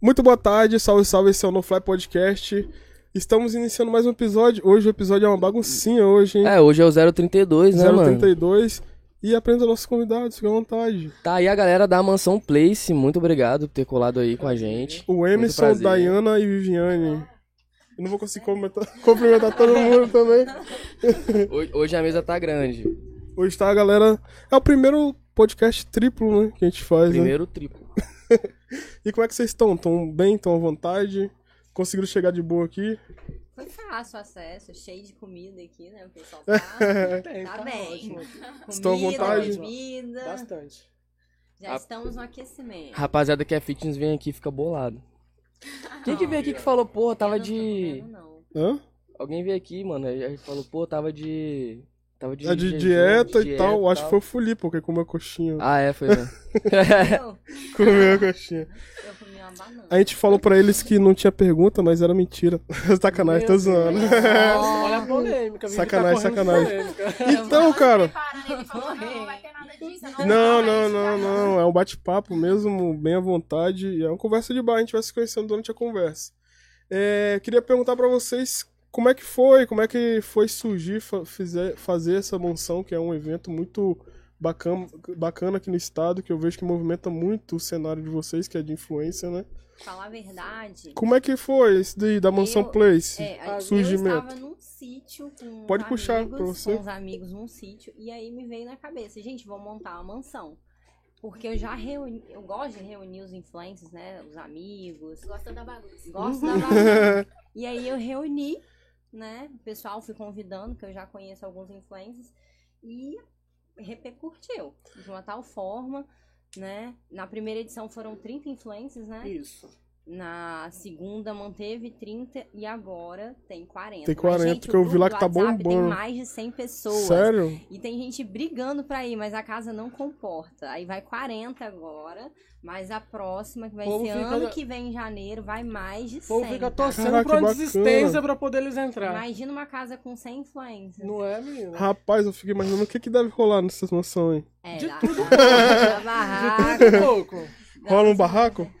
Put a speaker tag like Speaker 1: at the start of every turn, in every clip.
Speaker 1: Muito boa tarde, salve, salve, esse é o No Fly Podcast. Estamos iniciando mais um episódio. Hoje o episódio é uma baguncinha hoje, hein?
Speaker 2: É, hoje é o 032, né, mano?
Speaker 1: 032. E aprenda nossos convidados, fica à vontade.
Speaker 2: Tá aí a galera da Mansão Place, muito obrigado por ter colado aí com a gente.
Speaker 1: O Emerson,
Speaker 2: prazer.
Speaker 1: Diana e Viviane. Eu não vou conseguir comentar- cumprimentar todo mundo também.
Speaker 2: Hoje, hoje a mesa tá grande.
Speaker 1: Hoje tá a galera. É o primeiro podcast triplo, né? Que a gente faz. Né?
Speaker 2: Primeiro triplo.
Speaker 1: E como é que vocês estão? Estão bem? Estão à vontade? Conseguiram chegar de boa aqui?
Speaker 3: Foi fácil o acesso, cheio de comida aqui, né? O pessoal tá, tá
Speaker 4: Tem, tá Então,
Speaker 3: bem.
Speaker 4: ótimo.
Speaker 3: Comida,
Speaker 1: Estão à vontade?
Speaker 3: bebida.
Speaker 4: Bastante.
Speaker 3: Já
Speaker 2: A-
Speaker 3: estamos no aquecimento.
Speaker 2: Rapaziada que é fitness vem aqui e fica bolado. Quem que veio aqui que falou, porra, tava
Speaker 3: Eu não tô
Speaker 2: de...
Speaker 3: comendo, não.
Speaker 1: Hã?
Speaker 2: Alguém veio aqui, mano, e falou, pô, tava de... Tava de...
Speaker 1: É de
Speaker 2: jejum,
Speaker 1: dieta
Speaker 2: de
Speaker 1: e tal.
Speaker 2: dieta
Speaker 1: Acho que foi o Fulipo porque comeu coxinha.
Speaker 2: Ah, é, foi né?
Speaker 3: Eu,
Speaker 1: Comeu a coxinha.
Speaker 3: eu comi uma banana.
Speaker 1: A gente falou pra eles que não tinha pergunta, mas era mentira. sacanagem, tô zoando.
Speaker 4: Nossa, olha a polêmica. Vivi
Speaker 1: Sacanagem,
Speaker 4: tá correndo
Speaker 1: sacanagem.
Speaker 4: de polêmica.
Speaker 1: Então, cara.
Speaker 5: Para, ele falou, não, não vai ter nada disso.
Speaker 1: Não,
Speaker 5: eu vou falar
Speaker 1: não,
Speaker 5: isso,
Speaker 1: não,
Speaker 5: cara.
Speaker 1: não. É um bate-papo mesmo, bem à vontade. e É uma conversa de bar, a gente vai se conhecendo durante a conversa. É, queria perguntar pra vocês como é que foi, como é que foi surgir, fa- fizer- fazer essa mansão, que é um evento muito bacana, bacana aqui no estado, que eu vejo que movimenta muito o cenário de vocês, que é de influência, né?
Speaker 3: Falar a verdade.
Speaker 1: Como é que foi esse daí, da Mansão
Speaker 3: Eu-
Speaker 1: Place?
Speaker 3: É, a-
Speaker 1: surgimento.
Speaker 3: Eu estava num sítio com
Speaker 1: Pode
Speaker 3: uns
Speaker 1: puxar
Speaker 3: amigos,
Speaker 1: pra você.
Speaker 3: com uns amigos num sítio, e aí me veio na cabeça, gente, vou montar uma mansão. Porque eu já reuni, eu gosto de reunir os influencers, né, os amigos,
Speaker 5: Gostam da bagunça.
Speaker 3: gosto da bagunça. E aí eu reuni, né, o pessoal fui convidando, que eu já conheço alguns influencers, e repercutiu de uma tal forma, né, na primeira edição foram 30 influencers, né,
Speaker 4: é Isso.
Speaker 3: na segunda manteve 30 e agora tem 40.
Speaker 1: Tem
Speaker 3: Mas,
Speaker 1: 40,
Speaker 3: gente,
Speaker 1: porque eu vi lá que tá
Speaker 3: o grupo do WhatsApp
Speaker 1: bombando.
Speaker 3: Tem mais de 100 pessoas.
Speaker 1: Sério?
Speaker 3: E tem gente brigando pra ir, mas a casa não comporta. Aí vai 40 agora, mas a próxima, que vai
Speaker 4: O povo
Speaker 3: ser
Speaker 4: fica-
Speaker 3: ano que vem em janeiro, vai mais de
Speaker 4: O
Speaker 3: 100.
Speaker 4: povo fica
Speaker 3: tá?
Speaker 4: torcendo
Speaker 1: Caraca,
Speaker 4: pra uma
Speaker 1: que bacana.
Speaker 4: desistência pra poder eles entrar.
Speaker 3: Imagina uma casa com 100 influencers.
Speaker 4: Não é, menino?
Speaker 1: Rapaz, eu fiquei imaginando o que, que deve rolar nessas mansões. hein?
Speaker 3: É,
Speaker 4: de
Speaker 3: da,
Speaker 4: tudo.
Speaker 3: da- da barraca.
Speaker 1: né?
Speaker 4: Muito pouco.
Speaker 3: da-
Speaker 1: Rola um barraco?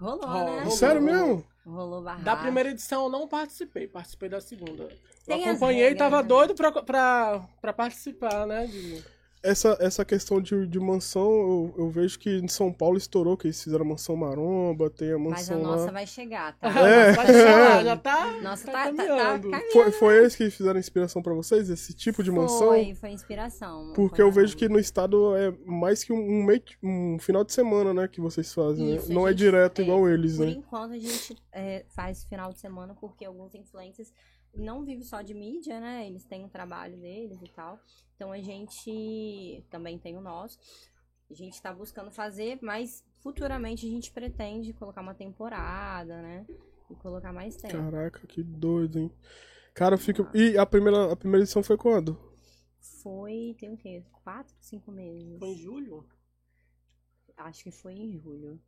Speaker 3: Rolou,
Speaker 4: Rola.
Speaker 3: né?
Speaker 1: Sério
Speaker 4: Rolou.
Speaker 1: mesmo?
Speaker 3: Rolou barraco.
Speaker 4: Da primeira edição eu não participei, participei da segunda. Eu
Speaker 3: Tem as
Speaker 4: acompanhei e
Speaker 3: regras,
Speaker 4: tava
Speaker 3: né?
Speaker 4: doido pra, pra, pra participar, né, Dini?
Speaker 1: Essa, essa questão de, de mansão, eu, eu vejo que em São Paulo estourou, que eles fizeram a mansão maromba, tem a
Speaker 3: Mas a
Speaker 1: mansão
Speaker 3: nossa
Speaker 1: lá.
Speaker 3: vai chegar, tá?
Speaker 4: É. Pode falar, já tá.
Speaker 3: Nossa,
Speaker 4: tá
Speaker 3: tá, tá, tá
Speaker 4: caminhando.
Speaker 3: caminhando.
Speaker 1: Foi, foi eles que fizeram inspiração pra vocês, esse tipo de mansão?
Speaker 3: Foi, foi inspiração.
Speaker 1: Porque
Speaker 3: foi
Speaker 1: eu vejo
Speaker 3: bacana.
Speaker 1: que no estado é mais que um, um meio que- um final de semana, né, que vocês fazem. né?
Speaker 3: Isso, a
Speaker 1: Não é
Speaker 3: gente-
Speaker 1: direto
Speaker 3: é,
Speaker 1: igual eles,
Speaker 3: Por
Speaker 1: né?
Speaker 3: enquanto a gente é, faz final de semana porque alguns influencers não vivem só de mídia, né? Eles têm o trabalho deles e tal. Então a gente também tem o nosso. A gente tá buscando fazer, mas futuramente a gente pretende colocar uma temporada, né? E colocar mais tempo.
Speaker 1: Caraca, que doido, hein? Cara, eu fico. E a primeira, a primeira edição foi quando?
Speaker 3: Foi, tem o quê? Quatro, cinco meses?
Speaker 4: Foi em julho?
Speaker 3: Acho que foi em julho.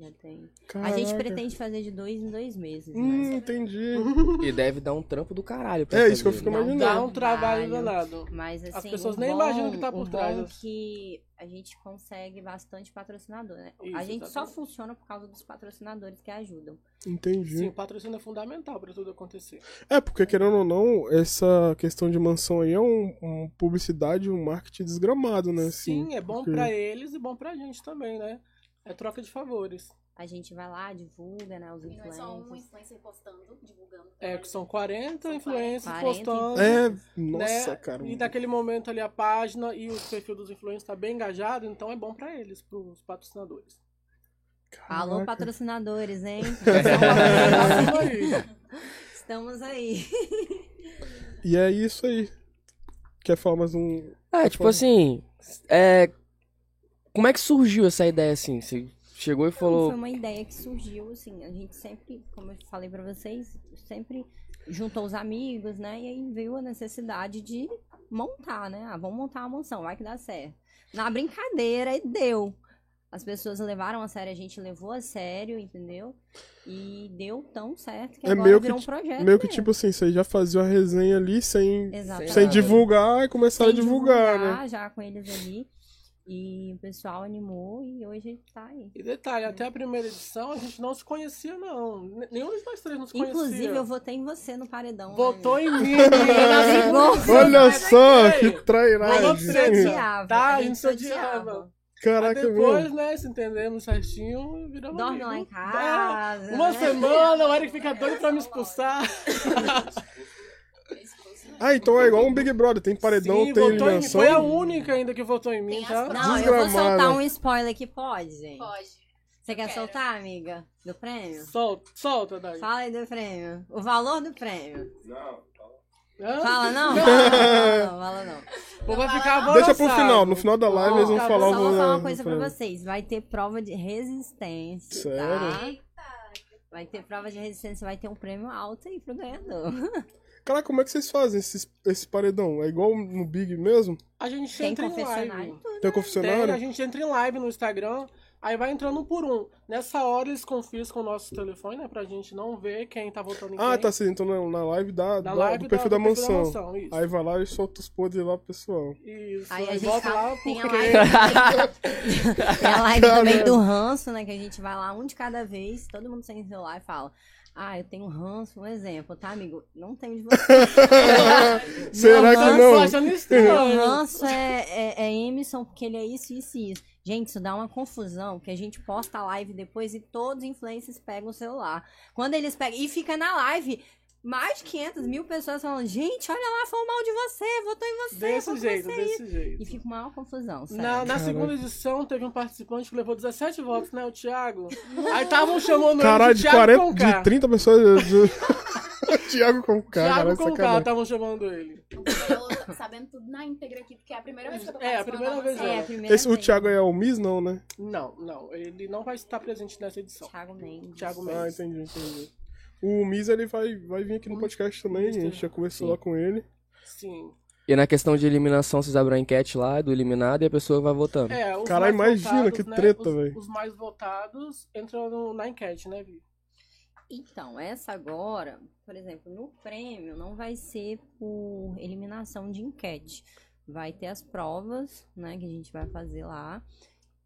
Speaker 3: Já tem.
Speaker 1: Caraca.
Speaker 3: A gente pretende fazer de dois em dois meses, mas
Speaker 1: Hum, entendi.
Speaker 2: e deve dar um trampo do caralho pra
Speaker 1: É isso que eu
Speaker 2: fazer,
Speaker 1: fico
Speaker 2: né?
Speaker 1: imaginando.
Speaker 4: Dá um
Speaker 3: Trabalho.
Speaker 4: trabalho danado.
Speaker 3: Mas assim,
Speaker 4: As pessoas
Speaker 3: o
Speaker 4: nem
Speaker 3: bom-
Speaker 4: imaginam o que tá por
Speaker 3: o
Speaker 4: trás,
Speaker 3: Bom
Speaker 4: né?
Speaker 3: que a gente consegue bastante patrocinador, né? a
Speaker 4: Isso,
Speaker 3: gente só
Speaker 4: exatamente.
Speaker 3: funciona por causa dos patrocinadores que ajudam.
Speaker 1: Entendi.
Speaker 4: Sim, o patrocínio é fundamental pra tudo acontecer.
Speaker 1: É, porque querendo ou não, essa questão de mansão aí é um, um publicidade, um marketing desgramado, né? Assim,
Speaker 4: Sim, é bom
Speaker 1: porque-
Speaker 4: pra eles e bom pra gente também, né? É troca de favores.
Speaker 3: A gente vai lá, divulga, né? Os
Speaker 5: E não é
Speaker 3: influencers.
Speaker 5: só um influencer postando, divulgando.
Speaker 4: É, que são 40 influencers
Speaker 3: 40
Speaker 4: postando.
Speaker 1: É,
Speaker 3: Né?
Speaker 1: nossa,
Speaker 4: um né?
Speaker 1: cara. um
Speaker 4: E naquele momento ali a página e o perfil dos influencers tá bem engajado, então é bom pra eles, pros patrocinadores.
Speaker 1: Caraca.
Speaker 3: Alô, patrocinadores, hein?
Speaker 4: Então, é um Aí,
Speaker 3: Estamos aí.
Speaker 1: E é isso aí. Quer falar mais um.
Speaker 2: É, tipo assim, é... Como é que surgiu essa ideia, assim? Você chegou e
Speaker 3: Foi
Speaker 2: falou...
Speaker 3: uma ideia que surgiu, assim, a gente sempre, como eu falei pra vocês, sempre juntou os amigos, né? E aí veio a necessidade de montar, né? Ah, vamos montar uma mansão, vai que dá certo. Na brincadeira, e deu. As pessoas levaram a sério, a gente levou a sério, entendeu? E deu tão certo que
Speaker 1: É meio
Speaker 3: agora
Speaker 1: que
Speaker 3: virou um
Speaker 1: ti-
Speaker 3: projeto.
Speaker 1: Meio que
Speaker 3: mesmo.
Speaker 1: tipo assim, vocês já faziam a resenha ali sem,
Speaker 3: Exatamente.
Speaker 1: sem
Speaker 2: nada.
Speaker 1: divulgar e começaram
Speaker 3: Sem
Speaker 1: a divulgar, né?
Speaker 3: divulgar, Já com eles ali. E o pessoal animou e hoje tá aí.
Speaker 4: E detalhe, até a primeira edição a gente não se conhecia, não. N- Nenhum de nós três nos conhecia.
Speaker 3: Inclusive, eu votei em você no paredão. né,
Speaker 4: Votou
Speaker 3: amigo?
Speaker 4: em mim, menina.
Speaker 1: Olha
Speaker 4: Mas
Speaker 1: só,
Speaker 4: aqui,
Speaker 1: que trairagem.
Speaker 4: Mas você-
Speaker 3: Eu
Speaker 4: Sim.
Speaker 3: odiava,
Speaker 4: Tá,
Speaker 3: a
Speaker 4: a gente
Speaker 3: gente
Speaker 4: se odiava.
Speaker 3: odiava.
Speaker 4: Aí
Speaker 1: Caraca,
Speaker 4: depois,
Speaker 1: meu.
Speaker 4: né, se entendemos certinho, viramos
Speaker 3: Dorme
Speaker 4: amigos.
Speaker 3: lá em
Speaker 4: Ah,
Speaker 3: casa.
Speaker 4: Uma
Speaker 3: né?
Speaker 4: semana, o Eric fica doido pra me expulsar.
Speaker 1: Ah, então é igual um Big Brother. Tem paredão,
Speaker 4: Sim,
Speaker 1: tem
Speaker 4: votou em mim. Foi a
Speaker 1: eliminação.
Speaker 4: única ainda que votou em mim,
Speaker 5: Tem
Speaker 4: tá?
Speaker 5: as
Speaker 3: Não, eu vou
Speaker 1: Desgramada.
Speaker 3: soltar um spoiler aqui, pode, gente?
Speaker 5: Pode.
Speaker 3: Você quer
Speaker 5: Quero.
Speaker 3: soltar, amiga? Do prêmio?
Speaker 4: Solta, solta, Dai.
Speaker 3: Fala aí do prêmio. O valor do prêmio.
Speaker 4: Hã?
Speaker 3: Fala não? Fala não, fala não.
Speaker 4: O povo vai ficar agora.
Speaker 1: Deixa pro final. No final da live eles vão
Speaker 4: Tá,
Speaker 1: falar
Speaker 3: Só
Speaker 1: o
Speaker 3: vou falar uma coisa pra
Speaker 1: pra-
Speaker 3: vocês. Vai ter prova de resistência. Tá?
Speaker 1: Sério?
Speaker 3: Vai ter prova de resistência, vai ter um prêmio alto aí pro ganhador.
Speaker 1: Cara, como é que vocês fazem esse, esse paredão? É igual no Big mesmo?
Speaker 4: A gente
Speaker 3: Tem
Speaker 4: entra em
Speaker 3: confessionário e
Speaker 4: live.
Speaker 3: tudo.
Speaker 1: Tem
Speaker 4: Tem, a
Speaker 1: confessionário?
Speaker 4: gente entra em live no Instagram, aí vai entrando um por um. Nessa hora eles confiscam o nosso telefone, né? Pra gente não ver quem tá votando em
Speaker 1: Ah,
Speaker 4: quem.
Speaker 1: tá sim. Então na na live da,
Speaker 4: Da
Speaker 1: da-
Speaker 4: live
Speaker 1: do perfil da, mansão.
Speaker 4: isso.
Speaker 1: Aí vai lá e solta os podres lá pro pessoal.
Speaker 4: Isso,
Speaker 3: Aí
Speaker 4: aí,
Speaker 3: a gente
Speaker 4: volta
Speaker 3: fala-
Speaker 4: lá
Speaker 3: tem a
Speaker 4: porque-
Speaker 3: live. Tem a live também Tá
Speaker 1: Caramba.
Speaker 3: do ranço, né? Que a gente vai lá um de cada vez, todo mundo sem celular e fala. Ah, eu tenho ranço, um exemplo, tá, amigo? Não tenho de você.
Speaker 1: Será
Speaker 4: Nossa,
Speaker 1: que
Speaker 4: eu tô
Speaker 1: não?
Speaker 4: achando
Speaker 3: Meu
Speaker 4: estranho. né?
Speaker 3: ranço é, é, é Emerson, porque ele é isso, isso e isso. Gente, isso dá uma confusão, que a gente posta a live depois e todos os influencers pegam o celular. Quando eles pegam, e fica na live, mais de 500 mil pessoas falando, gente, olha lá, falou mal de você, votou em você.
Speaker 4: Desse
Speaker 3: votou em
Speaker 4: jeito,
Speaker 3: você."
Speaker 4: desse jeito.
Speaker 3: E fica uma maior confusão, sério.
Speaker 4: Na, na
Speaker 1: Caraca.
Speaker 4: segunda edição teve um participante que levou 17 votos, né? O Thiago. Aí estavam chamando
Speaker 1: Caralho,
Speaker 4: ele
Speaker 1: de,
Speaker 4: de Thiago
Speaker 1: 40,
Speaker 4: Conká.
Speaker 1: de 30 pessoas. De... Thiago com K, tá
Speaker 4: Thiago
Speaker 1: caralho,
Speaker 4: Conká,
Speaker 1: sacanagem.
Speaker 4: estavam chamando ele.
Speaker 5: Eu tô sabendo tudo na íntegra aqui, porque é a primeira vez que eu tô
Speaker 4: É, a
Speaker 5: participando
Speaker 4: primeira
Speaker 5: da
Speaker 4: vez,
Speaker 5: mansão.
Speaker 3: a primeira
Speaker 1: Esse, o
Speaker 3: vez.
Speaker 1: Thiago é o Miss, não, né?
Speaker 4: Não, não, ele não vai estar presente nessa edição.
Speaker 3: Thiago Mendes.
Speaker 4: Thiago
Speaker 1: Ah,
Speaker 4: Mendes.
Speaker 1: entendi, entendi. O Miss, ele vai, vai vir aqui no podcast também, a
Speaker 4: Miss,
Speaker 1: gente
Speaker 4: né?
Speaker 1: já conversou
Speaker 2: Sim.
Speaker 1: lá com ele.
Speaker 4: Sim.
Speaker 2: E na questão de eliminação, vocês abrem a enquete lá do eliminado e a pessoa vai votando.
Speaker 4: É, os
Speaker 1: Caralho,
Speaker 4: mais
Speaker 1: imagina,
Speaker 4: votados,
Speaker 1: que
Speaker 4: né,
Speaker 1: treta,
Speaker 4: os-
Speaker 1: velho.
Speaker 4: Os mais votados entram no- na enquete, né, Vi?
Speaker 3: Então, essa agora, por exemplo, no prêmio não vai ser por eliminação de enquete. Vai ter as provas, né, que a gente vai fazer lá.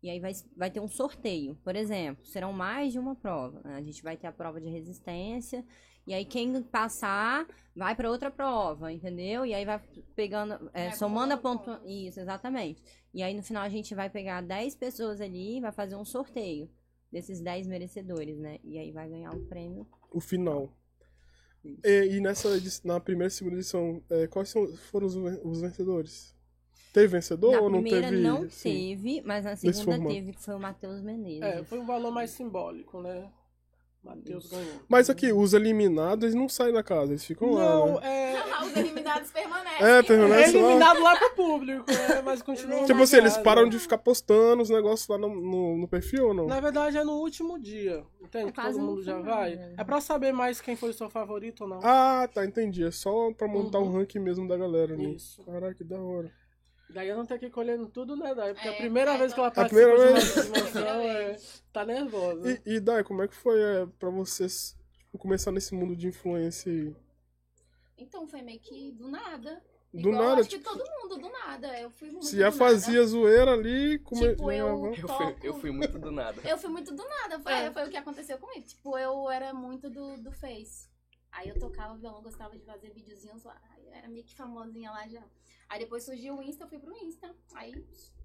Speaker 3: E aí vai, vai ter um sorteio. Por exemplo, serão mais de uma prova. né? A gente vai ter a prova de resistência. E aí quem passar vai para outra prova, entendeu? E aí vai pegando, é,
Speaker 5: Vai
Speaker 3: somando a
Speaker 5: acumulando
Speaker 3: pontua... Isso, exatamente. E aí no final a gente vai pegar 10 pessoas ali e vai fazer um sorteio desses 10 merecedores, né? E aí vai ganhar o prêmio.
Speaker 1: O final. E, e nessa, edi- na primeira e segunda edição, é, quais são- foram os, ven- os vencedores? Teve vencedor
Speaker 3: Na
Speaker 1: ou não
Speaker 3: primeira
Speaker 1: teve?
Speaker 3: não
Speaker 1: Sim.
Speaker 3: teve, mas na
Speaker 1: nesse
Speaker 3: segunda
Speaker 1: formato.
Speaker 3: teve, que foi o Matheus
Speaker 4: É,
Speaker 3: Menezes.
Speaker 4: foi um valor mais simbólico, né? Matheus ganhou.
Speaker 1: Mas aqui, os eliminados, eles não saem da casa, eles ficam lá.
Speaker 4: Não,
Speaker 1: Né?
Speaker 4: é.
Speaker 5: Os eliminados permanecem.
Speaker 1: É, permanece lá.
Speaker 4: eliminado lá pro público, né? Mas continua.
Speaker 1: Tipo
Speaker 4: na
Speaker 1: assim, eles
Speaker 4: casa.
Speaker 1: param de ficar postando os negócios lá no, no, no perfil ou não?
Speaker 4: Na verdade é no último dia, entende?
Speaker 3: É
Speaker 4: que
Speaker 3: quase
Speaker 4: todo
Speaker 3: no
Speaker 4: mundo já
Speaker 3: final,
Speaker 4: vai.
Speaker 3: né?
Speaker 4: É pra saber mais quem foi o seu favorito ou não.
Speaker 1: Ah, tá, entendi. É só pra montar o
Speaker 4: Uhum.
Speaker 1: ranking mesmo da galera, né?
Speaker 4: Isso.
Speaker 1: Caraca, que da hora.
Speaker 4: Daí eu não tenho que ir colhendo tudo, né, Dai? Porque a
Speaker 5: É,
Speaker 4: primeira
Speaker 5: é,
Speaker 4: vez que ela
Speaker 5: a
Speaker 4: participa de
Speaker 1: primeira
Speaker 4: uma
Speaker 1: vez.
Speaker 4: animação é... tá nervosa.
Speaker 1: E, e Dai, como é que foi é, pra vocês tipo, começar nesse mundo de influência aí?
Speaker 5: Então foi meio que do nada.
Speaker 1: Do
Speaker 5: Igual,
Speaker 1: nada,
Speaker 5: acho que
Speaker 1: tipo-
Speaker 5: todo mundo, do nada. Eu fui muito
Speaker 1: Você
Speaker 5: do
Speaker 1: já
Speaker 5: nada.
Speaker 1: é fazia zoeira ali, come...
Speaker 5: Tipo, eu
Speaker 2: Eu
Speaker 5: toco.
Speaker 2: fui, eu fui muito do nada.
Speaker 5: Eu fui muito do nada, foi,
Speaker 4: É.
Speaker 5: foi o que aconteceu comigo. Tipo, eu era muito do, do Face. Aí eu tocava violão, gostava de fazer videozinhos lá. Aí Eu era meio que famosinha lá já. Aí depois surgiu o Insta, eu fui pro Insta. Aí.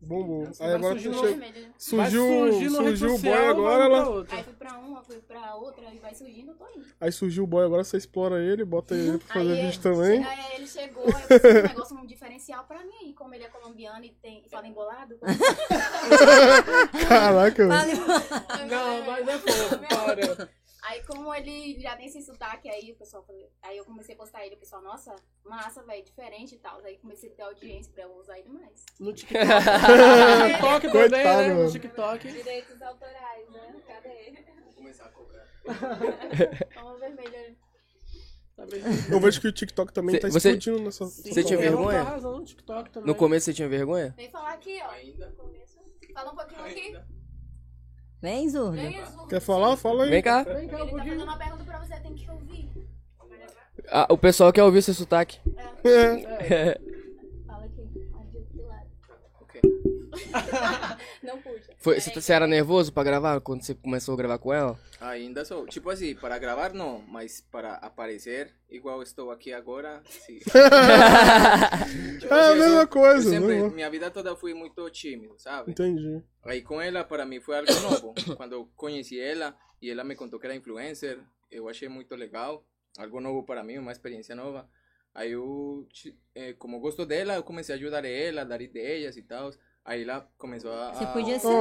Speaker 1: Bom, bom.
Speaker 4: Você
Speaker 1: Aí
Speaker 4: vai
Speaker 1: agora
Speaker 4: surgir
Speaker 1: tu
Speaker 5: Ficou
Speaker 4: no-
Speaker 1: chega...
Speaker 5: um vermelho. né?
Speaker 4: Vai
Speaker 1: surgiu,
Speaker 4: surgir no rede
Speaker 1: surgiu o boy
Speaker 4: social,
Speaker 1: agora,
Speaker 4: vamos pra
Speaker 1: ela...
Speaker 4: outra.
Speaker 5: Aí fui pra uma, fui pra outra, e vai surgindo, eu tô indo.
Speaker 1: aí surgiu o boy agora, você explora ele, bota ele pra fazer
Speaker 5: ele-
Speaker 1: vídeo também.
Speaker 5: che- aí ele chegou, eu pensei um negócio um diferencial pra mim. E como ele é colombiano e tem, fala embolado.
Speaker 1: Caraca, velho.
Speaker 4: Não, mas é pouco, para.
Speaker 5: Aí como ele já tem esse sotaque aí, o pessoal falou- aí eu comecei a postar ele, o pessoal, nossa, massa, velho, diferente e tal. Aí comecei a ter audiência pra eu usar ele mais.
Speaker 4: No TikTok. No TikTok também,
Speaker 1: Coitado,
Speaker 4: né? No
Speaker 1: mano.
Speaker 4: TikTok.
Speaker 5: Direitos autorais, né? Cadê? Vou começar a cobrar. Toma vermelho.
Speaker 4: Talvez-
Speaker 1: Eu vejo que o TikTok também
Speaker 2: Cê-
Speaker 1: tá
Speaker 2: você-
Speaker 1: explodindo nessa...
Speaker 2: Você tinha
Speaker 4: Tá Tem
Speaker 2: vergonha?
Speaker 4: outra razão, no TikTok também.
Speaker 2: No começo você tinha vergonha?
Speaker 5: Vem falar aqui, ó. Ainda. Fala um pouquinho aqui.
Speaker 3: Vem, Zurda.
Speaker 5: Vem as luzes.
Speaker 1: Quer falar? Fala aí.
Speaker 2: Vem cá.
Speaker 4: Vem cá um
Speaker 5: Ele tá fazendo
Speaker 4: pouquinho.
Speaker 5: uma pergunta pra você, tem que ouvir.
Speaker 2: Ah, o pessoal quer ouvir seu sotaque.
Speaker 1: É.
Speaker 4: É.
Speaker 5: Fala aqui. Adianta do lado.
Speaker 2: Ok.
Speaker 5: Não puxa.
Speaker 2: Foi,
Speaker 5: Peraí.
Speaker 2: você, você era nervoso pra gravar quando você começou a gravar com ela?
Speaker 6: Ainda sou. Tipo assim, para gravar não, mas para aparecer, igual estou aqui agora. sim. Tipo
Speaker 1: É a
Speaker 6: assim, eu
Speaker 1: mesma
Speaker 6: sou- eu
Speaker 1: coisa.
Speaker 6: sempre,
Speaker 1: não- é?
Speaker 6: minha vida toda fui muito tímido, sabe?
Speaker 1: Entendi.
Speaker 6: Aí com ela, para mim, foi algo novo. Quando eu conheci ela e ela me contou que era influencer, eu achei muito legal. Algo novo para mim, uma experiência nova. Aí eu, ti- eh, como gosto dela, eu comecei a ajudar ela, dar ideias e tal. Aí ela começou a...
Speaker 3: Você
Speaker 6: a-
Speaker 3: podia ser
Speaker 1: Oh.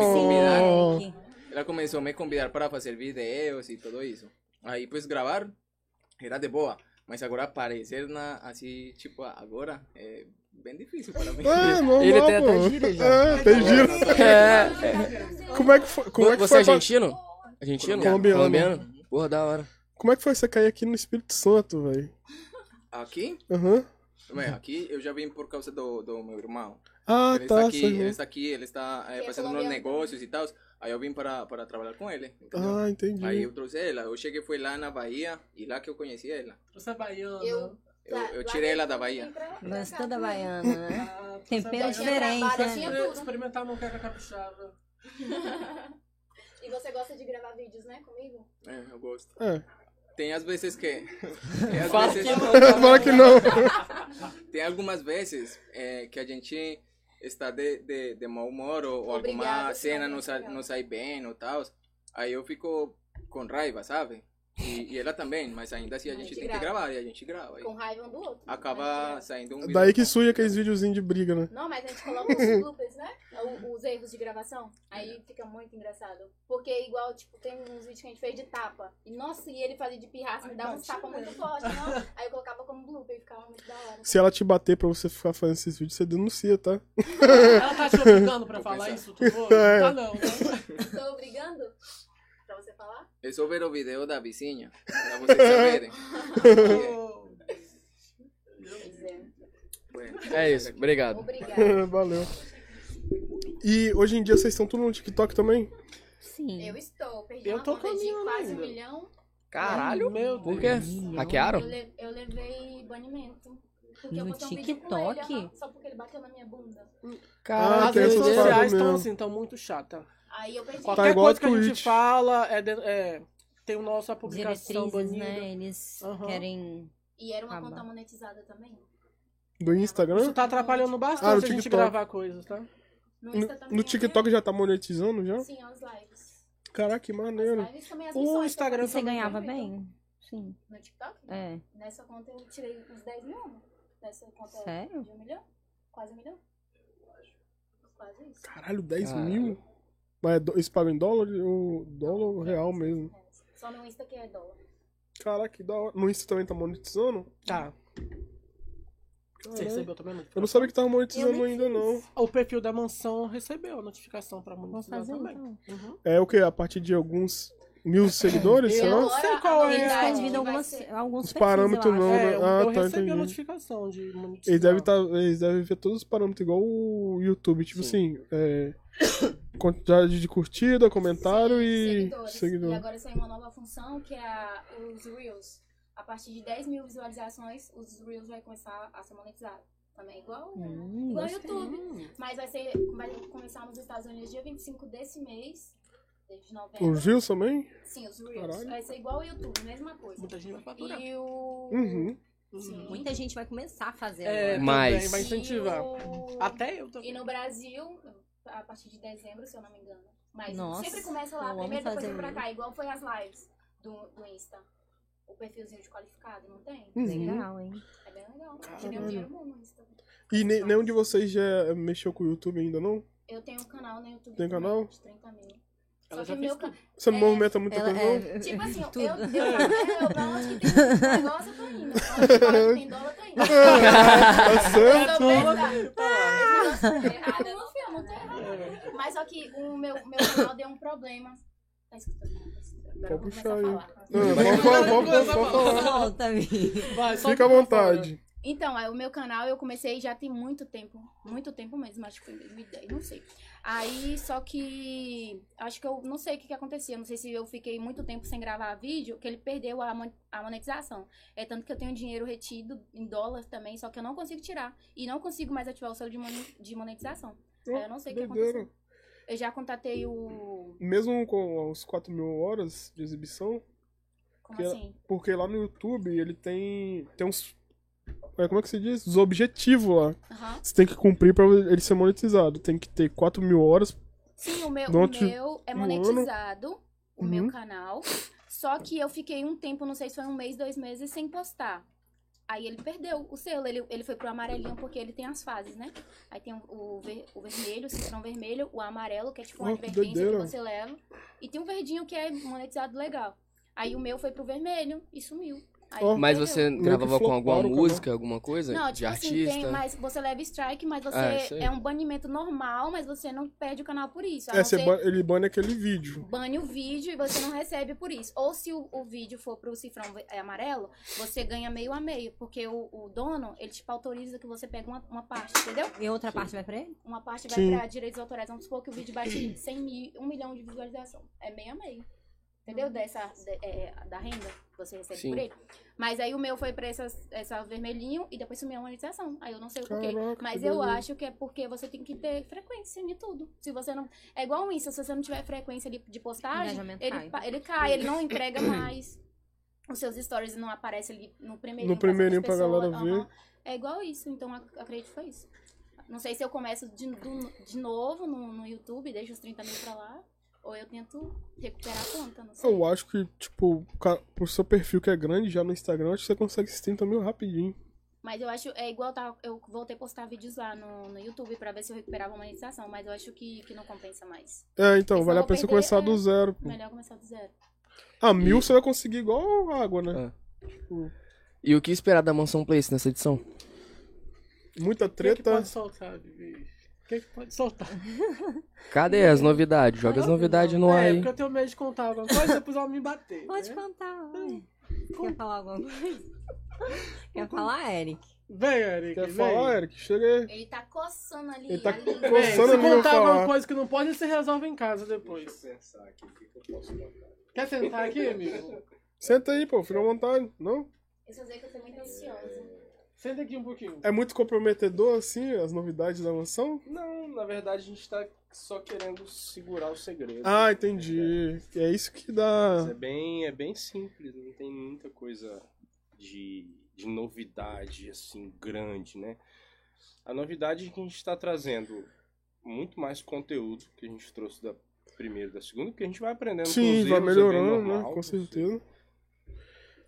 Speaker 3: assim, Eric.
Speaker 6: ela começou a me convidar para fazer vídeos e tudo isso. Aí, pois, gravar pues, era de boa. Mas agora aparecer na, assim, tipo, agora é bem difícil para mim.
Speaker 1: É, normal,
Speaker 2: Ele tem
Speaker 1: pô.
Speaker 2: até gíria já.
Speaker 1: É, tem gíria.
Speaker 2: É.
Speaker 1: Como é que foi? Como é que
Speaker 2: você é
Speaker 1: foi, pra-
Speaker 2: argentino? Argentino?
Speaker 1: Colombiano.
Speaker 2: Colombiano? Porra, da hora.
Speaker 1: como é que foi você cair aqui no Espírito Santo, velho?
Speaker 6: Aqui,
Speaker 1: Aham.
Speaker 6: bem, aqui eu já vim por causa do, do meu irmão.
Speaker 1: Ah,
Speaker 6: ele, está
Speaker 1: tá.
Speaker 6: aqui,
Speaker 2: é
Speaker 1: seu irmão.
Speaker 6: ele está aqui, ele está eh,
Speaker 5: Que é
Speaker 6: fazendo uns
Speaker 5: colombiano
Speaker 6: negócios e tal. Aí eu vim para, para trabalhar com ele, entendeu?
Speaker 1: Ah, entendi.
Speaker 6: Aí eu trouxe ela. Eu cheguei, foi lá na Bahia e lá que eu conheci ela.
Speaker 4: Você é baiano.
Speaker 5: Eu-
Speaker 6: Eu,
Speaker 5: Lá-
Speaker 6: eu
Speaker 5: lá
Speaker 6: tirei
Speaker 5: tem
Speaker 6: ela da
Speaker 5: tudo, tem
Speaker 6: Bahia.
Speaker 5: pra- pra
Speaker 3: Gostou
Speaker 5: cá.
Speaker 3: da baiana, né?
Speaker 4: Ah, você
Speaker 3: Tempero
Speaker 4: baiano.
Speaker 3: diferente,
Speaker 4: Eu
Speaker 5: né?
Speaker 4: queria experimentar a moqueca capixaba.
Speaker 5: E você gosta de gravar vídeos, né, comigo?
Speaker 6: É, eu gosto.
Speaker 1: É.
Speaker 6: Tem as vezes que... tem às
Speaker 4: Fala
Speaker 6: vezes-
Speaker 4: que não.
Speaker 1: Fala que é não.
Speaker 6: Tem algumas vezes eh, que a gente está de, de, de mau humor ou, ou alguma
Speaker 5: Obrigado,
Speaker 6: cena
Speaker 5: senhora,
Speaker 6: não sai,
Speaker 5: obrigado.
Speaker 6: não sai bem ou tal. Aí eu fico com raiva, sabe? E, e ela também, mas ainda assim a
Speaker 5: Mas te
Speaker 6: gente tem que
Speaker 5: grava.
Speaker 6: gravar e a gente grava. E
Speaker 5: Com raiva um do outro.
Speaker 6: acaba
Speaker 5: Mas, né?
Speaker 6: saindo um vídeo.
Speaker 1: Daí que
Speaker 6: bom.
Speaker 1: surge aqueles videozinhos de briga, né?
Speaker 5: Não, mas a gente coloca os bloopers, né? O- Os erros de gravação.
Speaker 6: É.
Speaker 5: Aí fica muito engraçado. Porque igual, tipo, tem uns vídeos que a gente fez de tapa. E nossa, e ele fazia de pirraça, me dava uns tapas muito forte, não? Aí eu colocava como blooper e ficava muito da hora.
Speaker 1: Se ela te bater pra você ficar fazendo esses vídeos, você denuncia, tá?
Speaker 4: Ela tá te obrigando pra
Speaker 6: Vou
Speaker 4: falar
Speaker 6: pensar.
Speaker 4: isso tudo hoje? Tá não, né?
Speaker 5: Estou obrigando pra você falar?
Speaker 6: É só ver o vídeo da vizinha, para vocês saberem.
Speaker 4: Eu-
Speaker 5: Pois é.
Speaker 6: Bueno,
Speaker 2: É isso, obrigado.
Speaker 5: Obrigada.
Speaker 1: Valeu. E hoje em dia vocês estão tudo no TikTok também?
Speaker 3: Sim.
Speaker 5: Eu estou. Perdi
Speaker 4: Eu
Speaker 5: uma
Speaker 4: tô
Speaker 5: conta de
Speaker 4: caminhando
Speaker 5: quase um
Speaker 4: ainda.
Speaker 5: milhão.
Speaker 2: Caralho.
Speaker 4: Meu
Speaker 2: Por quê?
Speaker 4: Deus.
Speaker 2: Hackearam?
Speaker 5: Eu, le- eu levei banimento. Porque eu
Speaker 3: No
Speaker 5: postei um vídeo com ele,
Speaker 3: TikTok?
Speaker 5: aham, só porque ele bateu na minha bunda.
Speaker 1: Ah,
Speaker 4: As
Speaker 2: é
Speaker 1: tem
Speaker 4: redes
Speaker 1: essas paradas
Speaker 4: sociais estão
Speaker 1: mesmo.
Speaker 4: assim, estão muito chata.
Speaker 5: Aí eu perdi.
Speaker 1: Tá
Speaker 4: Qualquer
Speaker 1: igual
Speaker 4: coisa
Speaker 1: a
Speaker 4: que a gente
Speaker 1: Twitch.
Speaker 4: fala é, de, é tem o nosso a publicação
Speaker 3: Diretrizes,
Speaker 4: banida.
Speaker 3: né? Eles
Speaker 4: Aham.
Speaker 3: querem.
Speaker 5: E era uma
Speaker 3: Ah,
Speaker 5: conta
Speaker 3: bom.
Speaker 5: monetizada também.
Speaker 1: Do Instagram?
Speaker 4: Isso tá atrapalhando
Speaker 1: Ah, no
Speaker 4: bastante a gente
Speaker 1: TikTok.
Speaker 4: gravar coisas, tá?
Speaker 5: No, Insta
Speaker 1: No,
Speaker 5: também,
Speaker 1: no
Speaker 5: né?
Speaker 1: TikTok já tá monetizando já?
Speaker 5: Sim, as lives.
Speaker 1: Caraca, que maneiro.
Speaker 5: As lives também, as
Speaker 4: O
Speaker 5: missões que eu
Speaker 4: Instagram
Speaker 5: faço.
Speaker 3: Você
Speaker 4: também
Speaker 3: ganhava bem? Sim.
Speaker 5: No TikTok?
Speaker 3: É.
Speaker 5: Nessa conta eu tirei uns 10 mil. né? Nessa conta
Speaker 3: Sério?
Speaker 5: de um milhão? Quase um milhão? Quase isso.
Speaker 1: Caralho, 10
Speaker 2: Caralho.
Speaker 1: mil? Mas é do- eles pagam em dólar ou dólar ou real mesmo?
Speaker 5: Só no Insta que é dólar.
Speaker 1: Caraca, que da hora. No Insta também tá monetizando?
Speaker 4: Tá. Você
Speaker 1: Caralho.
Speaker 4: recebeu também? Muito
Speaker 1: Eu não sabia que tava
Speaker 3: Eu
Speaker 1: monetizando
Speaker 3: nem
Speaker 1: ainda, não.
Speaker 4: O perfil da mansão recebeu a notificação pra
Speaker 3: Vou
Speaker 4: monetizar
Speaker 3: fazer
Speaker 4: também.
Speaker 3: então.
Speaker 4: Uhum.
Speaker 1: É o quê? A partir de alguns mil seguidores, sei
Speaker 4: Eu
Speaker 1: lá?
Speaker 4: não sei qual é.
Speaker 5: a
Speaker 3: Eles
Speaker 4: a-
Speaker 5: novidade
Speaker 3: transmitem
Speaker 5: que vai
Speaker 3: algumas,
Speaker 5: ser-
Speaker 3: alguns
Speaker 1: Os parâmetros
Speaker 3: perfis, eu
Speaker 1: não,
Speaker 3: acho.
Speaker 1: né?
Speaker 4: É, eu,
Speaker 1: Ah,
Speaker 4: eu
Speaker 1: tá,
Speaker 4: recebi a
Speaker 1: entendi.
Speaker 4: notificação de monetizar.
Speaker 1: Eles devem, tá, eles devem ver todos os parâmetros, igual o YouTube. Tipo assim, é, quantidade de curtida, comentário e
Speaker 5: Seguidores.
Speaker 1: seguidor.
Speaker 5: E agora saiu uma nova função que é a- os Reels. A partir de 10 mil visualizações, os Reels vai começar a ser monetizado. Também é igual, né?
Speaker 3: Hum,
Speaker 5: igual o
Speaker 3: gostei.
Speaker 5: YouTube. Mas vai, ser, vai começar nos Estados Unidos dia 25 desse mês, de novembro.
Speaker 1: Os views também?
Speaker 5: Sim, os Reels.
Speaker 1: Caralho.
Speaker 5: Vai ser igual o YouTube, mesma coisa.
Speaker 4: Muita gente vai faturar.
Speaker 5: E o...
Speaker 1: Uhum.
Speaker 5: Sim.
Speaker 3: Muita gente vai começar a fazer.
Speaker 4: É,
Speaker 3: agora.
Speaker 2: Mas-
Speaker 4: também, vai
Speaker 5: E
Speaker 4: incentivar.
Speaker 5: o-
Speaker 4: Até eu
Speaker 5: E
Speaker 4: também.
Speaker 5: no Brasil, a partir de dezembro, se eu não me engano. Mas
Speaker 3: Nossa,
Speaker 5: sempre começa
Speaker 3: eu
Speaker 5: lá,
Speaker 3: amo
Speaker 5: primeiro depois
Speaker 3: fazer
Speaker 5: vem pra
Speaker 3: isso.
Speaker 5: cá, igual foi as lives do, do Insta. O perfilzinho de qualificado, não tem?
Speaker 3: Uhum.
Speaker 1: Hum.
Speaker 3: Legal, hein?
Speaker 5: É bem legal. Tirei um dinheiro bom no Insta.
Speaker 1: E ne- nenhum de vocês já mexeu com o YouTube ainda, não?
Speaker 5: Eu tenho um canal no YouTube.
Speaker 1: Tem
Speaker 5: também,
Speaker 1: canal?
Speaker 5: De 30 mil.
Speaker 4: Ela
Speaker 5: Só
Speaker 4: já fez
Speaker 5: que meu canal.
Speaker 1: Você não
Speaker 5: É,
Speaker 1: movimenta muita
Speaker 3: Ela
Speaker 1: coisa, não?
Speaker 3: é.
Speaker 5: Tipo assim, eu,
Speaker 3: tudo.
Speaker 5: eu, eu, eu, pra onde que tem negócio, eu tô indo. Pra onde que fala que tem dólar, eu tô indo.
Speaker 1: Tá certo?
Speaker 5: Eu tô besta. Esse negócio tá errado, eu não É. fui, eu não tô errada. Mas só que o meu, meu canal deu um problema. Tá escutando? Agora eu vou
Speaker 1: Pode
Speaker 5: começar
Speaker 1: puxar
Speaker 5: a
Speaker 1: aí.
Speaker 5: falar.
Speaker 3: tipo,
Speaker 1: Ah, vamos, vamos, vamos, vamos falar.
Speaker 3: Solta, amiga.
Speaker 4: Vai, só
Speaker 1: Fica à
Speaker 4: microfone.
Speaker 1: vontade.
Speaker 5: Então, aí o meu canal eu comecei já tem muito tempo. Muito tempo mesmo, acho que foi em 2010, não sei. Aí, só que. Acho que eu não sei o que, que acontecia. Não sei se eu fiquei muito tempo sem gravar vídeo, que ele perdeu a, mon- a monetização. É tanto que eu tenho dinheiro retido em dólar também, só que eu não consigo tirar. E não consigo mais ativar o selo de, moni- de monetização. Aí eu não sei o Oh, que
Speaker 1: Doideira.
Speaker 5: aconteceu. Eu já contatei o.
Speaker 1: Mesmo com os 4 mil horas de exibição,
Speaker 5: Como
Speaker 1: Que era-
Speaker 5: assim?
Speaker 1: porque lá no YouTube ele tem. Tem uns. é, Como é que se diz? Os objetivos lá.
Speaker 5: Aham.
Speaker 1: Você tem que cumprir pra ele ser monetizado. Tem que ter 4 mil horas.
Speaker 5: Sim, o meu, o
Speaker 1: Durante
Speaker 5: meu é
Speaker 1: um ano.
Speaker 5: monetizado, o meu
Speaker 1: Uhum.
Speaker 5: canal. Só que eu fiquei um tempo, não sei se foi um mês, dois meses, sem postar. Aí ele perdeu o selo, ele, ele foi pro amarelinho, porque ele tem as fases, né? Aí tem o, o ver- o vermelho, o cifrão vermelho, o amarelo, que é tipo uma
Speaker 1: Oh, que
Speaker 5: advertência que
Speaker 1: doideira.
Speaker 5: você leva. E tem um verdinho que é monetizado legal. Aí o meu foi pro vermelho e sumiu. Aí
Speaker 1: Ó.
Speaker 2: Mas
Speaker 5: perdeu.
Speaker 2: você
Speaker 1: que né?
Speaker 2: gravava com alguma
Speaker 1: floparam o canal.
Speaker 2: música, alguma coisa?
Speaker 5: Não,
Speaker 2: de
Speaker 5: tipo assim,
Speaker 2: artista?
Speaker 5: tem, mas você leva strike, mas você
Speaker 2: É, isso aí.
Speaker 5: é, um banimento normal, mas você não perde o canal por isso. A
Speaker 1: É,
Speaker 5: não
Speaker 1: você
Speaker 5: ser-
Speaker 1: ba- ele bane aquele vídeo.
Speaker 5: bane o vídeo e você não recebe por isso. Ou se o, o vídeo for pro cifrão ve- é, amarelo, você ganha meio a meio, porque o, o dono, ele tipo autoriza que você pegue uma, uma parte, entendeu?
Speaker 3: E outra parte vai pra ele?
Speaker 5: Uma parte vai
Speaker 1: Sim.
Speaker 5: pra direitos autorais. Vamos supor que o vídeo bate 100 mil, 1 milhão de visualização. É meio a meio. Entendeu? Dessa, de- é, da renda que você recebe
Speaker 2: Uhum. Sim.
Speaker 5: por ele. Mas aí o meu foi pra essas, essa vermelhinho e depois sumiu a monetização. Aí eu não sei o porquê.
Speaker 1: Caraca,
Speaker 5: Mas
Speaker 1: que
Speaker 5: eu
Speaker 1: doideira.
Speaker 5: acho que é porque você tem que ter frequência em tudo. Se você não. É igual isso, se você não tiver frequência de, de postagem,
Speaker 3: Engajamento
Speaker 5: ele
Speaker 3: cai.
Speaker 5: pa- ele cai, ele não entrega mais. Os seus stories não aparecem ali no primeiro
Speaker 1: No primeirinho pra galera
Speaker 5: É igual isso, então ac- acredito que foi isso. Não sei se eu começo de, do- de novo no, no YouTube, deixo os 30 mil pra lá, ou eu tento recuperar a conta, não sei.
Speaker 1: Eu acho que, tipo, ca- pro seu perfil que é grande já no Instagram, acho que você consegue esses 30 mil rapidinho.
Speaker 5: Mas eu acho, é igual tá, eu voltei a postar vídeos lá no, no YouTube pra ver se eu recuperava a monetização, mas eu acho que, que não compensa mais.
Speaker 1: É, então, vale a
Speaker 5: Porque senão
Speaker 1: pena
Speaker 5: eu
Speaker 1: você
Speaker 5: perder,
Speaker 1: começar
Speaker 5: é.
Speaker 1: do zero. pô.
Speaker 5: Melhor começar do zero.
Speaker 1: Ah, mil
Speaker 2: E-
Speaker 1: você vai conseguir igual água, né?
Speaker 2: E o que esperar da Mansão Place nessa edição?
Speaker 1: Muita
Speaker 4: O é que, que
Speaker 1: treta.
Speaker 4: pode soltar, Vivi? O que, que pode soltar?
Speaker 2: Cadê as novidades? Joga as
Speaker 3: Não,
Speaker 2: novidades no
Speaker 4: é,
Speaker 2: ar aí.
Speaker 4: porque eu tenho medo de contar alguma coisa, depois ela me bater.
Speaker 3: Pode
Speaker 4: né?
Speaker 3: cantar. vai. Quer falar alguma coisa? Quer falar, Eric?
Speaker 4: Vem, Eric.
Speaker 1: Quer
Speaker 4: vem.
Speaker 1: falar, Eric? Chega aí.
Speaker 5: Ele tá coçando ali
Speaker 1: Ele tá
Speaker 5: a língua.
Speaker 4: Vem,
Speaker 1: Coçando a
Speaker 4: se
Speaker 1: língua pra
Speaker 4: contar alguma
Speaker 1: falar.
Speaker 4: coisa que não pode, você resolve em casa depois.
Speaker 6: pensar aqui, o que que eu posso contar?
Speaker 4: Quer sentar aqui, amigo?
Speaker 1: Senta aí, pô, fica à vontade. Não?
Speaker 5: Eu só sei que eu sou muito ansiosa.
Speaker 4: Senta aqui um pouquinho.
Speaker 1: É muito comprometedor, assim, as novidades da mansão?
Speaker 7: Não, Então, na verdade a gente tá só querendo segurar o segredo.
Speaker 1: Ah, entendi. É isso que
Speaker 7: Mas é
Speaker 1: dá.
Speaker 7: bem, é bem simples, não tem muita coisa de, de novidade assim grande, né? A novidade é que a gente está trazendo muito mais conteúdo que a gente trouxe da primeira e da segunda, porque a gente vai aprendendo com
Speaker 1: Sim,
Speaker 7: os
Speaker 1: vai
Speaker 7: erros, é bem
Speaker 1: melhorando,
Speaker 7: normal,
Speaker 1: né? Com certeza.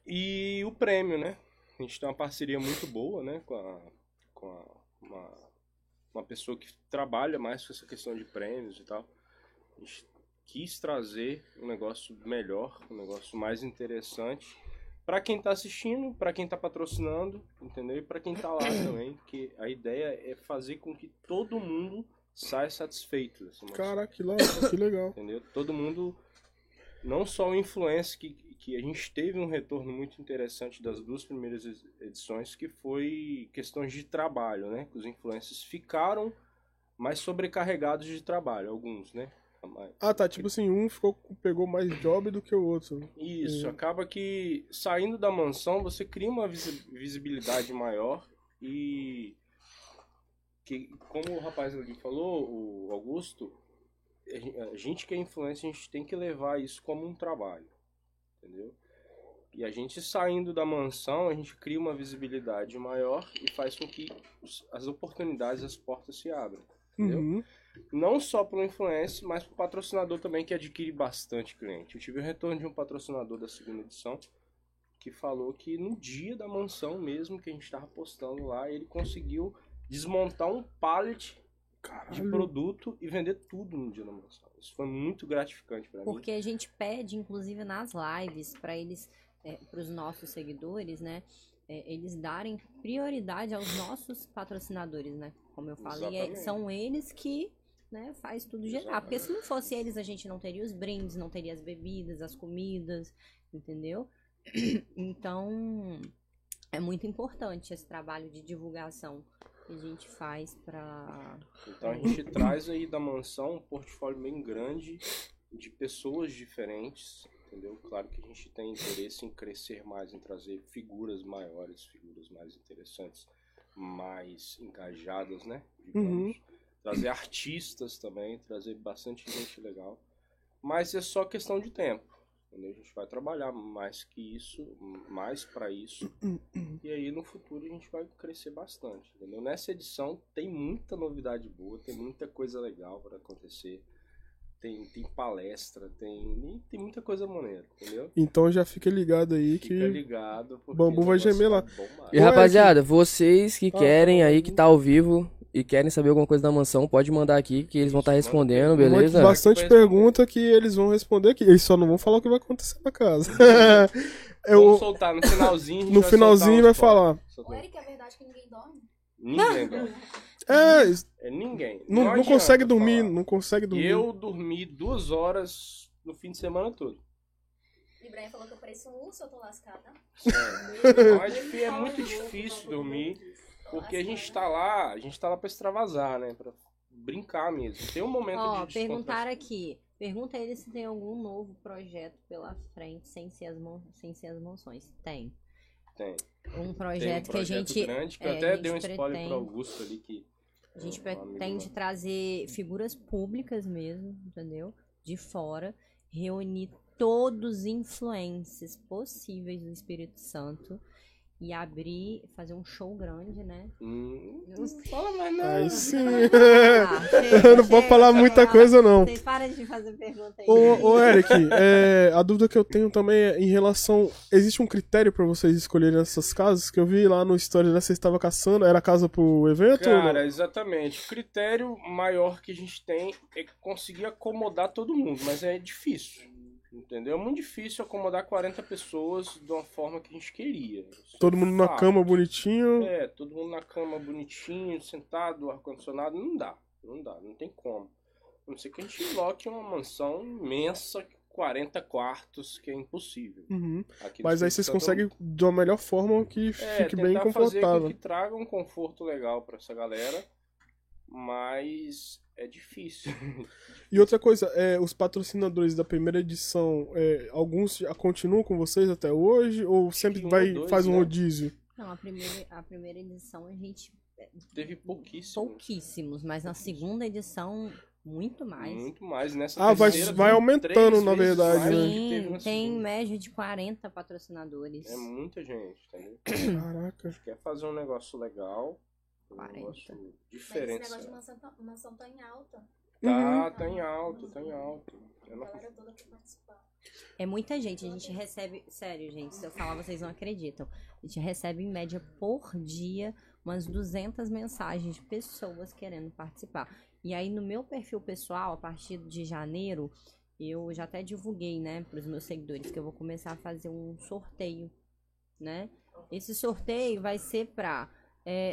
Speaker 7: E o prêmio, né? A gente tem uma parceria muito boa, né? Com, a, com a- uma, uma pessoa que trabalha mais com essa questão de prêmios e tal. A gente quis trazer um negócio melhor, um negócio mais interessante para quem tá assistindo, para quem tá patrocinando, entendeu? E para quem tá lá também, porque a ideia é fazer com que todo mundo saia satisfeito dessa nossa
Speaker 1: Caraca, que, lá, que legal.
Speaker 7: entendeu? Todo mundo, não só o influencer, que, que a gente teve um retorno muito interessante das duas primeiras edi- edições, que foi questões de trabalho, né? Que os influencers ficaram mais sobrecarregados de trabalho, alguns, né? Mas-
Speaker 1: Ah, tá. Tipo assim, um ficou, pegou mais job do que o outro.
Speaker 7: Isso, acaba que saindo da mansão você cria uma visi- visibilidade maior e que, como o rapaz ali falou, o Augusto, a gen- a gente que é influencer, a gente tem que levar isso como um trabalho, entendeu? E a gente saindo da mansão, a gente cria uma visibilidade maior e faz com que os- as oportunidades, as portas se abram Entendeu?
Speaker 1: Uhum.
Speaker 7: não só para o influencer, mas para o patrocinador também que adquire bastante cliente. Eu tive o retorno de um patrocinador da segunda edição que falou que no dia da mansão mesmo que a gente estava postando lá, ele conseguiu desmontar um pallet de
Speaker 1: Caralho.
Speaker 7: produto e vender tudo no dia da mansão. Isso foi muito gratificante para mim.
Speaker 3: Porque a gente pede, inclusive nas lives, para eles, para os nossos seguidores, né? é, eles darem prioridade aos nossos patrocinadores, né? Como eu falei, é-
Speaker 7: Exatamente.
Speaker 3: são eles que né, faz tudo gerar. Porque se não fosse eles, a gente não teria os brindes, não teria as bebidas, as comidas, entendeu? Então, É muito importante esse trabalho de divulgação que a gente faz pra.
Speaker 7: Então a gente traz aí da mansão um portfólio bem grande de pessoas diferentes, entendeu? Claro que a gente tem interesse em crescer mais, em trazer figuras maiores, figuras mais interessantes, mais engajadas, né? Digamos. Trazer artistas também, trazer bastante gente legal. Mas é só questão de tempo. entendeu? A gente vai trabalhar mais que isso, mais para isso. E aí no futuro a gente vai crescer bastante, entendeu? Nessa edição tem muita novidade boa, tem muita coisa legal para acontecer. Tem, tem palestra, tem, tem muita coisa maneira, entendeu?
Speaker 1: Então já fique ligado aí que.
Speaker 7: Fica ligado, porque
Speaker 1: Bambu
Speaker 7: o
Speaker 1: vai
Speaker 7: negócio
Speaker 1: gemer
Speaker 7: tá
Speaker 1: lá.
Speaker 7: bombado.
Speaker 2: E
Speaker 1: Ô,
Speaker 2: rapaziada, vocês que
Speaker 1: Ah,
Speaker 2: querem aí, que
Speaker 1: não.
Speaker 2: tá ao vivo e querem saber alguma coisa da mansão, pode mandar aqui que eles vão estar
Speaker 7: Manda
Speaker 2: respondendo,
Speaker 7: pergunta.
Speaker 2: beleza?
Speaker 1: Muito- Bastante
Speaker 6: Vai responder.
Speaker 1: pergunta que eles vão responder aqui. Eles só não vão falar o que vai acontecer na casa.
Speaker 7: Vamos
Speaker 1: Eu,
Speaker 7: soltar no finalzinho. a gente
Speaker 1: no
Speaker 7: vai
Speaker 1: finalzinho
Speaker 7: soltar
Speaker 1: vai
Speaker 7: uns
Speaker 1: falar.
Speaker 7: cortes.
Speaker 5: O
Speaker 7: Soltar-
Speaker 5: Eric, é verdade que ninguém dorme?
Speaker 7: Ninguém dorme.
Speaker 1: É,
Speaker 7: É ninguém.
Speaker 1: não, não
Speaker 7: adianta
Speaker 1: consegue dormir,
Speaker 7: falar.
Speaker 1: não consegue dormir.
Speaker 7: Eu dormi duas horas no fim de semana todo.
Speaker 5: E Brian falou que eu pareço um urso, eu tô lascada.
Speaker 7: Mas fi, é muito difícil dormir,
Speaker 5: Tô
Speaker 7: porque a gente
Speaker 5: lascada.
Speaker 7: tá lá, a gente tá lá pra extravasar, né? Pra brincar mesmo. Tem um momento
Speaker 3: Ó,
Speaker 7: de
Speaker 3: perguntaram aqui. Pergunta ele se tem algum novo projeto pela frente sem ser as, mon- sem ser as mansões. Tem.
Speaker 7: Tem.
Speaker 3: Um
Speaker 7: descontração. Tem um
Speaker 3: projeto, que a
Speaker 7: projeto
Speaker 3: gente.
Speaker 7: grande, que
Speaker 3: é,
Speaker 7: eu
Speaker 3: a
Speaker 7: até
Speaker 3: gente
Speaker 7: dei um spoiler
Speaker 3: pretende-
Speaker 7: pro Augusto ali que
Speaker 3: A gente
Speaker 7: um amigo
Speaker 3: pretende
Speaker 7: meu.
Speaker 3: trazer figuras públicas mesmo, entendeu? De fora, reunir todos os influencers possíveis do Espírito Santo e abrir, fazer um show grande, né?
Speaker 7: Hum,
Speaker 1: Aí sim.
Speaker 3: Ah, chega,
Speaker 1: Eu não posso
Speaker 3: chega,
Speaker 1: falar muita
Speaker 3: chega.
Speaker 1: coisa, não.
Speaker 3: Vocês param de fazer pergunta aí.
Speaker 1: Ô, ô Eric, é, a dúvida que eu tenho também é em relação. Existe um critério pra vocês escolherem essas casas? Que eu vi lá no story, né? Vocês estavam caçando, era casa pro evento? ou não?
Speaker 7: Cara, exatamente. O critério maior que a gente tem é conseguir acomodar todo mundo, mas é difícil. Entendeu? É muito difícil acomodar 40 pessoas de uma forma que a gente queria. Isso
Speaker 1: Todo
Speaker 7: é
Speaker 1: mundo na
Speaker 7: fato.
Speaker 1: cama bonitinho.
Speaker 7: É, todo mundo na cama bonitinho, sentado, ar-condicionado. Não dá, não dá, não tem como. A não ser que a gente lote uma mansão imensa, 40 quartos, que é impossível.
Speaker 1: Uhum.
Speaker 7: Aqui no
Speaker 1: Mas aí
Speaker 7: Espírito
Speaker 1: vocês
Speaker 7: Santo
Speaker 1: conseguem de uma melhor forma que
Speaker 7: um. é,
Speaker 1: fique bem
Speaker 7: tentar fazer com
Speaker 1: confortável.
Speaker 7: que traga um conforto legal pra essa galera, mas é difícil.
Speaker 1: E outra coisa, é, os patrocinadores da primeira edição, é, alguns já continuam com vocês até hoje? Ou sempre
Speaker 7: que um
Speaker 1: vai,
Speaker 7: ou dois,
Speaker 1: faz um
Speaker 7: né?
Speaker 1: rodízio?
Speaker 3: Não, a primeira, a primeira edição a gente.
Speaker 7: Teve pouquíssimo.
Speaker 3: Pouquíssimos, mas na segunda edição, muito mais.
Speaker 7: Muito mais nessa
Speaker 1: Ah, vai-
Speaker 7: terceira,
Speaker 1: vai
Speaker 7: tem
Speaker 1: aumentando,
Speaker 7: três
Speaker 1: na
Speaker 7: vezes
Speaker 1: verdade, né?
Speaker 7: mais do que
Speaker 3: Sim,
Speaker 7: teve na
Speaker 3: tem
Speaker 7: segunda.
Speaker 3: média de 40 patrocinadores.
Speaker 7: É muita gente, entendeu?
Speaker 1: Caraca.
Speaker 7: Quer fazer um negócio legal, um
Speaker 3: 40.
Speaker 7: negócio
Speaker 5: Mas esse
Speaker 7: diferente. né?
Speaker 5: negócio de
Speaker 7: sabe?
Speaker 5: mansão tá, mansão tá em alta.
Speaker 3: Uhum.
Speaker 7: Tá, tá em alto, tá em alto. Eu
Speaker 5: A
Speaker 7: não-
Speaker 5: galera toda quer participar.
Speaker 3: É muita gente, a gente recebe, sério, gente, se eu falar vocês não acreditam. A gente recebe em média por dia umas 200 mensagens de pessoas querendo participar. E aí no meu perfil pessoal, a partir de janeiro, eu já até divulguei, né, para os meus seguidores que eu vou começar a fazer um sorteio, né? Esse sorteio vai ser para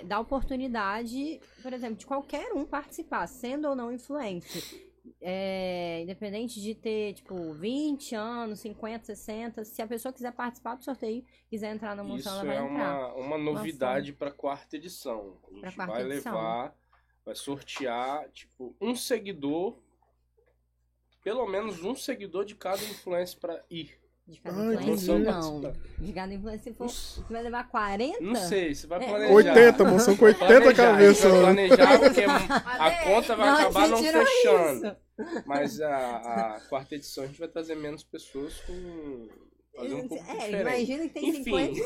Speaker 3: dar oportunidade, por exemplo, de qualquer um participar, sendo ou não influente é, independente de ter, tipo, 20 anos, 50, 60, se a pessoa quiser participar do sorteio, quiser entrar na
Speaker 7: Isso
Speaker 3: montão, ela vai
Speaker 7: é
Speaker 3: entrar.
Speaker 7: uma, uma novidade pra quarta edição. A
Speaker 3: então. Pra
Speaker 7: gente
Speaker 3: quarta
Speaker 7: vai
Speaker 3: edição.
Speaker 7: levar, vai sortear, tipo, um seguidor, pelo menos um seguidor de cada influencer pra ir.
Speaker 3: De cada
Speaker 1: Ah,
Speaker 7: então
Speaker 3: influência,
Speaker 1: entendi.
Speaker 3: não. De cada influência, se for, você vai levar 40?
Speaker 7: Não sei, você vai
Speaker 3: É.
Speaker 7: planejar.
Speaker 1: 80, moção com 80
Speaker 7: Planejar, a gente
Speaker 1: cabeças.
Speaker 7: vai
Speaker 1: mano.
Speaker 7: planejar porque a
Speaker 5: Até-
Speaker 7: conta vai
Speaker 3: é, Não,
Speaker 7: acabar não
Speaker 3: vocês tiram
Speaker 7: fechando.
Speaker 3: isso.
Speaker 7: Mas a, a quarta edição a gente vai trazer menos pessoas com. Fazer um pouco
Speaker 3: é,
Speaker 7: diferente.
Speaker 3: imagina que tem
Speaker 7: Enfim,
Speaker 3: 50.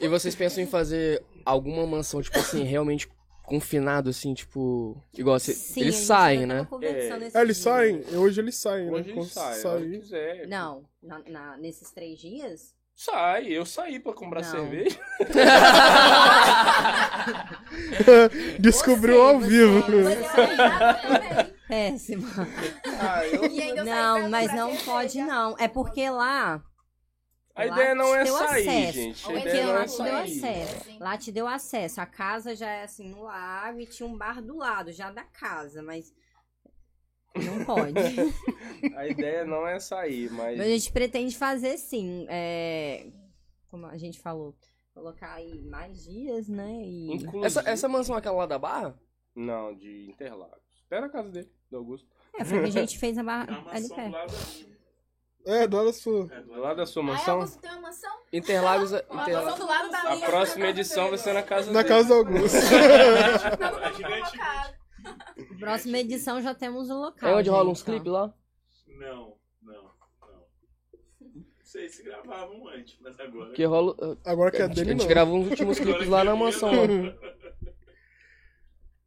Speaker 2: E vocês pensam em fazer alguma mansão, tipo assim, realmente confinado, assim, tipo. Igual cê-
Speaker 3: Sim,
Speaker 2: eles
Speaker 3: a gente
Speaker 2: saem,
Speaker 3: já tava
Speaker 2: né?
Speaker 3: conversando
Speaker 7: É.
Speaker 3: esses
Speaker 1: É, eles
Speaker 3: dias.
Speaker 1: saem. Hoje eles saem,
Speaker 7: hoje
Speaker 1: né?
Speaker 7: ele
Speaker 1: Quando
Speaker 7: sai, a hora que
Speaker 1: sair.
Speaker 7: quiser.
Speaker 3: Não, na- na- nesses três dias?
Speaker 7: Sai, eu saí pra comprar
Speaker 3: Não.
Speaker 7: cerveja.
Speaker 1: Descobriu ao
Speaker 3: Você,
Speaker 1: vivo.
Speaker 3: você-
Speaker 5: Mas eu ainda também.
Speaker 3: Péssimo.
Speaker 7: Ah, eu-
Speaker 5: E ainda eu saí pra
Speaker 3: Não, mas
Speaker 5: comprar
Speaker 3: não
Speaker 5: cerveja.
Speaker 3: pode não. É porque lá...
Speaker 7: A
Speaker 3: lá
Speaker 7: ideia não é
Speaker 3: deu
Speaker 7: sair,
Speaker 3: acesso.
Speaker 7: gente. A
Speaker 5: Ou
Speaker 3: Porque
Speaker 7: ideia não
Speaker 3: lá
Speaker 7: é
Speaker 3: te deu
Speaker 7: sair.
Speaker 3: acesso.
Speaker 5: Sim.
Speaker 3: Lá te deu acesso. A casa já é assim, no lago, e tinha um bar do lado, já da casa, mas. Não pode.
Speaker 7: A ideia não é sair, mas.
Speaker 3: mas a gente pretende fazer sim. é, como a gente falou, colocar aí mais dias, né? E
Speaker 7: Inclusive,
Speaker 2: Essa, essa mansão é aquela lá da Barra?
Speaker 7: Não, de Interlagos. Era a casa dele, do Augusto.
Speaker 3: é, foi o que a gente fez a
Speaker 8: É
Speaker 3: barra
Speaker 8: uma
Speaker 3: Tá ali
Speaker 8: mansão do
Speaker 3: perto.
Speaker 8: lado da minha.
Speaker 1: É, do lado sul.
Speaker 8: É, do
Speaker 7: Do lado da sua
Speaker 5: Aí,
Speaker 7: mansão.
Speaker 5: Augusto, tem uma mansão?
Speaker 2: Interlagos. é-
Speaker 5: Ah, Uma
Speaker 2: Interla-
Speaker 5: mansão do lado da
Speaker 7: A
Speaker 5: minha.
Speaker 7: próxima edição vai ser na casa
Speaker 1: Na
Speaker 7: dele.
Speaker 1: casa do Augusto.
Speaker 5: Não, não
Speaker 8: É
Speaker 5: tô
Speaker 8: gigante.
Speaker 5: provocado.
Speaker 3: Próxima edição já temos o local.
Speaker 2: É onde rola
Speaker 3: gente, então
Speaker 2: uns
Speaker 3: ó.
Speaker 2: clipes lá?
Speaker 8: Não, não, não. Não sei se gravavam antes, mas agora.
Speaker 2: Que rola. uh,
Speaker 1: Agora que
Speaker 2: a
Speaker 1: é
Speaker 2: gente, a
Speaker 1: dele,
Speaker 2: gente
Speaker 1: não.
Speaker 2: gravou uns últimos
Speaker 8: Agora
Speaker 2: clipes
Speaker 8: que
Speaker 2: lá
Speaker 8: é
Speaker 2: na
Speaker 8: minha,
Speaker 2: mansão.
Speaker 8: não.
Speaker 2: lá.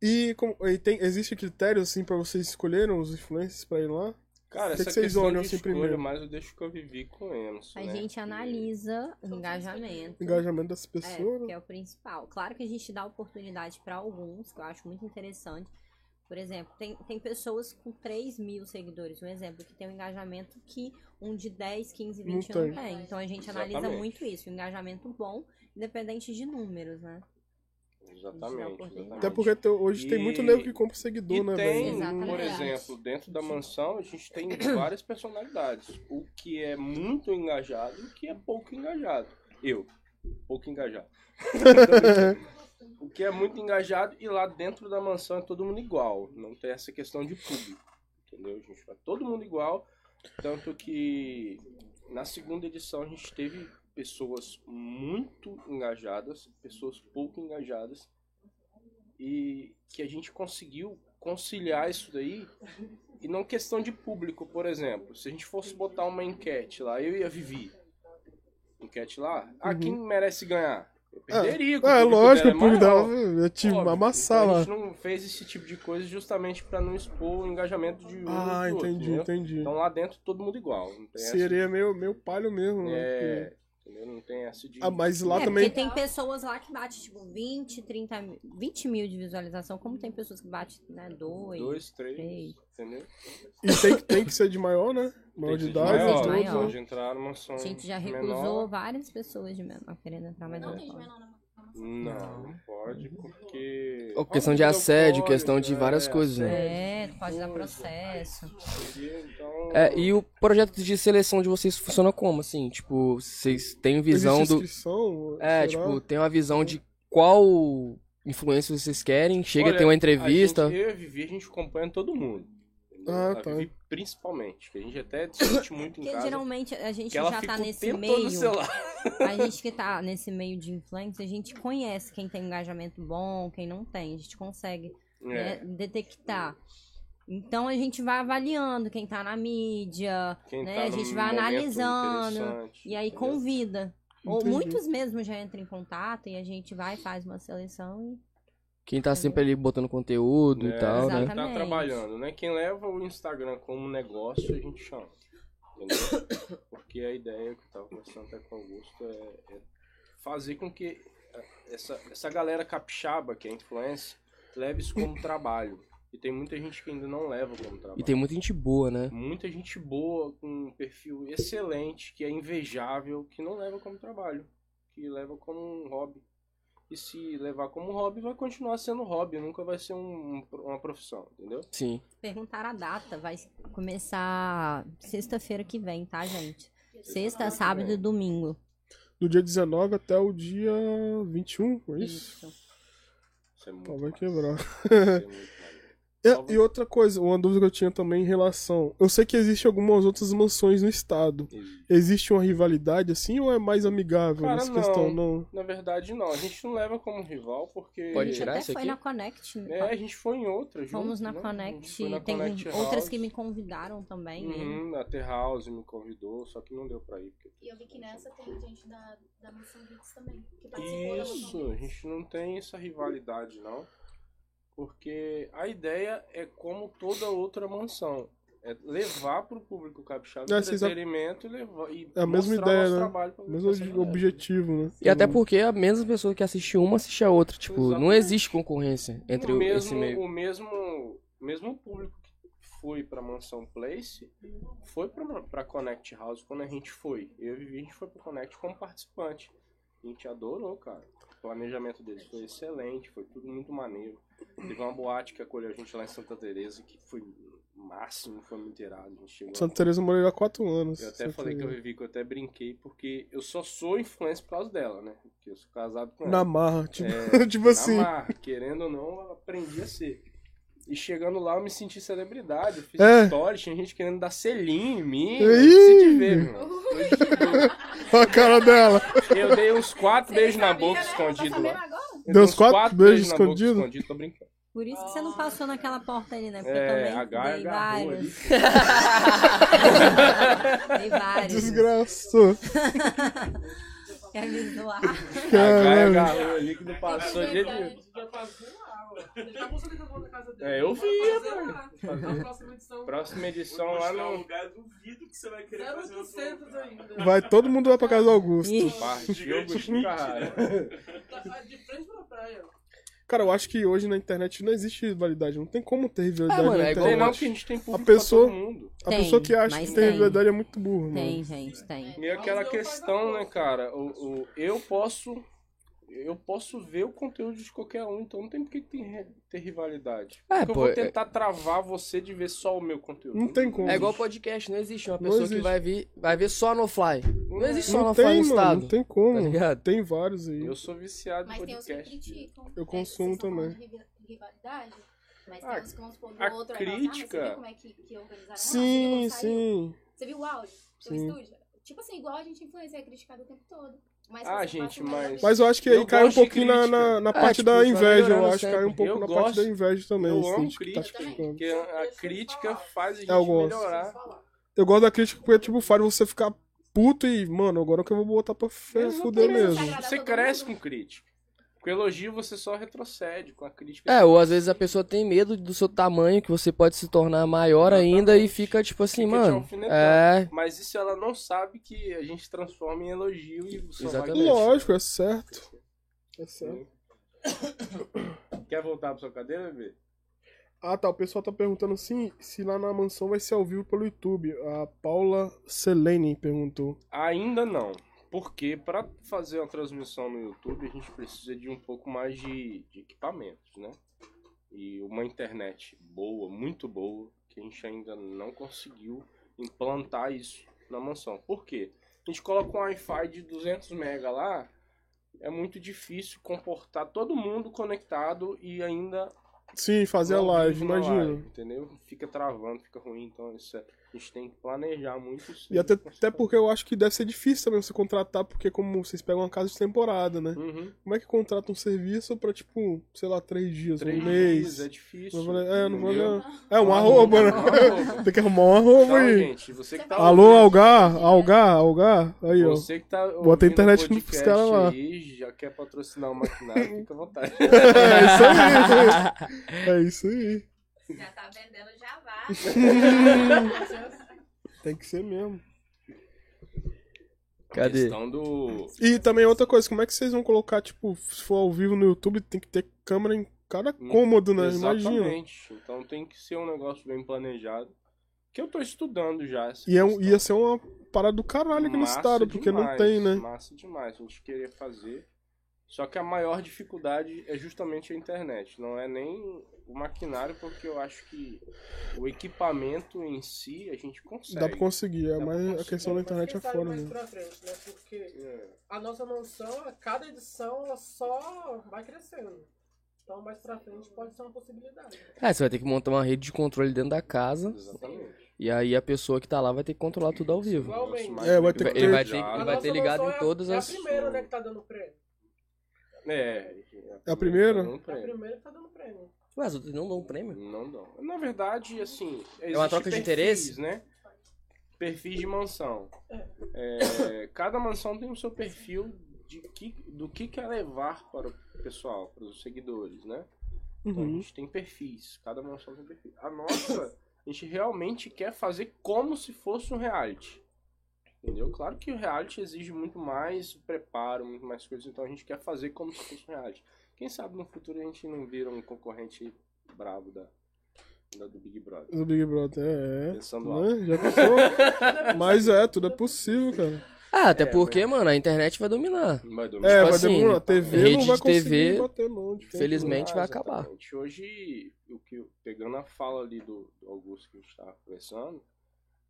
Speaker 1: E, como- e tem, existe critério, assim, pra vocês escolherem os influencers pra ir lá?
Speaker 7: Cara,
Speaker 1: O que
Speaker 7: essa
Speaker 1: que vocês
Speaker 7: questão
Speaker 1: olham
Speaker 7: de
Speaker 1: assim
Speaker 7: escolha,
Speaker 1: primeiro?
Speaker 7: mas eu deixo que eu vivi com Enzo,
Speaker 3: A
Speaker 7: né?
Speaker 3: gente
Speaker 7: Porque
Speaker 8: É.
Speaker 3: analisa o engajamento.
Speaker 1: Engajamento das pessoas,
Speaker 3: É,
Speaker 1: né?
Speaker 3: que é o principal. Claro que a gente dá oportunidade para alguns, que eu acho muito interessante. Por exemplo, tem, tem pessoas com 3 mil seguidores, um exemplo, que tem um engajamento que um de 10, 15, 20
Speaker 1: Não
Speaker 3: não,
Speaker 1: tem.
Speaker 3: tem. Então a gente analisa
Speaker 7: Exatamente.
Speaker 3: muito isso, um engajamento bom, independente de números, né?
Speaker 7: Exatamente, exatamente.
Speaker 1: Até porque te- hoje tem
Speaker 7: E-
Speaker 1: muito nego que compra
Speaker 7: E
Speaker 1: seguidor, né,
Speaker 7: tem,
Speaker 1: velho?
Speaker 3: Exatamente.
Speaker 7: por exemplo, dentro da mansão a gente tem várias personalidades. O que é muito engajado e o que é pouco engajado. Eu, pouco engajado. o que é muito engajado e lá dentro da mansão é todo mundo igual. Não tem essa questão de público. Entendeu? A gente tá todo mundo igual. Tanto que na segunda edição a gente teve pessoas muito engajadas, pessoas pouco engajadas. E que a gente conseguiu conciliar isso daí. E não questão de público, por exemplo. Se a gente fosse botar uma enquete lá, eu e a Vivi. Enquete lá, ah,
Speaker 1: Uhum.
Speaker 7: quem merece ganhar? Eu perderia. com o
Speaker 1: É,
Speaker 7: público
Speaker 1: lógico, o
Speaker 7: dela é
Speaker 1: público dela
Speaker 7: maior.
Speaker 1: ia te
Speaker 7: Óbvio.
Speaker 1: amassar
Speaker 7: Então,
Speaker 1: lá.
Speaker 7: A gente não fez esse tipo de coisa justamente pra não expor o engajamento de um
Speaker 1: Ah,
Speaker 7: e do outro,
Speaker 1: entendi,
Speaker 7: entendeu?
Speaker 1: entendi.
Speaker 7: Então lá dentro todo mundo igual. Não tem
Speaker 1: Seria meio, meio palho mesmo,
Speaker 7: essa...
Speaker 1: né?
Speaker 7: É, entendeu? Não tem essa de...
Speaker 1: Ah, mas lá
Speaker 3: é,
Speaker 1: também.
Speaker 3: porque tem pessoas lá que bate tipo 20, 30 mil, 20 mil de visualização, como tem pessoas que bate, né, 2,
Speaker 7: Dois, três,
Speaker 3: 3.
Speaker 7: entendeu?
Speaker 1: E tem, que- tem que ser de maior, né? Maior
Speaker 7: Tem
Speaker 1: de
Speaker 7: gente
Speaker 1: idade,
Speaker 3: maior,
Speaker 1: todos,
Speaker 3: maior.
Speaker 1: né?
Speaker 7: Pode entrar numa ação
Speaker 3: A gente já
Speaker 7: menor.
Speaker 3: recusou várias pessoas de menor querendo entrar, mas
Speaker 5: Não
Speaker 3: não
Speaker 5: tem de
Speaker 3: pode.
Speaker 5: menor na mansão.
Speaker 7: Não, não pode porque...
Speaker 2: Ô, questão de assédio, questão de várias coisas, né?
Speaker 3: É, pode dar processo.
Speaker 7: Então...
Speaker 2: É, e o projeto de seleção de vocês funciona como, assim? Tipo, vocês têm visão
Speaker 1: Existe
Speaker 2: do.
Speaker 1: inscrição? será?
Speaker 2: É, tipo, tem uma visão de qual influência vocês querem, chega,
Speaker 7: Olha,
Speaker 2: tem uma
Speaker 7: A gente,
Speaker 2: entrevista.
Speaker 7: eu e a Vivi, a gente acompanha todo mundo. entendeu?
Speaker 1: Ah,
Speaker 7: a
Speaker 1: tá.
Speaker 7: Vivi principalmente, que a gente até discute muito em
Speaker 3: Porque
Speaker 7: casa.
Speaker 3: geralmente a gente
Speaker 7: que ela
Speaker 3: já
Speaker 7: fica
Speaker 3: tá
Speaker 7: o
Speaker 3: nesse
Speaker 7: tempo todo no
Speaker 3: meio.
Speaker 7: celular.
Speaker 3: A gente que tá nesse meio de influência, a gente conhece quem tem engajamento bom, quem não tem. A gente consegue né,
Speaker 7: É,
Speaker 3: detectar. Então a gente vai avaliando quem tá na mídia.
Speaker 7: quem
Speaker 3: né,
Speaker 7: tá
Speaker 3: a
Speaker 7: num
Speaker 3: gente vai
Speaker 7: momento
Speaker 3: analisando,
Speaker 7: interessante,
Speaker 3: E aí
Speaker 7: entendeu?
Speaker 3: convida. Ou
Speaker 1: Entendi.
Speaker 3: muitos mesmo já entram em contato e a gente vai, faz uma seleção
Speaker 2: Quem tá sempre ali botando conteúdo
Speaker 7: É,
Speaker 2: e tal,
Speaker 7: quem
Speaker 2: né?
Speaker 3: exatamente.
Speaker 7: tá trabalhando, né? Quem leva o Instagram como negócio, a gente chama. entendeu? Porque a ideia que eu tava conversando até com o Augusto é, é fazer com que essa, essa galera capixaba, que é influencer, leve isso como trabalho. E tem muita gente que ainda não leva como trabalho.
Speaker 2: E tem muita gente boa, né?
Speaker 7: Muita gente boa, com um perfil excelente, que é invejável, que não leva como trabalho, que leva como um hobby. E se levar como um hobby, vai continuar sendo hobby, nunca vai ser um- um- uma profissão, entendeu?
Speaker 2: Sim.
Speaker 3: Perguntaram a data, vai começar sexta-feira que vem, tá, gente? Sexta, sábado e domingo.
Speaker 1: Do dia 19 até o dia 21, é isso?
Speaker 7: Isso é muito
Speaker 1: Pô, vai
Speaker 7: maneiro,
Speaker 1: quebrar.
Speaker 7: isso é muito maneiro. Só
Speaker 1: É, E, e outra coisa, uma dúvida que eu tinha também em relação. Eu sei que existem algumas outras mansões no estado.
Speaker 7: Existe.
Speaker 1: Existe uma rivalidade assim ou é mais amigável
Speaker 7: Cara,
Speaker 1: nessa
Speaker 7: não.
Speaker 1: questão? Não.
Speaker 7: Na verdade, não. A gente não leva como rival, porque...
Speaker 2: Pode
Speaker 3: A gente
Speaker 2: tirar
Speaker 3: até
Speaker 2: isso
Speaker 3: foi
Speaker 2: aqui?
Speaker 3: na Connect.
Speaker 7: É, a gente foi em outra junto,
Speaker 3: Fomos na
Speaker 7: né? A gente
Speaker 3: Connect.
Speaker 7: foi na
Speaker 3: tem
Speaker 7: Connect
Speaker 3: outras
Speaker 7: House.
Speaker 3: que me convidaram também. né?
Speaker 7: Uhum, a The House me convidou, só que não deu pra ir. Porque...
Speaker 5: E eu vi que nessa tem gente da, da Mansão Beats também, que participou da Mansão
Speaker 7: Isso, a
Speaker 5: Beats.
Speaker 7: gente não tem essa rivalidade, não. Porque a ideia é como toda outra mansão. É levar pro público capixaba
Speaker 1: É, vocês-
Speaker 7: entretenimento e levar e
Speaker 1: É a mesma
Speaker 7: mostrar
Speaker 1: ideia,
Speaker 7: nosso
Speaker 1: né?
Speaker 7: trabalho pra
Speaker 1: Mesmo
Speaker 7: essa é
Speaker 1: ob-
Speaker 7: galera.
Speaker 1: objetivo, né?
Speaker 2: E até porque a mesma pessoa que assiste uma assiste a outra. Tipo, não
Speaker 7: Exatamente.
Speaker 2: existe concorrência entre
Speaker 7: o
Speaker 2: o-
Speaker 7: mesmo,
Speaker 2: esse meio.
Speaker 7: O mesmo, mesmo público que foi pra Mansão Place foi pra, pra Connect House quando a gente foi. Eu e Vivi, a gente foi pro Connect como participante. A gente adorou, cara. O planejamento deles foi excelente, foi tudo muito maneiro. Teve uma boate que acolheu a gente lá em Santa Teresa que foi máximo fomos inteirados. A gente chegou
Speaker 1: Santa Teresa eu morei há quatro anos.
Speaker 7: Eu até
Speaker 1: Santa
Speaker 7: falei que eu
Speaker 1: Teresa.
Speaker 7: vivi, que eu até brinquei, porque eu só sou influencer por causa dela, né? Porque eu sou casado com ela.
Speaker 1: Na marra, tipo,
Speaker 7: É,
Speaker 1: tipo
Speaker 7: na
Speaker 1: assim.
Speaker 7: marra, querendo ou não, eu aprendi a ser. E chegando lá, eu me senti celebridade. Eu fiz
Speaker 1: É.
Speaker 7: stories, tinha gente querendo dar selinho em mim.
Speaker 1: Ih!
Speaker 7: Eu Se te ver, meu. irmão.
Speaker 1: Olha a cara dela.
Speaker 7: Eu dei uns quatro beijos na boca
Speaker 3: né?
Speaker 5: Tá
Speaker 7: escondido
Speaker 5: sabendo
Speaker 7: lá.
Speaker 5: agora?
Speaker 7: Eu
Speaker 1: Deu
Speaker 7: dei
Speaker 1: uns quatro beijos
Speaker 7: na boca
Speaker 1: escondido?
Speaker 7: escondido? Tô brincando.
Speaker 3: Por isso que você não passou naquela porta ali, né? Porque
Speaker 7: É,
Speaker 3: eu também
Speaker 7: agarra-
Speaker 3: dei
Speaker 7: agarrou ali.
Speaker 3: vários. dei vários.
Speaker 1: Desgraçou.
Speaker 3: Quer me zoar?
Speaker 7: A Gaia
Speaker 1: Caralho.
Speaker 7: agarrou ali que não passou de jeito nenhum.
Speaker 4: Já passou uma aula. Ele tá mostrando que eu vou na casa dele.
Speaker 7: É, eu vi,
Speaker 4: Bora fazer
Speaker 7: rapaz.
Speaker 4: lá. Na próxima edição.
Speaker 7: Próxima
Speaker 8: Vou
Speaker 7: edição lá
Speaker 8: te mostrar um
Speaker 7: no
Speaker 8: lugar, duvido que você vai querer fazer outro
Speaker 4: 0,800
Speaker 8: lugar.
Speaker 4: ainda.
Speaker 1: Vai, todo mundo vai pra casa do Augusto.
Speaker 3: Ih,
Speaker 7: Partiu Agostinho
Speaker 8: Gigante
Speaker 7: Carrara.
Speaker 4: Tá De frente pra praia.
Speaker 1: Cara, eu acho que hoje na internet não existe rivalidade. Não tem como ter rivalidade
Speaker 2: Ah, mano,
Speaker 1: na
Speaker 2: é igual
Speaker 7: Tem
Speaker 1: internet.
Speaker 7: não que a gente tem público
Speaker 1: Tá pessoa-
Speaker 7: pra todo mundo.
Speaker 1: A
Speaker 3: Tem,
Speaker 1: pessoa que acha
Speaker 3: mas
Speaker 1: que tem,
Speaker 3: tem.
Speaker 1: rivalidade é muito burra, mano.
Speaker 3: tem, gente, tem.
Speaker 7: E aquela questão, né, cara? O, o- eu posso. Eu posso ver o conteúdo de qualquer um, então não tem por que ter, re- ter rivalidade.
Speaker 2: É,
Speaker 7: Porque eu
Speaker 2: pô,
Speaker 7: vou
Speaker 2: é-
Speaker 7: tentar travar você de ver só o meu conteúdo.
Speaker 1: Não tem como.
Speaker 2: É igual podcast, não existe uma
Speaker 1: Não
Speaker 2: pessoa
Speaker 1: existe.
Speaker 2: que vai vir, vai ver só no fly. Não existe só
Speaker 1: Não
Speaker 2: no fly
Speaker 1: tem,
Speaker 2: no
Speaker 1: mano.
Speaker 2: estado.
Speaker 1: Não tem
Speaker 2: Tá
Speaker 1: como.
Speaker 2: ligado?
Speaker 1: Tem vários aí.
Speaker 7: é. Eu sou viciado em
Speaker 5: Mas tem os que
Speaker 7: podcast.
Speaker 5: criticam.
Speaker 1: Eu
Speaker 5: É,
Speaker 1: consumo
Speaker 5: vocês estão
Speaker 1: também.
Speaker 5: falando de rival- Rivalidade, mas
Speaker 7: Ah,
Speaker 5: tem os que vamos supor do
Speaker 7: a
Speaker 5: outro.
Speaker 7: crítica-
Speaker 5: Aí, fala assim, ah, mas você viu como é que, que organizaram? Ah, você viu
Speaker 1: Sim,
Speaker 5: como saiu?
Speaker 1: sim.
Speaker 5: Você viu o áudio? Você viu
Speaker 1: Sim.
Speaker 5: o estúdio? Tipo assim, igual a gente influencia, é criticado o tempo todo. Mas
Speaker 7: Ah,
Speaker 5: você
Speaker 7: gente,
Speaker 5: passa o melhor
Speaker 7: mas-
Speaker 5: vídeo.
Speaker 1: Mas eu acho que aí
Speaker 7: Eu
Speaker 1: cai um
Speaker 7: gosto de
Speaker 1: pouquinho na, na, na
Speaker 2: crítica.
Speaker 1: parte
Speaker 2: É, tipo,
Speaker 1: da
Speaker 2: isso vai
Speaker 1: inveja, eu
Speaker 2: melhorando
Speaker 1: acho. Cai um
Speaker 2: sempre.
Speaker 1: pouco
Speaker 7: Eu
Speaker 1: na parte
Speaker 7: gosto-
Speaker 1: da inveja também.
Speaker 7: eu
Speaker 1: assim,
Speaker 7: amo
Speaker 1: tipo, tá
Speaker 7: crítica,
Speaker 1: criticando.
Speaker 5: também.
Speaker 7: Porque a, a crítica faz a gente
Speaker 1: Eu gosto.
Speaker 7: melhorar.
Speaker 1: Eu gosto da crítica porque, tipo, faz você ficar puto e, mano, agora é que eu vou botar pra fe-
Speaker 7: Mesmo
Speaker 1: fuder
Speaker 5: tempo,
Speaker 1: mesmo.
Speaker 5: sagrado.
Speaker 7: Você cresce com crítica. Com elogio você só retrocede, com a crítica.
Speaker 2: É, ou às vezes a pessoa tem medo do seu tamanho, que você pode se tornar maior ainda e Ah, tá. fica tipo assim,
Speaker 7: Fica te
Speaker 2: mano.
Speaker 7: alfinetando.
Speaker 2: É.
Speaker 7: Mas isso ela não sabe que a gente transforma em elogio e só vai
Speaker 2: Exatamente.
Speaker 7: crescer.
Speaker 1: Lógico, é certo. É certo.
Speaker 7: Quer voltar pra sua cadeira, bebê?
Speaker 1: Ah, tá. O pessoal tá perguntando sim, se lá na mansão vai ser ao vivo pelo YouTube. A Paula Selene perguntou.
Speaker 7: Ainda não. Porque para fazer uma transmissão no YouTube, a gente precisa de um pouco mais de, de equipamentos, né? E uma internet boa, muito boa, que a gente ainda não conseguiu implantar isso na mansão. Por quê? A gente coloca um Wi-Fi de 200 mega lá, é muito difícil comportar todo mundo conectado e ainda
Speaker 1: Sim, fazer a
Speaker 7: Não
Speaker 1: live,
Speaker 7: vive na
Speaker 1: imagina.
Speaker 7: live, entendeu? Fica travando, fica ruim, então isso é- a gente tem que planejar muito isso.
Speaker 1: E até, até porque eu acho que deve ser difícil também você contratar, porque como vocês pegam uma casa de temporada, né?
Speaker 7: Uhum.
Speaker 1: Como é que contrata um serviço pra, tipo, sei lá, três dias,
Speaker 7: Três
Speaker 1: um mês?
Speaker 7: dias é difícil.
Speaker 1: Não vou- é, não vou
Speaker 7: entendeu?
Speaker 1: É, um
Speaker 7: Uma
Speaker 1: arroba, né?
Speaker 7: arroba, uma arroba.
Speaker 1: Tem que arrumar um arroba
Speaker 7: Então,
Speaker 1: aí.
Speaker 7: gente, você que tá
Speaker 1: Alô,
Speaker 7: ouvindo-
Speaker 1: Algar, Algar, Algar. Aí, ó.
Speaker 7: Você que tá
Speaker 1: Bota a internet
Speaker 7: ouvindo o
Speaker 1: pros
Speaker 7: podcast
Speaker 1: caras lá.
Speaker 7: Aí, já quer patrocinar o maquinário, fica à vontade.
Speaker 1: É isso aí. É isso aí.
Speaker 5: Já tá vendendo, já vá.
Speaker 1: Tem que ser mesmo.
Speaker 2: Cadê?
Speaker 7: Questão do...
Speaker 1: E também outra coisa, como é que vocês vão colocar, tipo, se for ao vivo no YouTube, tem que ter câmera em cada cômodo, né? Imagina.
Speaker 7: Hum, Exatamente. Então tem que ser um negócio bem planejado. Que eu tô estudando já. essa
Speaker 1: E é um-
Speaker 7: questão.
Speaker 1: ia ser uma parada do caralho aqui no
Speaker 7: Massa
Speaker 1: estado, porque não
Speaker 7: demais,
Speaker 1: tem, né?
Speaker 7: Massa demais, a gente queria fazer. Só que a maior dificuldade é justamente a internet. Não é nem o maquinário, porque eu acho que o equipamento em si a gente consegue.
Speaker 1: Dá pra conseguir, é,
Speaker 7: Dá pra
Speaker 1: mas a
Speaker 7: conseguir,
Speaker 1: questão da
Speaker 4: Mas
Speaker 1: internet
Speaker 4: quem
Speaker 1: é
Speaker 4: sabe
Speaker 1: fora,
Speaker 4: mais
Speaker 1: né?
Speaker 4: pra frente, né? Porque
Speaker 7: É.
Speaker 4: a nossa mansão, a cada edição, ela só vai crescendo. Então, mais pra frente pode ser uma possibilidade.
Speaker 2: É, você vai ter que montar uma rede de controle dentro da casa.
Speaker 7: Exatamente.
Speaker 2: E aí a pessoa que tá lá vai ter que controlar tudo ao vivo.
Speaker 4: Igualmente.
Speaker 7: Nosso
Speaker 1: É, vai
Speaker 7: mais
Speaker 1: ter que
Speaker 2: Ele vai ter,
Speaker 7: planejado.
Speaker 2: ele vai ter ligado em todas
Speaker 4: é a,
Speaker 2: as.
Speaker 4: É a primeira, né, que tá dando prêmio.
Speaker 7: É,
Speaker 1: É a primeira?
Speaker 7: Não,
Speaker 4: É a
Speaker 7: prêmio.
Speaker 4: primeira que tá dando prêmio.
Speaker 2: Ué, as outras não dão um prêmio?
Speaker 7: não dão. Na verdade, assim.
Speaker 2: É uma
Speaker 7: existe
Speaker 2: troca de
Speaker 7: perfis,
Speaker 2: interesse?
Speaker 7: né? Perfis de mansão. É, cada mansão tem o seu perfil de que, do que quer levar para o pessoal, para os seguidores, né? Então a
Speaker 1: Uhum.
Speaker 7: gente tem perfis, cada mansão tem perfil. A nossa, a gente realmente quer fazer como se fosse um reality. Entendeu? Claro que o reality exige muito mais preparo, muito mais coisas, então a gente quer fazer como se fosse um reality. Quem sabe no futuro a gente não vira um concorrente bravo da, da- do Big Brother.
Speaker 1: Do Big Brother, é. é.
Speaker 7: Pensando alto.
Speaker 1: Né? Já pensou? Mas é, tudo é possível, cara.
Speaker 2: Ah, até
Speaker 7: É,
Speaker 2: porque, mano, a internet vai dominar.
Speaker 7: Vai dominar.
Speaker 1: É,
Speaker 2: Tipo
Speaker 1: vai
Speaker 2: assim,
Speaker 1: demorar. A TV
Speaker 2: rede
Speaker 1: não vai
Speaker 2: de
Speaker 1: conseguir
Speaker 2: TV,
Speaker 1: bater mão tipo, de frente,
Speaker 2: felizmente,
Speaker 1: não.
Speaker 2: vai acabar.
Speaker 7: Ah, exatamente. Hoje, o que, pegando a fala ali do, do Augusto que a gente estava conversando,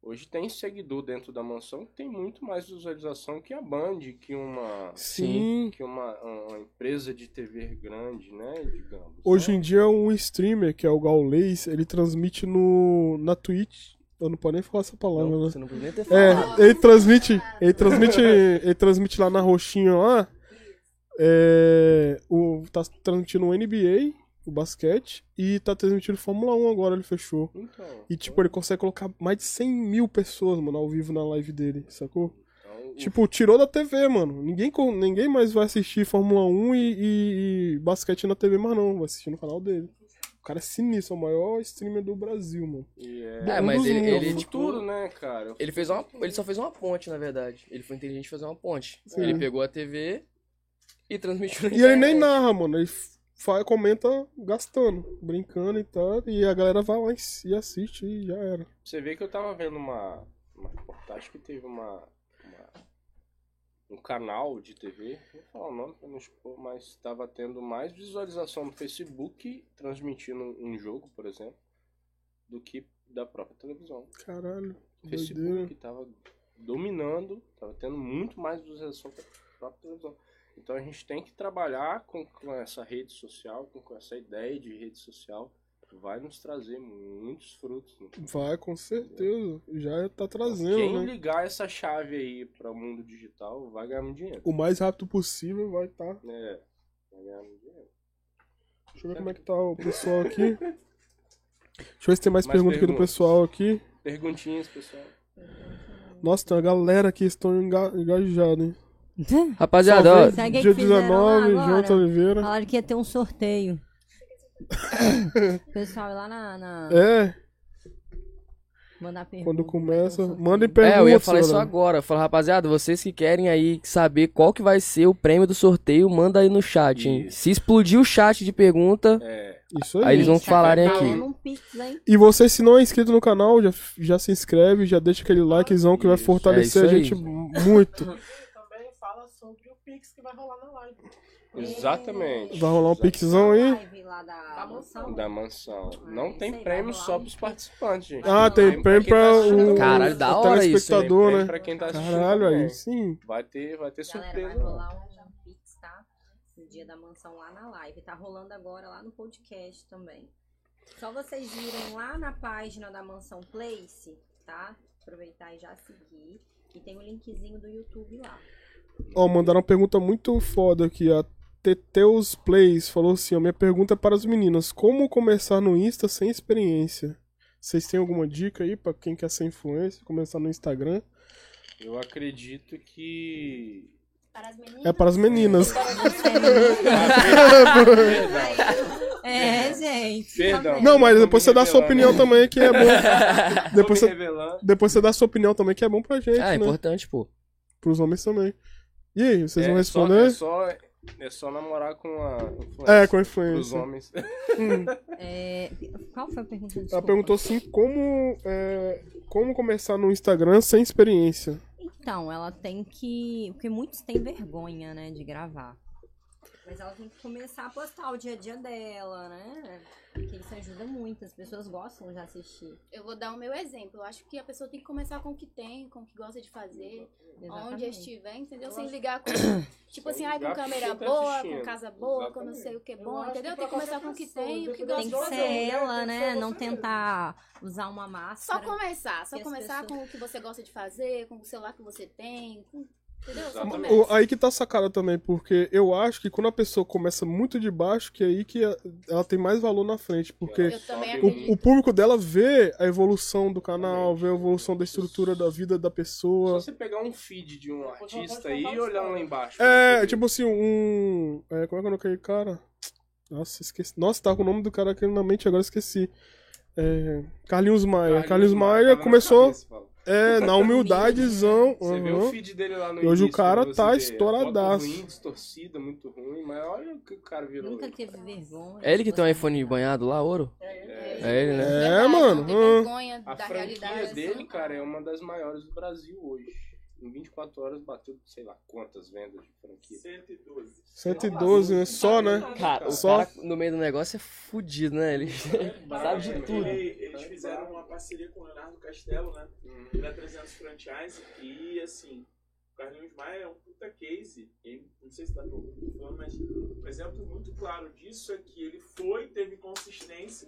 Speaker 7: hoje tem seguidor dentro da mansão que tem muito mais visualização que a Band, que uma,
Speaker 1: Sim.
Speaker 7: que uma, uma empresa de TV grande, né? Digamos.
Speaker 1: Hoje
Speaker 7: né?
Speaker 1: em dia, um streamer, que é o Gaulês, ele transmite no, na Twitch. Eu não posso nem falar essa palavra, né?
Speaker 2: Você não podia nem ter falado.
Speaker 1: É, ele transmite, ele transmite, ele transmite lá na roxinha lá. É, o, tá transmitindo o NBA, o basquete, e tá transmitindo Fórmula 1 agora, ele fechou.
Speaker 7: Então,
Speaker 1: E tipo, ele consegue colocar mais de 100 mil pessoas, mano, ao vivo na live dele, sacou?
Speaker 7: então, o-
Speaker 1: Tipo, tirou da TV, mano. Ninguém, co- ninguém mais vai assistir Fórmula 1 e, e- e basquete na TV, mas não, vai assistir no canal dele. O cara é sinistro, é o maior streamer do Brasil, mano.
Speaker 7: e é,
Speaker 2: É,
Speaker 1: um
Speaker 2: mas
Speaker 1: dos
Speaker 2: ele,
Speaker 1: meus
Speaker 7: é
Speaker 2: ele
Speaker 7: o
Speaker 2: tipo,
Speaker 7: futuro, né, cara?
Speaker 2: ele fez uma, ele só fez uma ponte, na verdade. Ele foi inteligente em fazer uma ponte.
Speaker 1: Sim.
Speaker 2: Ele pegou a TV e transmitiu na
Speaker 1: É. E ele nem
Speaker 2: internet.
Speaker 1: narra, mano. Ele fa- comenta gastando, brincando e tal. E a galera vai lá e s- e assiste e já era.
Speaker 7: Você vê que eu tava vendo uma, uma reportagem que teve uma, uma- um canal de TV, não vou falar o nome pra não expor, mas estava tendo mais visualização no Facebook transmitindo um jogo, por exemplo, do que da própria televisão.
Speaker 1: Caralho.
Speaker 7: O
Speaker 1: Doideira.
Speaker 7: Facebook tava dominando, tava tendo muito mais visualização que a própria televisão. Então a gente tem que trabalhar com, com essa rede social, com, com essa ideia de rede social, vai nos trazer muitos frutos. né?
Speaker 1: Vai, com certeza. Já tá
Speaker 7: Quem
Speaker 1: trazendo, né?
Speaker 7: ligar essa chave aí para o mundo digital vai ganhar muito dinheiro.
Speaker 1: O mais rápido possível vai tá.
Speaker 7: É, vai ganhar muito dinheiro.
Speaker 1: Deixa eu ver como é que tá o pessoal aqui. Deixa eu ver se tem mais,
Speaker 7: Mais
Speaker 1: perguntas aqui do
Speaker 7: perguntas.
Speaker 1: pessoal aqui.
Speaker 7: Perguntinhas, pessoal.
Speaker 1: Nossa, tem uma galera aqui que estão enga engajada, hein?
Speaker 2: Rapaziada, ó,
Speaker 1: Salve,
Speaker 3: Segue aí
Speaker 1: dia
Speaker 3: que fizeram lá
Speaker 1: 19,
Speaker 3: agora.
Speaker 1: Jonathan Oliveira.
Speaker 3: Falaram que ia ter um sorteio. Pessoal, lá na. na-
Speaker 1: É,
Speaker 3: Mandar pergunta.
Speaker 1: quando começa.
Speaker 3: Tem um
Speaker 1: Mandem
Speaker 2: É,
Speaker 1: perguntas.
Speaker 2: eu ia falar isso
Speaker 1: galera.
Speaker 2: agora. Falar, rapaziada, vocês que querem aí saber qual que vai ser o prêmio do sorteio, manda aí no chat, hein?
Speaker 7: Isso.
Speaker 2: Se explodir o chat de pergunta,
Speaker 7: É,
Speaker 1: Isso
Speaker 2: aí eles vão
Speaker 3: Gente, tá
Speaker 7: né,
Speaker 2: falarem
Speaker 3: falando
Speaker 2: aqui.
Speaker 3: um pix, hein?
Speaker 1: E você, se não é inscrito no canal, já, já se inscreve, já deixa aquele likezão que vai
Speaker 7: Isso,
Speaker 1: fortalecer
Speaker 2: é
Speaker 1: a
Speaker 2: isso aí.
Speaker 1: gente muito.
Speaker 4: E também fala sobre o Pix que vai rolar na live.
Speaker 7: exatamente.
Speaker 1: Vai rolar um
Speaker 7: Exatamente.
Speaker 1: pixão aí?
Speaker 3: Live lá da,
Speaker 7: Tá
Speaker 4: Da
Speaker 3: mansão.
Speaker 7: Da mansão. Não
Speaker 3: Sei
Speaker 7: tem
Speaker 3: lá, vai
Speaker 7: prêmio só
Speaker 3: rolar.
Speaker 7: pros participantes, gente.
Speaker 1: Ah, tem prêmio
Speaker 7: tá
Speaker 1: pra o,
Speaker 2: Caralho, da hora
Speaker 1: o
Speaker 2: isso,
Speaker 1: telespectador,
Speaker 7: Tem prêmio
Speaker 1: né?
Speaker 7: pra quem tá assistindo.
Speaker 1: Caralho,
Speaker 7: também.
Speaker 1: aí sim.
Speaker 7: Vai ter, vai
Speaker 1: né?
Speaker 3: Galera, vai
Speaker 7: ter surpresa. não.
Speaker 3: rolar um pix, tá? No dia da mansão lá na live. Tá rolando agora lá no podcast também. Só vocês virem lá na página da Mansão Place, tá? Aproveitar e já seguir. E tem o linkzinho do YouTube lá.
Speaker 1: Ó, mandaram uma pergunta muito foda aqui. A Teteus Plays falou assim: ó, minha pergunta é para as meninas: como começar no Insta sem experiência? Vocês têm alguma dica aí pra quem quer ser influencer, começar no Instagram?
Speaker 7: Eu acredito que.
Speaker 5: Para as meninas.
Speaker 1: É para as meninas.
Speaker 3: É, gente.
Speaker 7: Perdão.
Speaker 1: Não, mas depois
Speaker 7: Tô
Speaker 1: você
Speaker 7: me
Speaker 1: dá sua
Speaker 7: revelando.
Speaker 1: opinião também, que é bom. Depois
Speaker 7: Tô
Speaker 1: você
Speaker 7: me revelando.
Speaker 1: Depois você dá sua opinião também, que é bom pra gente,
Speaker 2: Ah, é
Speaker 1: né?
Speaker 2: importante, pô.
Speaker 1: Pros homens também. E aí, vocês
Speaker 7: É,
Speaker 1: vão
Speaker 7: só-
Speaker 1: responder?
Speaker 7: é, só, é só namorar com a.
Speaker 1: É, com a
Speaker 7: Os
Speaker 1: influência.
Speaker 7: homens.
Speaker 3: É, qual foi a pergunta?
Speaker 1: Ela
Speaker 3: Desculpa.
Speaker 1: perguntou assim, como, é, como começar no Instagram sem experiência?
Speaker 3: Então, ela tem que. Porque muitos têm vergonha, né, de gravar. Mas ela tem que começar a postar o dia a dia dela, né? Porque isso ajuda muito, as pessoas gostam de assistir.
Speaker 5: Eu vou dar o meu exemplo. Eu acho que a pessoa tem que começar com o que tem, com o que gosta de fazer, onde estiver, entendeu? Sem ligar com. Tipo assim, ai, com
Speaker 7: ligar com
Speaker 5: câmera
Speaker 7: quem tá
Speaker 5: boa,
Speaker 7: assistindo.
Speaker 5: com casa boa, com não
Speaker 7: Exatamente.
Speaker 5: sei o que
Speaker 4: Eu
Speaker 5: bom,
Speaker 4: acho que
Speaker 5: entendeu?
Speaker 4: pra
Speaker 5: Tem que começar
Speaker 4: qualquer
Speaker 5: com o que
Speaker 4: pessoa,
Speaker 5: tem, o que
Speaker 4: independente
Speaker 5: gosta
Speaker 3: Tem
Speaker 5: de
Speaker 4: de
Speaker 3: que
Speaker 4: onde é
Speaker 5: fazer.
Speaker 4: mulher,
Speaker 3: ser ela,
Speaker 4: tem que
Speaker 3: né?
Speaker 4: ser
Speaker 3: Não
Speaker 4: você
Speaker 3: tentar usar uma
Speaker 5: Só
Speaker 3: máscara.
Speaker 5: começar, só
Speaker 3: que as
Speaker 5: começar
Speaker 3: pessoas-
Speaker 5: com o que você gosta de fazer, com o celular que você tem, com- entendeu? Só
Speaker 7: Exatamente.
Speaker 5: começa.
Speaker 1: O- aí que tá sacada também, porque eu acho que quando a pessoa começa muito de baixo, que é aí que a- ela tem mais valor na frente,
Speaker 7: É.
Speaker 1: porque...
Speaker 5: Eu também
Speaker 7: Sobe
Speaker 5: acredito.
Speaker 1: O, o público dela vê a evolução do canal, vê a evolução da estrutura da vida da
Speaker 7: Se
Speaker 1: pessoa.
Speaker 7: você pegar um feed de um
Speaker 4: Depois eu
Speaker 7: artista
Speaker 4: posso
Speaker 7: aí
Speaker 4: contar
Speaker 7: e
Speaker 4: uma
Speaker 7: olhar lá
Speaker 4: história.
Speaker 7: embaixo.
Speaker 1: É, tipo assim, um. é, como é que eu não caí, cara? Nossa, esqueci. Nossa, tá com o nome do cara aqui na mente, agora esqueci. É, Carlinhos Maia. Carlinhos, Maia
Speaker 7: tava na
Speaker 1: começou
Speaker 7: cabeça, fala.
Speaker 1: é, na humildadezão.
Speaker 7: Você vê o
Speaker 1: aham.
Speaker 7: feed dele lá no
Speaker 1: E hoje o
Speaker 7: início,
Speaker 1: cara
Speaker 7: você
Speaker 1: tá
Speaker 7: vê,
Speaker 1: estouradaço.
Speaker 7: foto Ruim, distorcida, muito ruim, mas olha o que o cara virou.
Speaker 3: Nunca
Speaker 7: hoje.
Speaker 3: teve vergonha.
Speaker 2: É ele que tem um
Speaker 3: Você-
Speaker 2: iPhone banhado lá, ouro?
Speaker 7: É,
Speaker 2: É ele, né?
Speaker 1: É,
Speaker 5: Verdade,
Speaker 1: mano,
Speaker 5: Não tem
Speaker 1: hum.
Speaker 5: vergonha
Speaker 7: A
Speaker 5: da
Speaker 7: franquia é
Speaker 5: realidade. assim.
Speaker 7: dele, cara, é uma das maiores do Brasil hoje. em 24 horas bateu, sei lá, quantas vendas de franquia.
Speaker 8: 112.
Speaker 1: 112, né? Só, né?
Speaker 2: Cara, o
Speaker 1: Só-
Speaker 2: cara no meio do negócio é fudido, né? Ele sabe de
Speaker 8: Ele-
Speaker 2: tudo.
Speaker 8: Eles fizeram uma parceria com o Leonardo Castelo, né? Da 300 Franchise. E, assim, o Carlinhos Maia é um puta case. E não sei se dá pra ouvir o que eu tô falando, mas um exemplo muito claro disso é que ele foi, teve consistência.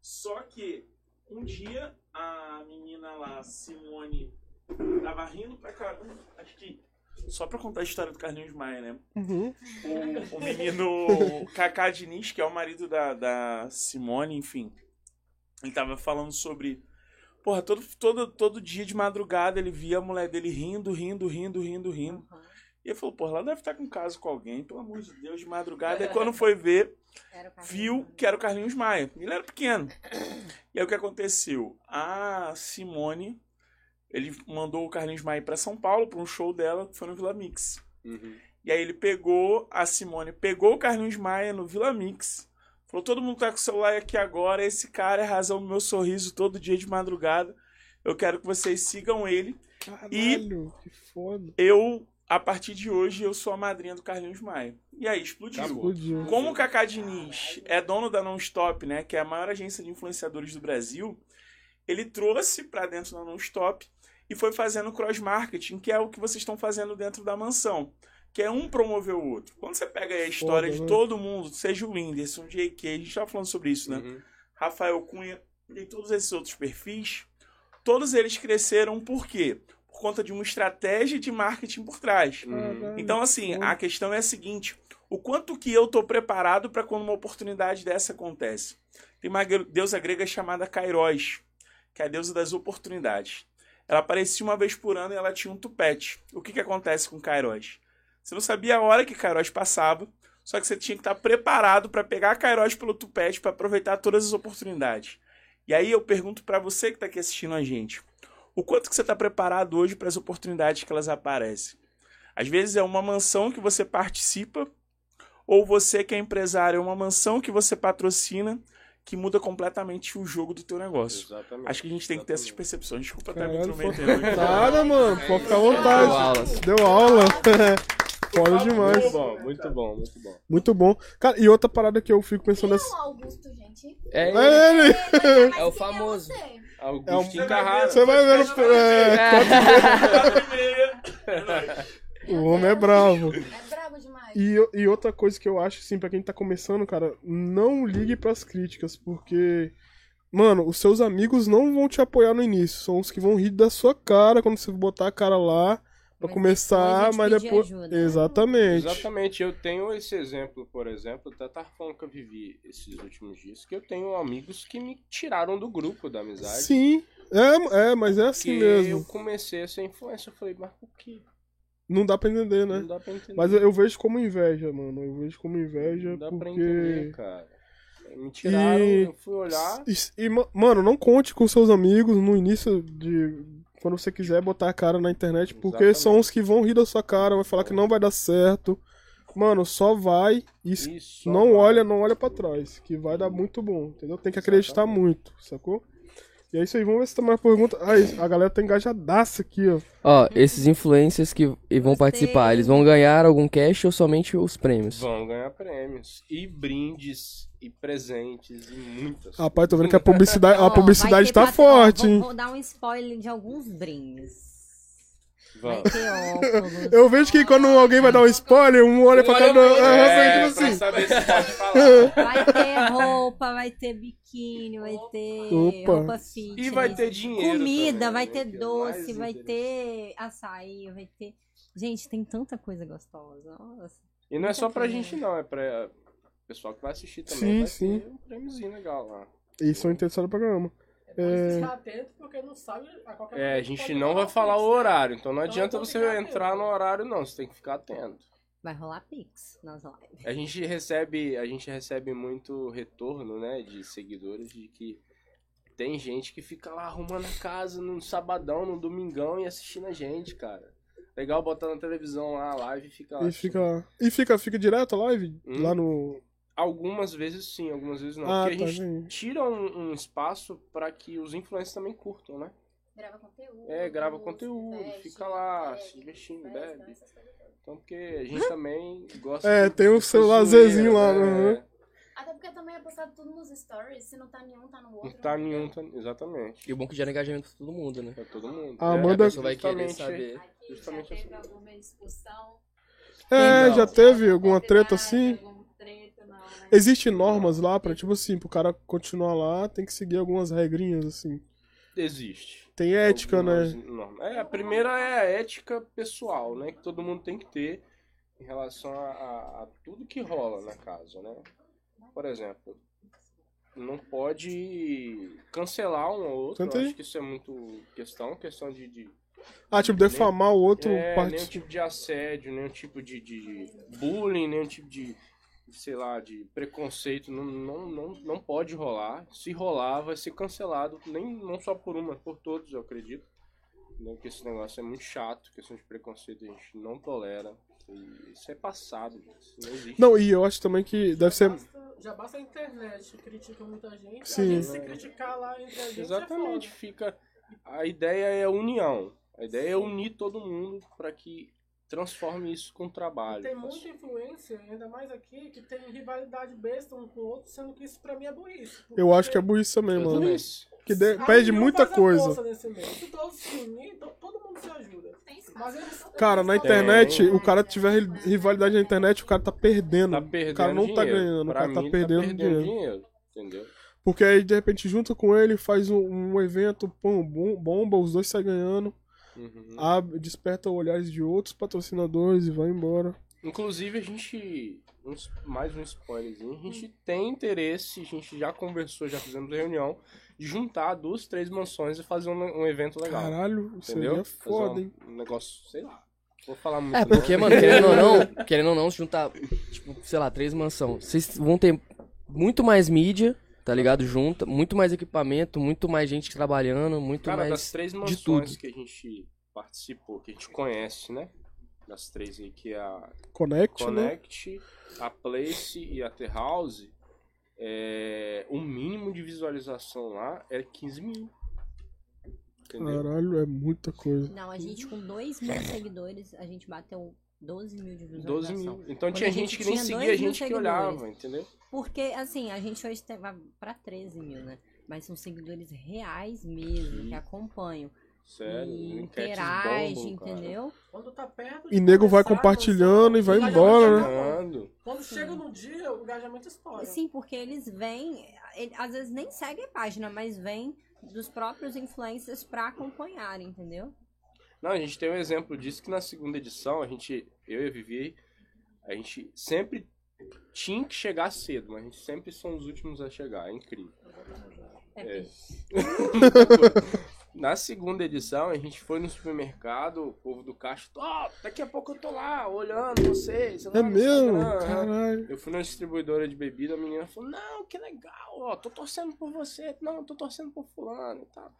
Speaker 8: Só que um dia a menina lá, Simone, tava rindo pra caramba. Acho que. Só pra contar a história do Carlinhos Maia, né?
Speaker 1: Uhum.
Speaker 8: o, o menino Kaká Diniz, que é o marido da, da Simone, enfim. Ele tava falando sobre. Porra, todo, todo, todo dia de madrugada ele via a mulher dele rindo, rindo, rindo, rindo, rindo. E ele falou, porra, ela deve estar com caso com alguém, pelo amor de Deus, de madrugada. E quando foi ver,
Speaker 3: Era o carro
Speaker 8: viu
Speaker 3: dele.
Speaker 8: que era o Carlinhos Maia. Ele era pequeno. E aí o que aconteceu? A Simone, ele mandou o Carlinhos Maia pra São Paulo, pra um show dela, que foi no Vila Mix.
Speaker 7: Uhum,
Speaker 8: E aí ele pegou, a Simone pegou o Carlinhos Maia no Vila Mix. Falou, todo mundo tá com o celular aqui agora, esse cara é a razão do meu sorriso todo dia de madrugada. Eu quero que vocês sigam ele.
Speaker 1: Caralho, que foda.
Speaker 8: Eu, a partir de hoje, eu sou a madrinha do Carlinhos Maia. E aí,
Speaker 1: Tá
Speaker 8: explodiu.
Speaker 1: Explodiu.
Speaker 8: Como o Kaká Diniz é dono da Nonstop, né, que é a maior agência de influenciadores do Brasil, ele trouxe pra dentro da Nonstop e foi fazendo cross-marketing, que é o que vocês estão fazendo dentro da mansão. Que é um promover o outro. Quando você pega aí a história
Speaker 1: Foda,
Speaker 8: de
Speaker 1: né?
Speaker 8: todo mundo, seja o Whindersson, o JK, a gente tava falando sobre isso, né?
Speaker 7: Uhum.
Speaker 8: Rafael Cunha e todos esses outros perfis, todos eles cresceram por quê? Por conta de uma estratégia de marketing por trás.
Speaker 7: Uhum.
Speaker 8: Então, assim,
Speaker 1: Hum.
Speaker 8: a questão é a seguinte: o quanto que eu tô preparado para quando uma oportunidade dessa acontece? Tem uma gre- deusa grega chamada Kairos, que é a deusa das oportunidades. Ela aparecia uma vez por ano e ela tinha um tupete. O que, que acontece com Kairos? Você não sabia a hora que Kairos passava, só que você tinha que estar preparado para pegar a Kairos pelo tupete para aproveitar todas as oportunidades. E aí eu pergunto para você que está aqui assistindo a gente, o quanto que você está preparado hoje para as oportunidades que elas aparecem? Às vezes é uma mansão que você participa, ou você que é empresário, é uma mansão que você patrocina, que muda completamente o jogo do teu negócio.
Speaker 7: Exatamente.
Speaker 8: Acho que a gente tem que ter essas
Speaker 7: Exatamente.
Speaker 8: percepções. Desculpa estar me
Speaker 1: Caralho, foi...
Speaker 8: intrometendo. aqui.
Speaker 1: Nada, mano. Pode ficar à vontade.
Speaker 2: Deu aulas.
Speaker 1: Deu aula. Foda
Speaker 7: Muito
Speaker 1: demais.
Speaker 7: bom, muito bom, muito bom.
Speaker 1: Muito bom. Cara, e outra parada que eu fico pensando
Speaker 5: Quem é
Speaker 1: assim.
Speaker 5: o Augusto, gente?
Speaker 2: É,
Speaker 1: É ele!
Speaker 5: Mas
Speaker 2: É o
Speaker 5: quem
Speaker 2: famoso.
Speaker 5: você?
Speaker 7: Augustinho
Speaker 1: É um-
Speaker 7: Carrasco.
Speaker 1: Você vai ver no. É, o homem é bravo.
Speaker 5: É brabo demais.
Speaker 1: E, eu- e outra coisa que eu acho, assim, pra quem tá começando, cara, não ligue pras críticas, porque. Mano, os seus amigos não vão te apoiar no início. São os que vão rir da sua cara quando você botar a cara lá pra
Speaker 3: Mas
Speaker 1: começar,
Speaker 3: depois vão
Speaker 1: tá,
Speaker 3: te
Speaker 1: mas
Speaker 3: pedir
Speaker 1: depois.
Speaker 3: ajuda, né?
Speaker 1: Exatamente.
Speaker 7: Exatamente, eu tenho esse exemplo, por exemplo, até tava falando que eu vivi esses últimos dias, que eu tenho amigos que me tiraram do grupo da amizade.
Speaker 1: Sim. É, é, mas é assim
Speaker 7: que eu
Speaker 1: mesmo.
Speaker 7: comecei a ser influencer, eu falei, mas por que?
Speaker 1: Não dá pra entender, né?
Speaker 7: Não dá pra entender.
Speaker 1: Mas eu, eu vejo como inveja, mano. Eu vejo como inveja
Speaker 7: não dá pra entender,
Speaker 1: porque.
Speaker 7: cara. Me tiraram,
Speaker 1: E-
Speaker 7: eu "Ah, fui olhar.
Speaker 1: E, e, ma- mano, não conte com seus amigos no início de. Quando você quiser botar a cara na internet, porque
Speaker 7: Exatamente.
Speaker 1: são os que vão rir da sua cara, vai falar que não vai dar certo. Mano, só vai e es-
Speaker 7: Isso, ó,
Speaker 1: não
Speaker 7: cara.
Speaker 1: olha, não olha pra trás, que vai dar muito bom, entendeu? Tem que acreditar
Speaker 7: Exatamente.
Speaker 1: muito, sacou? E é isso aí, vamos ver se tem mais pergunta. Aí, a galera tá engajadaça aqui, ó.
Speaker 2: Ó, esses influencers que e vão
Speaker 3: Gostei.
Speaker 2: participar, eles vão ganhar algum cash ou somente os prêmios?
Speaker 7: Vão ganhar prêmios. E brindes, e presentes, e muitas.
Speaker 1: Rapaz, tô vendo que a publicidade,
Speaker 3: Ó,
Speaker 1: a
Speaker 3: vai
Speaker 1: publicidade
Speaker 3: ter
Speaker 1: tá
Speaker 3: patro-
Speaker 1: forte,
Speaker 3: ó, vou-
Speaker 1: hein?
Speaker 3: Vou dar um spoiler de alguns brindes. Vai
Speaker 7: Vão.
Speaker 3: ter óculos.
Speaker 1: Eu vejo que quando alguém vai dar um spoiler, um olha pra cara do. É, tipo
Speaker 7: pra
Speaker 1: assim.
Speaker 7: saber se pode falar.
Speaker 3: Vai ter roupa, vai ter biquíni, vai ter
Speaker 1: Opa.
Speaker 3: roupa fitness.
Speaker 7: E vai ter dinheiro.
Speaker 3: Comida,
Speaker 7: também,
Speaker 3: vai
Speaker 7: né,
Speaker 3: ter
Speaker 7: que é
Speaker 3: doce,
Speaker 7: mais
Speaker 3: vai ter
Speaker 7: interessante.
Speaker 3: açaí, vai ter. Gente, tem tanta coisa gostosa. Nossa.
Speaker 7: E não é só pra
Speaker 3: coisa.
Speaker 7: gente, não, é pra o pessoal que vai assistir também.
Speaker 1: Sim,
Speaker 7: vai
Speaker 1: sim.
Speaker 7: ter um prêmiozinho legal lá.
Speaker 1: E são interessados no programa.
Speaker 4: É... Ficar atento porque não sabe a qualquer
Speaker 7: É, a
Speaker 4: momento
Speaker 7: gente
Speaker 4: pode
Speaker 7: não vai
Speaker 4: rolar
Speaker 7: falar o
Speaker 4: isso.
Speaker 7: horário, então não
Speaker 4: Então
Speaker 7: adianta
Speaker 4: vamos
Speaker 7: você
Speaker 4: ficar atento.
Speaker 7: entrar no horário, não, você tem que ficar atento.
Speaker 3: Vai rolar Pix nas lives.
Speaker 7: A gente recebe, a gente recebe muito retorno, né, de seguidores de que tem gente que fica lá arrumando a casa no sabadão, no domingão e assistindo a gente, cara. Legal botar na televisão lá a live e fica lá.
Speaker 1: E fica. E fica, fica direto a live?
Speaker 7: Hum.
Speaker 1: Lá no.
Speaker 7: Algumas vezes sim, algumas vezes não,
Speaker 1: Ah,
Speaker 7: porque a
Speaker 1: tá,
Speaker 7: gente
Speaker 1: gente.
Speaker 7: tira um, um espaço pra que os influencers também curtam, né?
Speaker 5: Grava conteúdo.
Speaker 7: É, grava
Speaker 5: se
Speaker 7: conteúdo,
Speaker 5: veste,
Speaker 7: fica lá, se
Speaker 5: bebe,
Speaker 7: divertindo,
Speaker 5: festa,
Speaker 7: bebe.
Speaker 5: essas coisas todas.
Speaker 7: Então, porque a gente também gosta.
Speaker 1: É,
Speaker 7: de-
Speaker 1: tem um
Speaker 7: de
Speaker 1: celular
Speaker 7: zoeira,
Speaker 1: Zezinho lá,
Speaker 7: né?
Speaker 1: né?
Speaker 5: Até porque também é postado tudo nos stories. Se não tá nenhum, tá no
Speaker 7: Não
Speaker 5: outro.
Speaker 7: tá nenhum, tá... exatamente.
Speaker 2: E o bom é que gera engajamento pra todo mundo, né?
Speaker 7: Pra todo mundo.
Speaker 1: A
Speaker 7: É,
Speaker 1: Amanda-
Speaker 2: A pessoa vai querer
Speaker 7: justamente,
Speaker 2: saber.
Speaker 9: Aqui já
Speaker 7: Justamente assim.
Speaker 9: teve alguma discussão.
Speaker 7: um
Speaker 1: É, já teve alguma treta assim?
Speaker 9: Alguma treta, não, né?
Speaker 1: Existem normas lá pra, tipo assim, pro cara continuar lá, tem que seguir algumas regrinhas, assim.
Speaker 7: Existe.
Speaker 1: Tem ética,
Speaker 7: Algumas
Speaker 1: né?
Speaker 7: normas. É, a primeira é a ética pessoal, né? Que todo mundo tem que ter em relação a, a- a tudo que rola na casa, né? Por exemplo, não pode cancelar um ou outro.
Speaker 1: Senta
Speaker 7: eu
Speaker 1: aí.
Speaker 7: Acho que isso é muito questão, questão de. de
Speaker 1: Ah, tipo, defamar o outro
Speaker 7: é, nenhum
Speaker 1: parte.
Speaker 7: tipo de assédio, nenhum tipo de, de bullying, nenhum tipo de, sei lá, de preconceito. Não, não, não, não pode rolar. Se rolar, vai ser cancelado, nem, não só por uma, mas por todos, eu acredito. Né, Porque esse negócio é muito chato, questão de preconceito a gente não tolera. E isso é passado, gente, isso é não existe.
Speaker 1: Não, e eu acho também que deve ser.
Speaker 4: Basta- Já basta a internet, critica muita gente.
Speaker 1: Sim.
Speaker 4: A gente se criticar lá entre a gente
Speaker 7: Exatamente,
Speaker 4: é foda.
Speaker 7: fica. A ideia é a união. A ideia é unir todo mundo para que transforme isso com trabalho.
Speaker 4: Tem muita influência, ainda mais aqui, que tem rivalidade besta um com o outro, sendo que isso pra mim é burrice.
Speaker 1: Eu acho que é burrice também,
Speaker 2: Eu
Speaker 1: mano.
Speaker 2: também.
Speaker 7: Isso.
Speaker 1: Que de-
Speaker 4: A
Speaker 1: pede
Speaker 4: união
Speaker 1: muita
Speaker 4: faz a
Speaker 1: coisa.
Speaker 4: força nesse meio. Se todos se unirem, to- todo mundo se ajuda.
Speaker 9: Tem espaço.
Speaker 4: Mas eles-
Speaker 1: Cara, na
Speaker 7: É.
Speaker 4: eles-
Speaker 1: internet,
Speaker 9: Tem.
Speaker 1: o cara tiver ri- rivalidade na internet, o cara tá perdendo.
Speaker 7: tá perdendo
Speaker 1: o cara não tá
Speaker 7: dinheiro.
Speaker 1: ganhando, o
Speaker 7: Pra
Speaker 1: cara tá
Speaker 7: mim,
Speaker 1: perdendo dinheiro.
Speaker 7: Entendeu?
Speaker 1: Porque aí, de repente, junta com ele, faz um, um evento, pum, bom- bomba, os dois saem ganhando,
Speaker 7: Uhum.
Speaker 1: abre, desperta olhares de outros patrocinadores e vai embora.
Speaker 7: Inclusive, a gente. um s- mais um spoilerzinho. A gente tem interesse, a gente já conversou, já fizemos reunião, de juntar duas, três mansões e fazer um, um evento legal.
Speaker 1: Caralho, isso aí
Speaker 7: entendeu?
Speaker 1: é
Speaker 7: Fazer
Speaker 1: foda,
Speaker 7: um,
Speaker 1: hein?
Speaker 7: Um negócio, sei lá. Vou falar muito.
Speaker 2: É, porque, mano, querendo ou não, querendo ou não, se juntar, tipo, sei lá, três mansão, vocês vão ter muito mais mídia, tá ligado? Junta, muito mais equipamento, muito mais gente trabalhando, muito
Speaker 7: Cara, das
Speaker 2: mais.
Speaker 7: três
Speaker 2: tudo.
Speaker 7: mansões que a gente participou, que a gente conhece, né? Das três aí, que é a
Speaker 1: Connect, né?
Speaker 7: Connect, a Place e a The House, é, o mínimo de visualização lá é 15 mil. Entendeu?
Speaker 1: Caralho, é muita coisa.
Speaker 3: Não, a gente com 2 mil seguidores, a gente bateu 12 mil de visualização.
Speaker 7: 12 mil. Então
Speaker 3: Quando
Speaker 7: tinha
Speaker 3: a gente
Speaker 7: gente que nem
Speaker 3: tinha
Speaker 7: seguia,
Speaker 3: dois mil
Speaker 7: gente que
Speaker 3: seguidores.
Speaker 7: olhava, entendeu?
Speaker 3: Porque, assim, a gente hoje tem vai pra 13 mil, né? Mas são seguidores reais mesmo, que acompanham.
Speaker 7: Sério,
Speaker 3: e
Speaker 7: enquetes
Speaker 3: interage,
Speaker 7: bombam, cara.
Speaker 3: entendeu?
Speaker 4: Quando tá perto de
Speaker 1: E nego vai
Speaker 4: começar a
Speaker 1: compartilhando e vai
Speaker 4: lançar,
Speaker 1: embora, né?
Speaker 7: Falando.
Speaker 4: é Quando chega no dia, o engajamento estoura.
Speaker 3: Sim, porque eles vêm, ele- às vezes nem seguem a página, mas vêm dos próprios influencers pra acompanhar, entendeu?
Speaker 7: Não, a gente tem um exemplo disso que na segunda edição, a gente, eu e a Vivi, a gente sempre tinha que chegar cedo, mas a gente sempre são os últimos a chegar, é incrível. É. Na segunda edição, a gente foi no supermercado, o povo do caixa, ó, daqui a pouco eu tô lá, olhando vocês. lá
Speaker 1: É
Speaker 7: no
Speaker 1: mesmo?
Speaker 7: Instagram, aham."
Speaker 1: Caralho.
Speaker 7: Eu fui na distribuidora de bebida, a menina falou, não, que legal, ó, tô torcendo por você, não, tô torcendo por fulano e tal.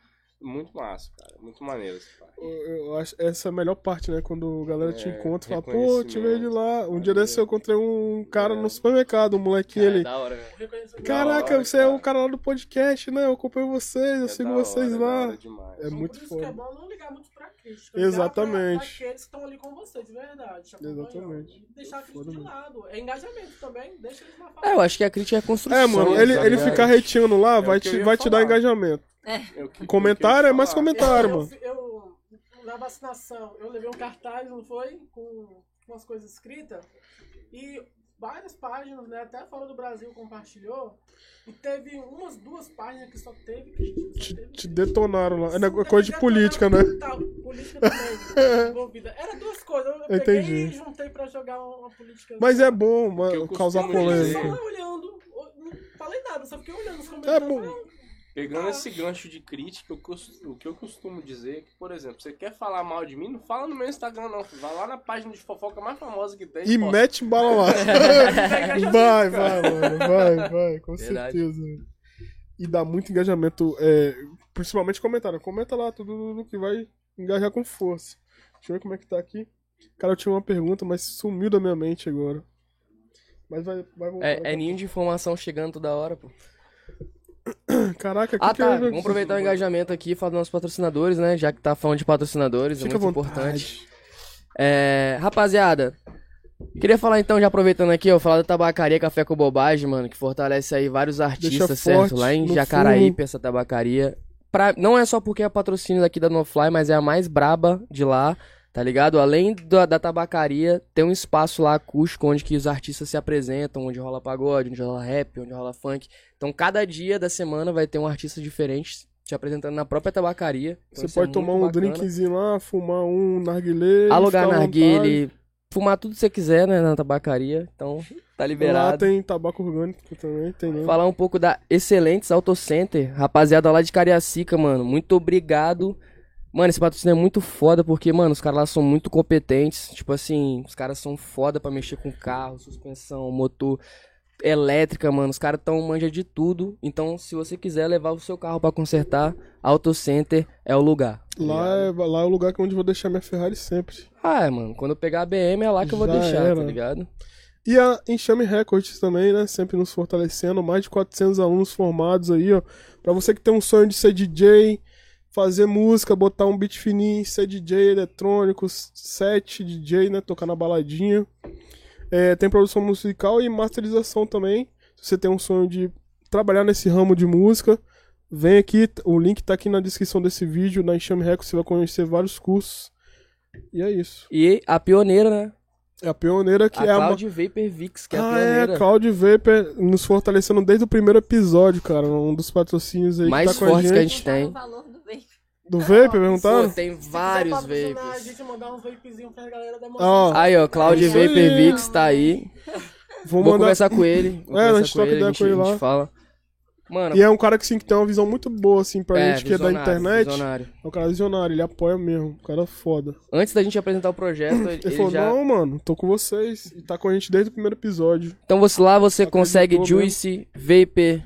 Speaker 7: Muito massa, cara, muito maneiro esse pai.
Speaker 1: Eu, eu acho essa é a melhor parte, né? Quando a galera te
Speaker 7: É,
Speaker 1: encontra e fala, pô, te vejo de lá. Um dia
Speaker 7: Valeu.
Speaker 1: desse eu encontrei um cara
Speaker 7: É.
Speaker 1: no supermercado, um molequinho ali.
Speaker 2: da hora, velho.
Speaker 4: Reconhecimento.
Speaker 1: Caraca,
Speaker 7: Da hora,
Speaker 1: você é
Speaker 7: cara. É
Speaker 1: o cara lá do podcast, né? Eu acompanho vocês, eu sigo vocês lá.
Speaker 7: demais.
Speaker 1: É muito
Speaker 4: por isso
Speaker 1: foda.
Speaker 4: que é bom não ligar muito pra crítica. ligar
Speaker 1: Exatamente.
Speaker 4: Pra, pra aqueles que estão ali com você, de verdade. te acompanhando.
Speaker 1: Exatamente.
Speaker 4: E Deixar a crítica
Speaker 1: Foda
Speaker 4: de
Speaker 1: mesmo.
Speaker 4: lado. É engajamento também, deixa eles na
Speaker 2: É,
Speaker 4: fala.
Speaker 2: eu acho que a crítica é a construção.
Speaker 1: É, mano, ele,
Speaker 2: tá
Speaker 1: ele
Speaker 2: ligado?
Speaker 1: ficar retinho lá
Speaker 7: É o
Speaker 1: vai,
Speaker 7: que eu
Speaker 1: te,
Speaker 7: ia
Speaker 1: vai te dar
Speaker 7: falar.
Speaker 1: engajamento.
Speaker 7: Eu que- eu
Speaker 1: Comentário
Speaker 7: queria
Speaker 1: é mais
Speaker 7: falar.
Speaker 1: comentário,
Speaker 4: eu,
Speaker 1: mano.
Speaker 4: Eu, eu- na vacinação, eu levei um cartaz, não foi? Com umas coisas escritas. E várias páginas, né? Até fora do Brasil compartilhou. E teve umas duas páginas que só teve crítica.
Speaker 1: Te,
Speaker 4: Só teve
Speaker 1: te
Speaker 4: crítica.
Speaker 1: detonaram lá. É nego-
Speaker 4: Sim,
Speaker 1: coisa de
Speaker 4: já
Speaker 1: política, né?
Speaker 4: tava tal, política também envolvida. Era duas coisas. Eu peguei
Speaker 1: Entendi.
Speaker 4: e juntei pra jogar uma, uma política.
Speaker 1: Mas é bom
Speaker 7: Que eu
Speaker 1: mano,
Speaker 7: costumo
Speaker 1: causar
Speaker 4: Eu fiquei
Speaker 1: polêmica.
Speaker 7: dizer. é
Speaker 4: só olhando. eu Não falei nada, só fiquei olhando os
Speaker 1: É
Speaker 4: comentários. "Ah,
Speaker 1: bom.
Speaker 7: Pegando esse gancho de crítica, eu cos- o que eu costumo dizer é que, por exemplo, você quer falar mal de mim, não fala no meu Instagram, não. Vai lá na página de fofoca mais famosa que tem.
Speaker 1: E
Speaker 7: posta.
Speaker 1: mete bala lá. vai, vai, mano. Vai, vai, com
Speaker 2: Verdade.
Speaker 1: certeza. E dá muito engajamento, é, principalmente comentário. Comenta lá tudo, tudo que vai engajar com força. Deixa eu ver como é que tá aqui. Cara, eu tinha uma pergunta, mas sumiu da minha mente agora. Mas vai, vai voltar. É
Speaker 2: É, é ninho de informação chegando toda hora, pô.
Speaker 1: Caraca, que
Speaker 2: Ah,
Speaker 1: que
Speaker 2: tá.
Speaker 1: é-
Speaker 2: Vamos aproveitar o engajamento aqui e falar dos nossos patrocinadores, né? Já que tá falando de patrocinadores,
Speaker 1: Fica
Speaker 2: é
Speaker 1: à
Speaker 2: muito
Speaker 1: vontade.
Speaker 2: importante. É, rapaziada, queria falar então, já aproveitando aqui, ó, falar da tabacaria Café com Bobagem, mano, que fortalece aí vários artistas,
Speaker 1: Deixa
Speaker 2: certo?
Speaker 1: forte
Speaker 2: Lá em
Speaker 1: no
Speaker 2: Jacaraípe,
Speaker 1: fumo.
Speaker 2: essa tabacaria. Pra, não é só porque é patrocínio daqui da NoFly, mas é a mais braba de lá, tá ligado? Além da, da tabacaria, tem um espaço lá acústico onde que os artistas se apresentam, onde rola pagode, onde rola rap, onde rola funk. Então cada dia da semana vai ter um artista diferente se apresentando na própria tabacaria. Então,
Speaker 1: Você
Speaker 2: isso é
Speaker 1: pode tomar
Speaker 2: muito
Speaker 1: um
Speaker 2: bacana
Speaker 1: drinkzinho lá, fumar um narguilé.
Speaker 2: alugar
Speaker 1: ficar à vontade.
Speaker 2: narguile, fumar tudo que você quiser, né, na tabacaria. Então, tá
Speaker 1: Lá
Speaker 2: liberado.
Speaker 1: tem tabaco orgânico também, tem mesmo.
Speaker 2: Falar um pouco da Excelentes Auto Center, rapaziada lá de Cariacica, mano. Muito obrigado. Mano, esse patrocínio é muito foda porque, mano, os caras lá são muito competentes. Tipo assim, os caras são foda pra mexer com carro, suspensão, motor elétrica, mano. Os caras tão manja de tudo. Então, se você quiser levar o seu carro pra consertar, Auto Center é o lugar. tá
Speaker 1: Lá
Speaker 2: ligado?
Speaker 1: é, lá é o lugar que é onde eu vou deixar minha Ferrari sempre.
Speaker 2: Ah, é, mano, quando eu pegar a BM é lá que eu vou
Speaker 1: Já
Speaker 2: deixar,
Speaker 1: era.
Speaker 2: tá ligado?
Speaker 1: E a Enxame Records também, né? Sempre nos fortalecendo. Mais de 400 alunos formados aí, ó. Pra você que tem um sonho de ser DJ, fazer música, botar um beat fininho, ser DJ eletrônico, set DJ, né? Tocar na baladinha. É, tem produção musical e masterização também. Se você tem um sonho de trabalhar nesse ramo de música, vem aqui. t- O link tá aqui na descrição desse vídeo. Na Enxame Records você vai conhecer vários cursos. E é isso.
Speaker 2: E a pioneira, né?
Speaker 1: É a pioneira que
Speaker 2: a
Speaker 1: é a ma-
Speaker 2: Cloud Vapor Vix, que é a
Speaker 1: ah,
Speaker 2: pioneira.
Speaker 1: é, Cloud Vapor nos fortalecendo desde o primeiro episódio, cara. Um dos patrocínios aí
Speaker 2: Mais
Speaker 1: que tá com a
Speaker 2: forte
Speaker 1: gente.
Speaker 2: que a gente tem.
Speaker 3: O valor do bem.
Speaker 1: Do Vapor,
Speaker 2: Pô,
Speaker 1: perguntaram?
Speaker 2: tem
Speaker 4: Se quiser
Speaker 2: vários
Speaker 4: patrocinar A
Speaker 2: vapors.
Speaker 4: gente mandar uns vapezinhos pra galera da moça.
Speaker 1: Ah, Ó,
Speaker 2: Aí, ó, Cloud
Speaker 1: É isso aí.
Speaker 2: Vapor Vix tá aí.
Speaker 1: vou
Speaker 2: Vou,
Speaker 1: mandar.
Speaker 2: conversar com ele. Vou
Speaker 1: É,
Speaker 2: conversar
Speaker 1: a gente
Speaker 2: com
Speaker 1: troca
Speaker 2: ele,
Speaker 1: ideia
Speaker 2: a gente,
Speaker 1: com ele
Speaker 2: a gente
Speaker 1: lá.
Speaker 2: fala. Mano,
Speaker 1: E é um cara que, assim, que tem uma visão muito boa, assim, pra gente que é da
Speaker 2: visionário,
Speaker 1: internet.
Speaker 2: visionário.
Speaker 1: É um cara visionário, ele apoia mesmo. Um cara foda.
Speaker 2: Antes da gente apresentar o projeto, ele,
Speaker 1: Ele, falou,
Speaker 2: já...
Speaker 1: não, mano, tô com vocês. E tá com a gente desde o primeiro episódio.
Speaker 2: Então você lá você
Speaker 1: Acreditou
Speaker 2: consegue
Speaker 1: mesmo.
Speaker 2: Juice, Vapor,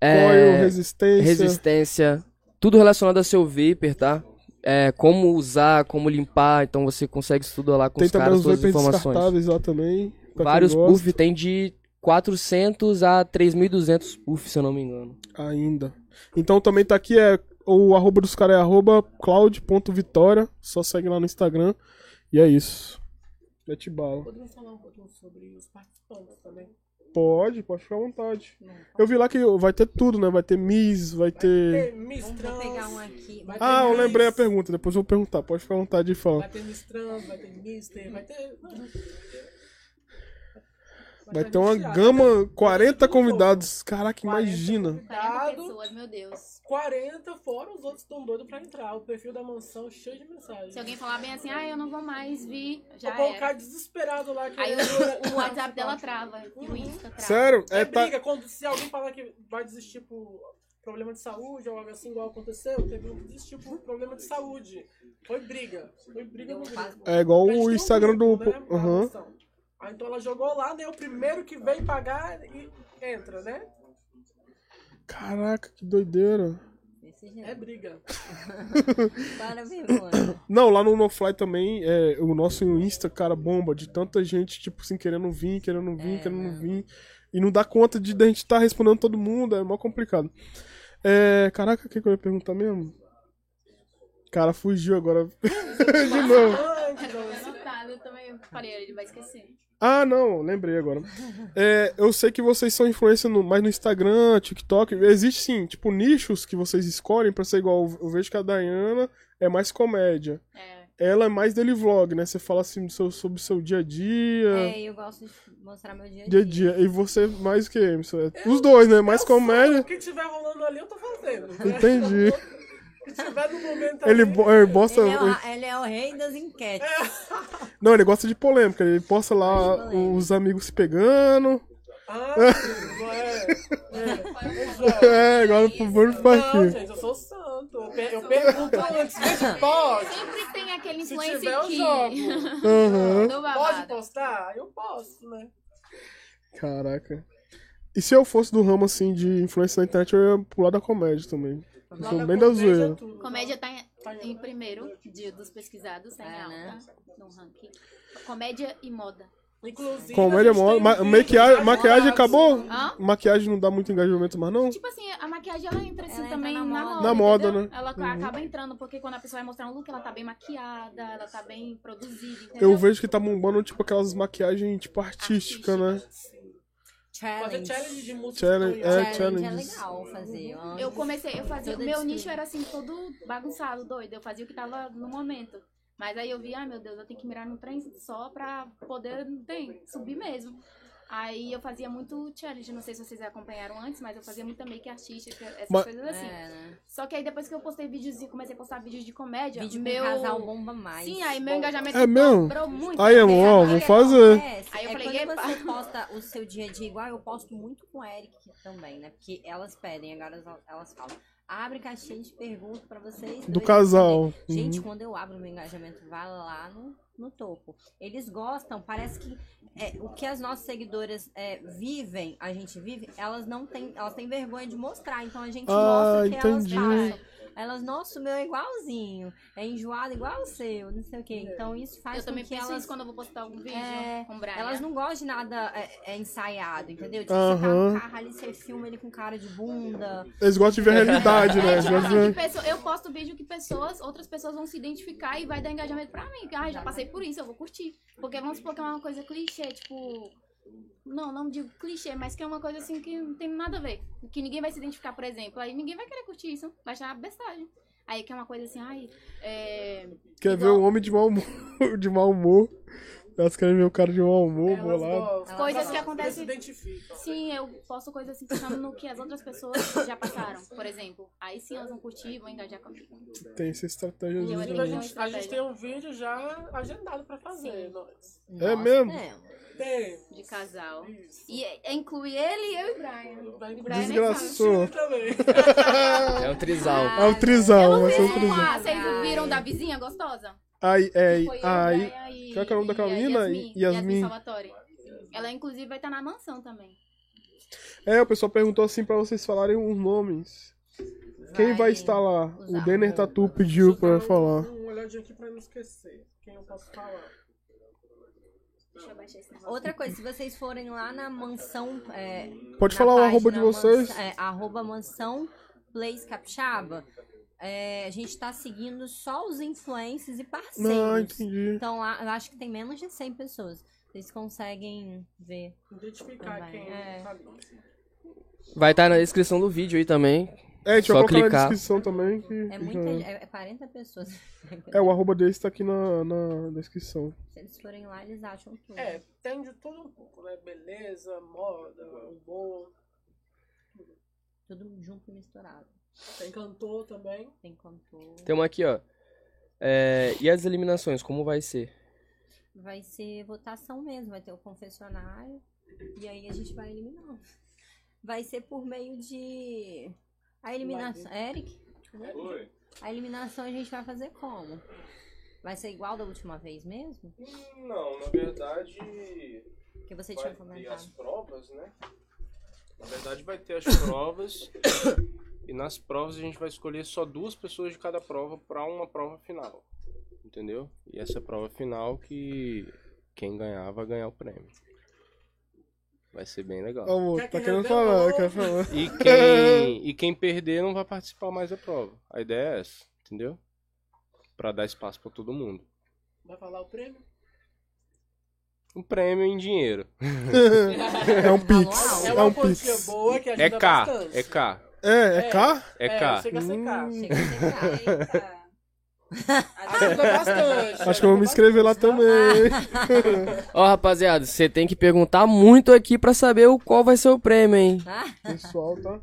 Speaker 1: Coil,
Speaker 2: é,
Speaker 1: resistência.
Speaker 2: resistência, tudo relacionado a seu vapor, tá? É, como usar, como limpar, então você consegue estudar lá com
Speaker 1: Tem
Speaker 2: os
Speaker 1: também
Speaker 2: caras
Speaker 1: os
Speaker 2: todas as
Speaker 1: vapers
Speaker 2: informações.
Speaker 1: descartáveis lá também. pra quem
Speaker 2: Vários
Speaker 1: gosta.
Speaker 2: puff, tem de 400 a 3.200 puff, se eu não me engano.
Speaker 1: Ainda. Então também tá aqui, é o arroba dos caras é arroba cloud.vitória. Só segue lá no Instagram. E é isso. Mete bala.
Speaker 4: Podemos falar um pouquinho sobre os participantes também.
Speaker 1: Pode, pode ficar à vontade. Eu vi lá que vai ter tudo, né? Vai ter Miss, vai ter.
Speaker 4: Tem Miss
Speaker 3: Vamos
Speaker 4: Trans,
Speaker 3: pegar um aqui.
Speaker 4: vai ter
Speaker 1: Ah, eu
Speaker 4: Miss,
Speaker 1: lembrei a pergunta, depois eu vou perguntar. Pode ficar à vontade de falar.
Speaker 4: Vai ter Miss Trans, vai ter Mister, vai ter...
Speaker 1: Vai ter uma gama, 40 convidados. Caraca,
Speaker 4: 40
Speaker 1: imagina.
Speaker 5: 40
Speaker 4: convidados,
Speaker 5: pessoas, meu Deus.
Speaker 4: 40 fora, os outros estão doidos pra entrar. O perfil da mansão é cheio de mensagens.
Speaker 5: Se alguém falar bem assim, ah, eu não vou mais vir, já
Speaker 4: Vou colocar
Speaker 5: era.
Speaker 4: desesperado lá. Que
Speaker 5: Aí
Speaker 4: eu-
Speaker 5: o, o WhatsApp dela trava, e o Insta trava.
Speaker 1: Sério?
Speaker 4: É,
Speaker 1: É, tá.
Speaker 4: briga, quando, se alguém falar que vai desistir por problema de saúde ou algo assim, igual aconteceu, teve um que desistiu por problema de saúde. Foi briga. Foi briga no grupo.
Speaker 1: É igual
Speaker 4: A gente tem
Speaker 1: o
Speaker 4: um
Speaker 1: Instagram do.
Speaker 4: grupo, né,
Speaker 1: Aham.
Speaker 4: da mansão. Aí então ela jogou lá, né? O primeiro que vem pagar e entra, né?
Speaker 1: Caraca, que doideira.
Speaker 3: Desse
Speaker 4: É
Speaker 3: jeito.
Speaker 4: briga.
Speaker 3: Para a vergonha.
Speaker 1: Não, lá no NoFly também, é, o nosso Insta, cara, bomba de tanta gente, tipo assim, querendo vir, querendo vir, querendo vir. E não dá conta de, de a gente estar respondendo todo mundo, é mó complicado. É, caraca, o que, que eu ia perguntar mesmo? Cara, fugiu agora. de novo.
Speaker 4: Antes,
Speaker 5: Eu anotado, eu também falei, ele vai esquecer.
Speaker 1: Ah, não, lembrei agora. É, eu sei que vocês são influencer no, mais no Instagram, TikTok. Existe sim, tipo, nichos que vocês escolhem pra ser igual. Eu vejo que a Dayana é mais comédia.
Speaker 5: É,
Speaker 1: ela é mais dele vlog, né? Você fala assim do seu- sobre o seu dia a dia.
Speaker 3: É, eu gosto de mostrar meu dia a
Speaker 1: Dia a
Speaker 3: dia.
Speaker 1: dia. E você mais o que, Emerson? É Os dois, né? Mais comédia.
Speaker 4: O que tiver rolando ali, eu tô fazendo. né?
Speaker 1: Entendi.
Speaker 4: O que tiver no momento
Speaker 1: Ele,
Speaker 4: ali,
Speaker 1: bo- ele bosta.
Speaker 3: Ele é, o, ele é o rei das enquetes.
Speaker 1: Não, ele gosta de polêmica. Ele posta lá
Speaker 3: polêmica.
Speaker 1: os amigos se pegando.
Speaker 4: Ah, não é. É, é.
Speaker 1: É, agora pro Bruno
Speaker 4: Não,
Speaker 1: Parquinho.
Speaker 4: gente, eu sou santo. Eu, per eu pergunto antes. gente, Pode.
Speaker 5: sempre tem aquele
Speaker 4: Se
Speaker 5: influencer
Speaker 4: tiver, eu
Speaker 5: que...
Speaker 4: jogo.
Speaker 1: Aham.
Speaker 5: do
Speaker 4: Pode
Speaker 5: babado.
Speaker 4: postar? Eu posso, né?
Speaker 1: Caraca. E se eu fosse do ramo assim de influência na internet, eu ia pular da comédia também. Eu sou bem da
Speaker 4: comédia,
Speaker 1: zoeira.
Speaker 4: tudo.
Speaker 5: Comédia tá em, em primeiro de- dos pesquisados, tá em
Speaker 3: um É,
Speaker 5: alta
Speaker 3: né?
Speaker 5: no ranking. Comédia e moda.
Speaker 4: Inclusive.
Speaker 1: Comédia é
Speaker 4: a gente
Speaker 1: mó.
Speaker 4: tem
Speaker 1: Ma
Speaker 4: vídeos
Speaker 1: maquiagem,
Speaker 4: mais
Speaker 1: maquiagem
Speaker 4: mandados.
Speaker 1: acabou?
Speaker 5: Hã?
Speaker 1: Maquiagem não dá muito engajamento mais, não?
Speaker 5: Tipo assim, a maquiagem ela entra assim
Speaker 3: Ela entra
Speaker 5: também
Speaker 3: na
Speaker 5: na
Speaker 3: moda.
Speaker 5: moda.
Speaker 1: Na moda,
Speaker 5: entendeu?
Speaker 1: né?
Speaker 5: Ela
Speaker 1: Uhum.
Speaker 5: acaba entrando, porque quando a pessoa vai mostrar um look, ela tá bem maquiada, ela tá bem produzida. Entendeu?
Speaker 1: Eu vejo que tá bombando, tipo, aquelas maquiagens, tipo, artística, né?
Speaker 4: É,
Speaker 3: Challenge.
Speaker 4: Fazer challenge de música.
Speaker 1: Challenge,
Speaker 4: com né?
Speaker 1: é,
Speaker 4: iOS.
Speaker 3: Challenge é
Speaker 1: challenges.
Speaker 3: legal fazer. ó.
Speaker 5: Eu comecei, eu fazia.
Speaker 3: Toda
Speaker 5: Meu
Speaker 3: destruída.
Speaker 5: nicho era assim, todo bagunçado, doido. Eu fazia o que tava no momento. Mas aí eu vi, ai meu Deus, eu tenho que mirar no trem só pra poder, não tem, subir mesmo. Aí eu fazia muito challenge, não sei se vocês acompanharam antes, mas eu fazia muita make artística, essas
Speaker 1: Mas-
Speaker 5: coisas assim.
Speaker 3: É, né?
Speaker 5: Só que aí depois que eu postei vídeos e comecei a postar vídeos de comédia,
Speaker 3: Vídeo
Speaker 5: meu
Speaker 3: meu... casal bomba mais.
Speaker 5: Sim, aí meu engajamento
Speaker 1: É mesmo?
Speaker 5: dobrou muito.
Speaker 1: Aí, amor, ó,
Speaker 5: Porque
Speaker 1: vou fazer.
Speaker 3: Acontece,
Speaker 5: Aí eu
Speaker 3: é
Speaker 5: falei,
Speaker 3: quando
Speaker 5: "Epa."
Speaker 3: você posta o seu dia a dia igual, eu posto muito com o Eric também, né? Porque elas pedem, agora elas- elas falam. Abre caixinha de perguntas pra vocês.
Speaker 1: Do
Speaker 3: dois
Speaker 1: casal.
Speaker 3: Gente,
Speaker 1: Uhum.
Speaker 3: quando eu abro meu engajamento, vai lá no, no topo. Eles gostam, parece que é, o que as nossas seguidoras é, vivem, a gente vive, elas não têm, elas têm vergonha de mostrar, então a gente
Speaker 1: Ah,
Speaker 3: mostra o que
Speaker 1: entendi.
Speaker 3: elas passam. Elas, nossa, o meu é igualzinho, é enjoado igual o seu, não sei o quê. Então isso faz
Speaker 5: É. Eu também
Speaker 3: com que
Speaker 5: penso
Speaker 3: elas
Speaker 5: isso quando eu vou postar algum vídeo
Speaker 3: É,
Speaker 5: com o Brian.
Speaker 3: elas não gostam de nada é, é, ensaiado, entendeu? Tipo, você tá
Speaker 1: Aham.
Speaker 3: no carro ali, você filma ele com cara de bunda.
Speaker 1: Eles gostam de ver a realidade, né?
Speaker 5: É,
Speaker 1: Eles
Speaker 5: tipo
Speaker 1: gostam de
Speaker 5: assim,
Speaker 1: ver-
Speaker 5: que pessoa- eu posto vídeo que pessoas, outras pessoas vão se identificar e vai dar engajamento pra mim. Ah, já passei por isso, eu vou curtir. Porque vamos supor que é uma coisa clichê, tipo. Não, não digo clichê, mas que é uma coisa assim que não tem nada a ver. Que ninguém vai se identificar, por exemplo. Aí ninguém vai querer curtir isso, vai achar bestagem. Aí que é uma coisa assim, ai. É,
Speaker 1: Quer ver
Speaker 5: Igual-
Speaker 1: o homem de mau humor. de mau humor. Elas querem ver o cara de mau humor,
Speaker 4: Elas
Speaker 1: bolado.
Speaker 4: gostam.
Speaker 5: Coisas
Speaker 4: Elas
Speaker 5: que acontecem-
Speaker 4: se identificam.
Speaker 5: Sim, eu posto coisas assim pensando no que as outras pessoas já passaram, por exemplo. Aí sim elas vão curtir, vão engajar comigo.
Speaker 1: Tem essa estratégia.
Speaker 5: Eu
Speaker 1: de-
Speaker 5: olhei-
Speaker 4: Inclusive, a gente, a
Speaker 5: estratégia.
Speaker 4: gente tem um vídeo já agendado pra fazer. Nós.
Speaker 1: É mesmo?
Speaker 4: Tem.
Speaker 5: De casal.
Speaker 4: Isso.
Speaker 5: E é- inclui ele, eu e o Brian. O Brian é nem sabe.
Speaker 1: Desgraçou.
Speaker 4: também.
Speaker 2: É um trisal.
Speaker 1: É o trisal, vai ser o
Speaker 5: Vocês viram
Speaker 1: trisal.
Speaker 5: a- Vocês viram da vizinha gostosa?
Speaker 1: Aí, é,
Speaker 5: Foi eu,
Speaker 1: aí.
Speaker 5: Brian e-
Speaker 1: qual que é o nome da
Speaker 5: e
Speaker 1: Carolina?
Speaker 5: a
Speaker 1: Yasmin.
Speaker 5: Yasmin, Yasmin Salvatore. Ela, inclusive, vai estar na mansão também.
Speaker 1: É, o pessoal perguntou assim pra vocês falarem uns nomes. Quem vai estar lá? O
Speaker 3: usar
Speaker 1: Denner
Speaker 3: roupa.
Speaker 1: Tatu pediu pra eu
Speaker 4: Deixa eu dar
Speaker 1: falar.
Speaker 4: Um olhadinho aqui pra não esquecer. Quem eu posso falar?
Speaker 5: Deixa eu baixar esse negócio.
Speaker 3: Outra coisa, se vocês forem lá na mansão. é,
Speaker 1: Pode
Speaker 3: na
Speaker 1: falar o
Speaker 3: página
Speaker 1: arroba de
Speaker 3: mans-
Speaker 1: vocês?
Speaker 3: é, arroba mansão Place Capixaba. é, a gente tá seguindo só os influencers e parceiros.
Speaker 1: Não, Ah, entendi.
Speaker 3: Então lá, eu acho que tem menos de 100 pessoas. Vocês conseguem ver.
Speaker 4: Identificar
Speaker 3: Também,
Speaker 4: quem
Speaker 3: é.
Speaker 4: tá ali.
Speaker 2: Vai estar na descrição do vídeo aí também.
Speaker 1: É, a gente
Speaker 2: Só
Speaker 1: vai colocar na
Speaker 2: clicar.
Speaker 1: descrição também. Que
Speaker 3: É, muita, é, é 40 pessoas.
Speaker 1: É, o arroba deles tá aqui na, na descrição.
Speaker 3: Se eles forem lá, eles acham tudo.
Speaker 4: É, tem de tudo um pouco, né? Beleza, moda, humor.
Speaker 3: Tudo junto e misturado.
Speaker 4: Tem cantor também.
Speaker 3: Tem cantor.
Speaker 2: Tem uma aqui, ó. É, e as eliminações, como vai ser?
Speaker 3: Vai ser votação mesmo, vai ter o confessionário e aí a gente vai eliminar. Vai ser por meio de a eliminação, Eric.
Speaker 7: Oi.
Speaker 3: A eliminação a gente vai fazer como? Vai ser igual da última vez mesmo?
Speaker 7: Não, na verdade.
Speaker 3: Que você
Speaker 7: vai
Speaker 3: tinha
Speaker 7: ter as
Speaker 3: comentado.
Speaker 7: provas, né? Na verdade, vai ter as provas. e nas provas a gente vai escolher só duas pessoas de cada prova para uma prova final. Entendeu? E essa é prova final que quem ganhar vai ganhar o prêmio. Vai ser bem legal.
Speaker 1: Amor,
Speaker 4: Quer
Speaker 1: tá
Speaker 4: que
Speaker 1: querendo
Speaker 4: revelou?
Speaker 1: falar, quer falar.
Speaker 7: E quem, e quem perder não vai participar mais da prova. A ideia é essa, entendeu? Pra dar espaço pra todo mundo.
Speaker 4: Vai falar o prêmio?
Speaker 7: Um prêmio em dinheiro.
Speaker 1: É um pix.
Speaker 3: Alô,
Speaker 4: É
Speaker 1: É
Speaker 4: uma
Speaker 1: um
Speaker 4: quantia
Speaker 1: pix.
Speaker 4: boa que
Speaker 7: É
Speaker 4: ajuda
Speaker 7: K,
Speaker 4: bastante.
Speaker 7: é K,
Speaker 1: É, é K?
Speaker 7: é
Speaker 4: É,
Speaker 7: K.
Speaker 4: chega a ser K.
Speaker 3: Chega a ser caro, hein?
Speaker 4: Ajuda né? bastante.
Speaker 1: Acho que eu vou me inscrever lá também.
Speaker 2: Ó, rapaziada, você tem que perguntar muito aqui pra saber o qual vai ser o prêmio, hein?
Speaker 3: Ah,
Speaker 1: Pessoal, tá?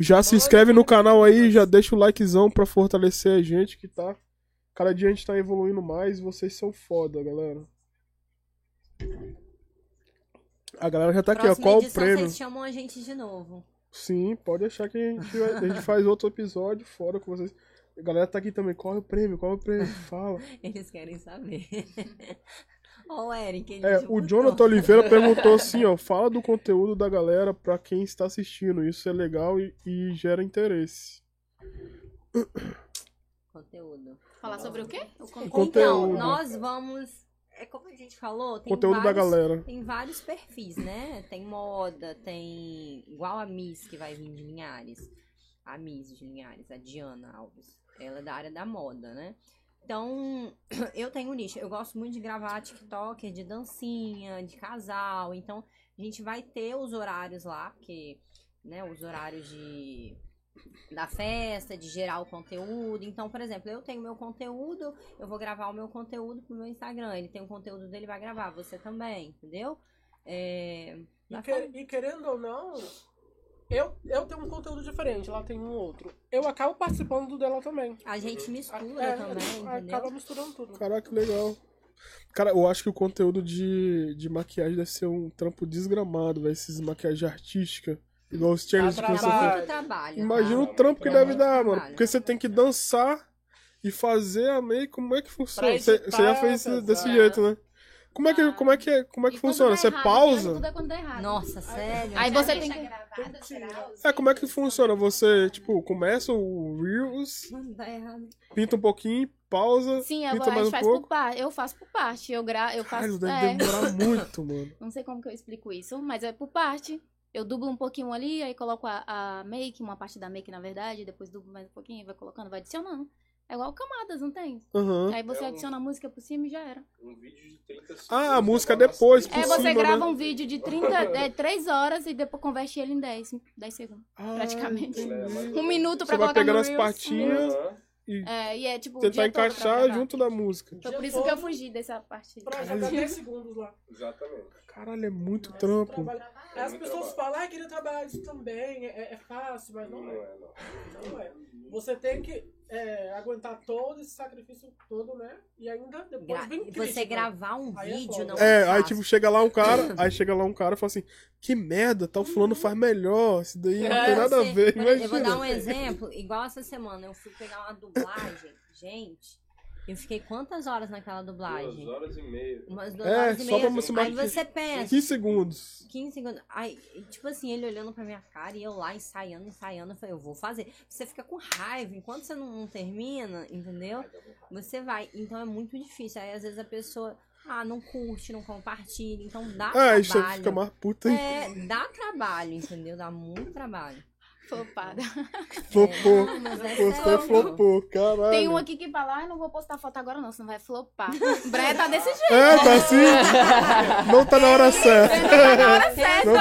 Speaker 1: Já se inscreve no canal aí, já deixa o likezão pra fortalecer a gente que tá. Cada dia a gente tá evoluindo mais, vocês são foda, galera. A galera já tá aqui, ó.
Speaker 3: Próxima
Speaker 1: Qual o
Speaker 3: edição,
Speaker 1: prêmio?
Speaker 3: Vocês chamam a gente de novo.
Speaker 1: Sim, pode achar que a gente, vai- a gente faz outro episódio fora com vocês. A galera tá aqui também. Qual é o prêmio? Qual é o prêmio? Fala.
Speaker 3: Eles querem saber. Ó, o Eric, ele
Speaker 1: É, o
Speaker 3: divulgou.
Speaker 1: Jonathan Oliveira perguntou assim, ó, fala do conteúdo da galera pra quem está assistindo. Isso é legal e, e gera interesse.
Speaker 3: Conteúdo.
Speaker 5: Falar sobre o quê? O con-
Speaker 1: Conteúdo.
Speaker 3: Então, nós vamos é como a gente falou, tem
Speaker 1: Conteúdo da
Speaker 3: vários,
Speaker 1: galera.
Speaker 3: Tem vários perfis, né? Tem moda, tem. Igual a Miss que vai vir de Linhares. A Miss de Linhares, a Diana Alves. Ela é da área da moda, né? Então, eu tenho um nicho. Eu gosto muito de gravar TikToker, de dancinha, de casal. Então, a gente vai ter os horários lá, porque, né, os horários de da festa, de gerar o conteúdo. Então, por exemplo, eu tenho meu conteúdo, eu vou gravar o meu conteúdo pro meu Instagram. Ele tem o conteúdo dele, vai gravar. Você também, entendeu? É...
Speaker 4: E, que- e querendo ou não, eu, eu tenho um conteúdo diferente, lá tem um outro. Eu acabo participando do dela também.
Speaker 3: A gente mistura
Speaker 4: É,
Speaker 3: também,
Speaker 4: acaba
Speaker 3: entendeu?
Speaker 4: misturando tudo.
Speaker 1: Caraca, que legal. Cara, eu acho que o conteúdo de, de maquiagem deve ser um trampo desgramado, velho. Esses maquiagem artística. Igual os challenge que
Speaker 4: Dá
Speaker 1: você
Speaker 4: trabalho.
Speaker 1: faz.
Speaker 3: Muito trabalho.
Speaker 1: Imagina o
Speaker 3: cara.
Speaker 1: trampo que
Speaker 3: Dá
Speaker 1: deve
Speaker 3: muito
Speaker 1: dar, mano.
Speaker 3: trabalho.
Speaker 1: Porque você tem que dançar e fazer a make. Como é que funciona?
Speaker 4: Pra
Speaker 1: Você
Speaker 4: editar,
Speaker 1: você já fez desse- desse
Speaker 4: exato.
Speaker 1: jeito, né? Como é que, como é que, é- como é que
Speaker 5: E quando
Speaker 1: funciona?
Speaker 5: dá
Speaker 1: Você
Speaker 5: errado,
Speaker 1: pausa?
Speaker 5: Tudo é quando dá errado.
Speaker 3: Nossa, sério?
Speaker 5: Aí você tem
Speaker 9: Deixa
Speaker 5: que.
Speaker 9: gravado, tirar os
Speaker 1: É, como é que
Speaker 9: vídeos.
Speaker 1: funciona? Você, tipo, começa o Reels,
Speaker 3: Dá errado.
Speaker 1: pinta um pouquinho, pausa,
Speaker 5: Sim,
Speaker 1: pinta
Speaker 5: agora a
Speaker 1: mais
Speaker 5: gente
Speaker 1: um
Speaker 5: faz
Speaker 1: pouco.
Speaker 5: por parte. Eu faço por parte. Eu, gra... eu
Speaker 1: Caralho,
Speaker 5: faço.
Speaker 1: deve
Speaker 5: é,
Speaker 1: demorar muito, mano.
Speaker 5: não sei como que eu explico isso, mas é por parte. Eu dublo um pouquinho ali, aí coloco a, a make, uma parte da make, na verdade, depois dublo mais um pouquinho, vai colocando, vai adicionando. É igual camadas, não tem?
Speaker 1: Aham.
Speaker 5: Aí você
Speaker 7: É um-
Speaker 5: adiciona a música por cima e já era.
Speaker 7: Um vídeo de 30 segundos.
Speaker 1: Ah, a música
Speaker 7: demora
Speaker 1: depois,
Speaker 7: bastante.
Speaker 1: por
Speaker 5: É,
Speaker 1: cima,
Speaker 5: você
Speaker 1: né?
Speaker 5: grava um vídeo de 30, é, 3 horas e depois converte ele em 10, 10 segundos.
Speaker 3: É,
Speaker 1: Ah,
Speaker 5: Praticamente.
Speaker 1: entendi.
Speaker 5: Um minuto pra
Speaker 1: Você vai
Speaker 5: colocar
Speaker 1: pegando
Speaker 5: no
Speaker 1: as
Speaker 5: Reels, um
Speaker 1: partinhas.
Speaker 5: minuto.
Speaker 7: Aham.
Speaker 5: É, e é tipo. o
Speaker 3: Um
Speaker 1: Tentar
Speaker 5: dia todo pra
Speaker 1: encaixar
Speaker 5: gravar.
Speaker 1: tá junto da música.
Speaker 5: Foi por isso que eu fugi dessa parte.
Speaker 4: Pra jogar 10 segundos lá.
Speaker 7: Exatamente.
Speaker 1: Caralho, é muito trampo.
Speaker 4: Trabalho.
Speaker 7: É
Speaker 4: Aí As pessoas falam, ah, queria trabalhar isso também, é, é fácil, mas não
Speaker 7: Não
Speaker 4: é.
Speaker 7: é, não.
Speaker 4: Não é. Você tem que é, aguentar todo esse sacrifício todo, né? E ainda depois
Speaker 3: Gra-
Speaker 4: vem crítica.
Speaker 3: Você gravar um
Speaker 4: Aí é
Speaker 3: vídeo
Speaker 4: foda.
Speaker 3: não
Speaker 1: É, aí
Speaker 3: fácil.
Speaker 1: tipo, chega lá um cara, aí chega lá um cara e fala assim, que merda, tal fulano faz melhor, isso daí não tem
Speaker 3: Uhum. É,
Speaker 1: nada a
Speaker 3: você-
Speaker 1: ver,
Speaker 3: por exemplo, Eu vou dar
Speaker 1: imagina.
Speaker 3: um exemplo. Igual essa semana, eu fui pegar uma dublagem. Gente, eu fiquei quantas horas naquela dublagem?
Speaker 7: Duas horas e meia.
Speaker 3: Umas duas
Speaker 1: É,
Speaker 3: horas e
Speaker 1: só pra
Speaker 3: meia.
Speaker 1: você
Speaker 3: Aí
Speaker 1: maquiar.
Speaker 3: você pensa,
Speaker 1: 15 segundos.
Speaker 3: 15 segundos. Aí, tipo assim, ele olhando pra minha cara e eu lá ensaiando, ensaiando. Eu falei, eu vou fazer. Você fica com raiva. Enquanto você não, não termina, entendeu? Você vai. Então é muito difícil. Aí às vezes a pessoa, ah, não curte, não compartilha. Então dá
Speaker 1: Ah, isso
Speaker 3: trabalho.
Speaker 1: fica mais assim. puta e
Speaker 3: É, dá trabalho, entendeu? Dá muito trabalho.
Speaker 5: Flopada.
Speaker 1: flopou.
Speaker 3: É, mas é
Speaker 1: Você
Speaker 3: sério.
Speaker 1: flopou, caralho.
Speaker 5: Tem um aqui que fala, ai, não vou postar foto agora não, senão vai flopar. Breia tá desse jeito.
Speaker 1: É, tá assim? Não tá na hora certa. Não tá na hora certa.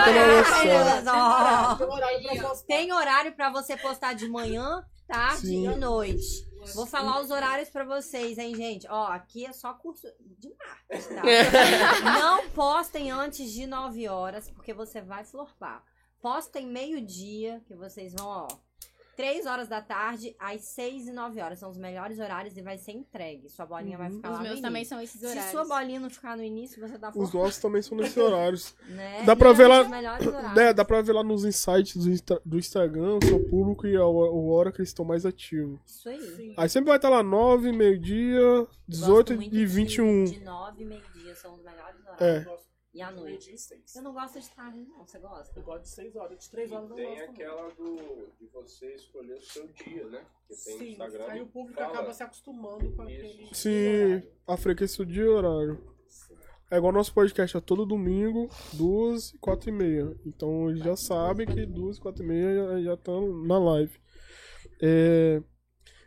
Speaker 3: Mas, é ó,
Speaker 4: Tem horário pra postar.
Speaker 3: Tem horário pra você postar de manhã, tarde
Speaker 1: Sim.
Speaker 3: e noite. Vou falar os horários pra vocês, hein, gente? Ó, aqui é só curso de marketing, tá? Não postem antes de 9 horas, porque você vai florpar. Postem meio-dia, que vocês vão, ó, 3 horas da tarde às 6 e 9 horas. São os melhores horários e vai ser entregue. Sua bolinha
Speaker 1: Uhum.
Speaker 3: vai ficar lá
Speaker 5: Os
Speaker 3: no
Speaker 5: meus
Speaker 3: início.
Speaker 5: também são esses horários.
Speaker 3: Se sua bolinha não ficar no início, você tá
Speaker 1: Os
Speaker 3: florpando,
Speaker 1: nossos também são nesses horários.
Speaker 3: né?
Speaker 1: Dá pra
Speaker 3: E é
Speaker 1: ver
Speaker 3: um
Speaker 1: lá-
Speaker 3: dos melhores horários.
Speaker 1: Né, dá pra ver lá nos insights do, Insta- do Instagram, o seu público e a hora- o hora que eles estão mais ativos.
Speaker 3: Isso aí.
Speaker 4: Sim.
Speaker 1: Aí sempre vai estar lá 9, meio-dia, 18
Speaker 3: Gosto muito
Speaker 1: e
Speaker 3: de-
Speaker 1: 21.
Speaker 3: De 9 e meio-dia são os melhores horários.
Speaker 1: É.
Speaker 3: E à
Speaker 4: Meio
Speaker 3: noite.
Speaker 4: dia e seis.
Speaker 3: Eu não gosto de tarde, não. Você gosta?
Speaker 4: Eu gosto de 6 horas, de 3 horas eu
Speaker 7: E
Speaker 4: não
Speaker 7: tem
Speaker 4: gosto. não.
Speaker 7: aquela do, de você escolher o seu dia, né? Porque tem
Speaker 4: Sim,
Speaker 7: Instagram.
Speaker 4: aí o público
Speaker 7: fala.
Speaker 4: acaba se acostumando com aquele.
Speaker 7: Isso.
Speaker 1: Sim, a frequência de horário. É igual nosso podcast, é todo domingo, 2 e 4 e meia. Então eles já sabem que 2 e 4 e meia já estão na live. É,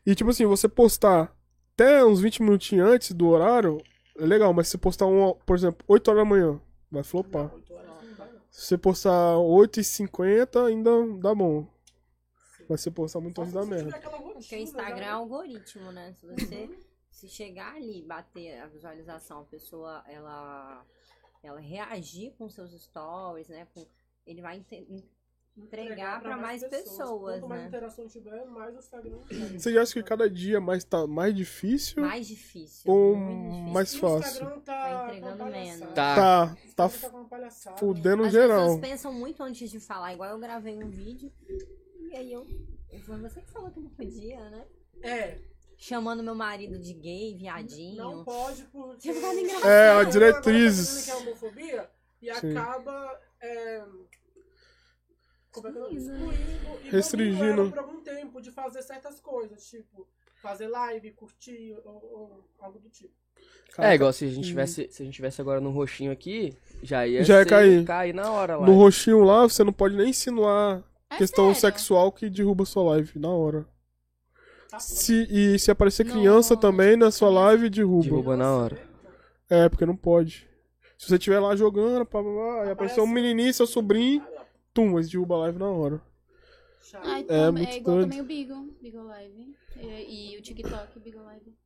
Speaker 1: E tipo assim, você postar até uns 20 minutinhos antes do horário, é legal, mas se você postar, uma, por exemplo, 8 horas da manhã, vai flopar.
Speaker 4: Oito horas não dá, não.
Speaker 1: Se você postar 8 e 50, ainda dá bom. Mas se você postar muito
Speaker 4: Só
Speaker 1: antes
Speaker 4: se
Speaker 1: da
Speaker 4: você tiver
Speaker 1: merda.
Speaker 4: aquela rotina,
Speaker 3: então Porque o Instagram é
Speaker 4: né?
Speaker 3: algoritmo, né? Se você se chegar ali e bater a visualização, a pessoa ela, ela reagir com seus stories, né? Com, ele vai ente- en-
Speaker 1: Hum.
Speaker 3: é entregar pra mais pessoas,
Speaker 4: Quanto mais
Speaker 3: né?
Speaker 4: interação tiver, mais o Instagram.
Speaker 1: Você acha que cada dia mais tá mais difícil?
Speaker 3: Mais difícil.
Speaker 1: Ou
Speaker 3: muito difícil.
Speaker 1: mais
Speaker 4: E O
Speaker 1: fácil.
Speaker 4: Instagram tá,
Speaker 3: Tá entregando
Speaker 4: com uma
Speaker 3: menos.
Speaker 4: palhaçada.
Speaker 2: Tá.
Speaker 1: Tá,
Speaker 4: O
Speaker 1: tá
Speaker 4: Instagram tá com uma palhaçada.
Speaker 1: fudendo
Speaker 3: As
Speaker 1: geral.
Speaker 3: pessoas pensam muito antes de falar, igual eu gravei um vídeo e aí eu. Foi você que falou que não podia, né?
Speaker 4: É,
Speaker 3: Chamando meu marido de gay, viadinho.
Speaker 4: não pode porque.
Speaker 3: Tinha ficado engraçado.
Speaker 1: É, a
Speaker 4: Agora tá
Speaker 1: diretrizes.
Speaker 4: dizendo que é homofobia e
Speaker 1: Sim.
Speaker 4: acaba. É... Como é que é?
Speaker 3: Excluindo.
Speaker 4: Excluindo e
Speaker 1: Restringindo.
Speaker 4: banindo ela por algum tempo de fazer certas coisas, tipo. fazer live, curtir ou, ou algo do tipo.
Speaker 1: tá
Speaker 2: É, igual se a gente tivesse, se a gente tivesse agora no roxinho aqui, já ia,
Speaker 1: Já ia
Speaker 2: ser-
Speaker 1: cair.
Speaker 2: na hora lá.
Speaker 1: No roxinho lá, você não pode nem insinuar
Speaker 5: É
Speaker 1: questão
Speaker 5: sério?
Speaker 1: sexual que derruba sua live na hora.
Speaker 4: Tá?
Speaker 1: Se, e se aparecer criança também na sua live, derruba.
Speaker 2: Derruba na hora.
Speaker 1: É, porque não pode. Se você estiver lá jogando, pá, pá, pá, e aparecer um menininho, seu sobrinho, tum, mas derruba a live na hora.
Speaker 4: Chato.
Speaker 5: Ai,
Speaker 1: É
Speaker 5: é,
Speaker 1: muito
Speaker 5: é igual
Speaker 1: doido.
Speaker 5: também o Beagle, Beagle Live. E, e o TikTok, Beagle Live.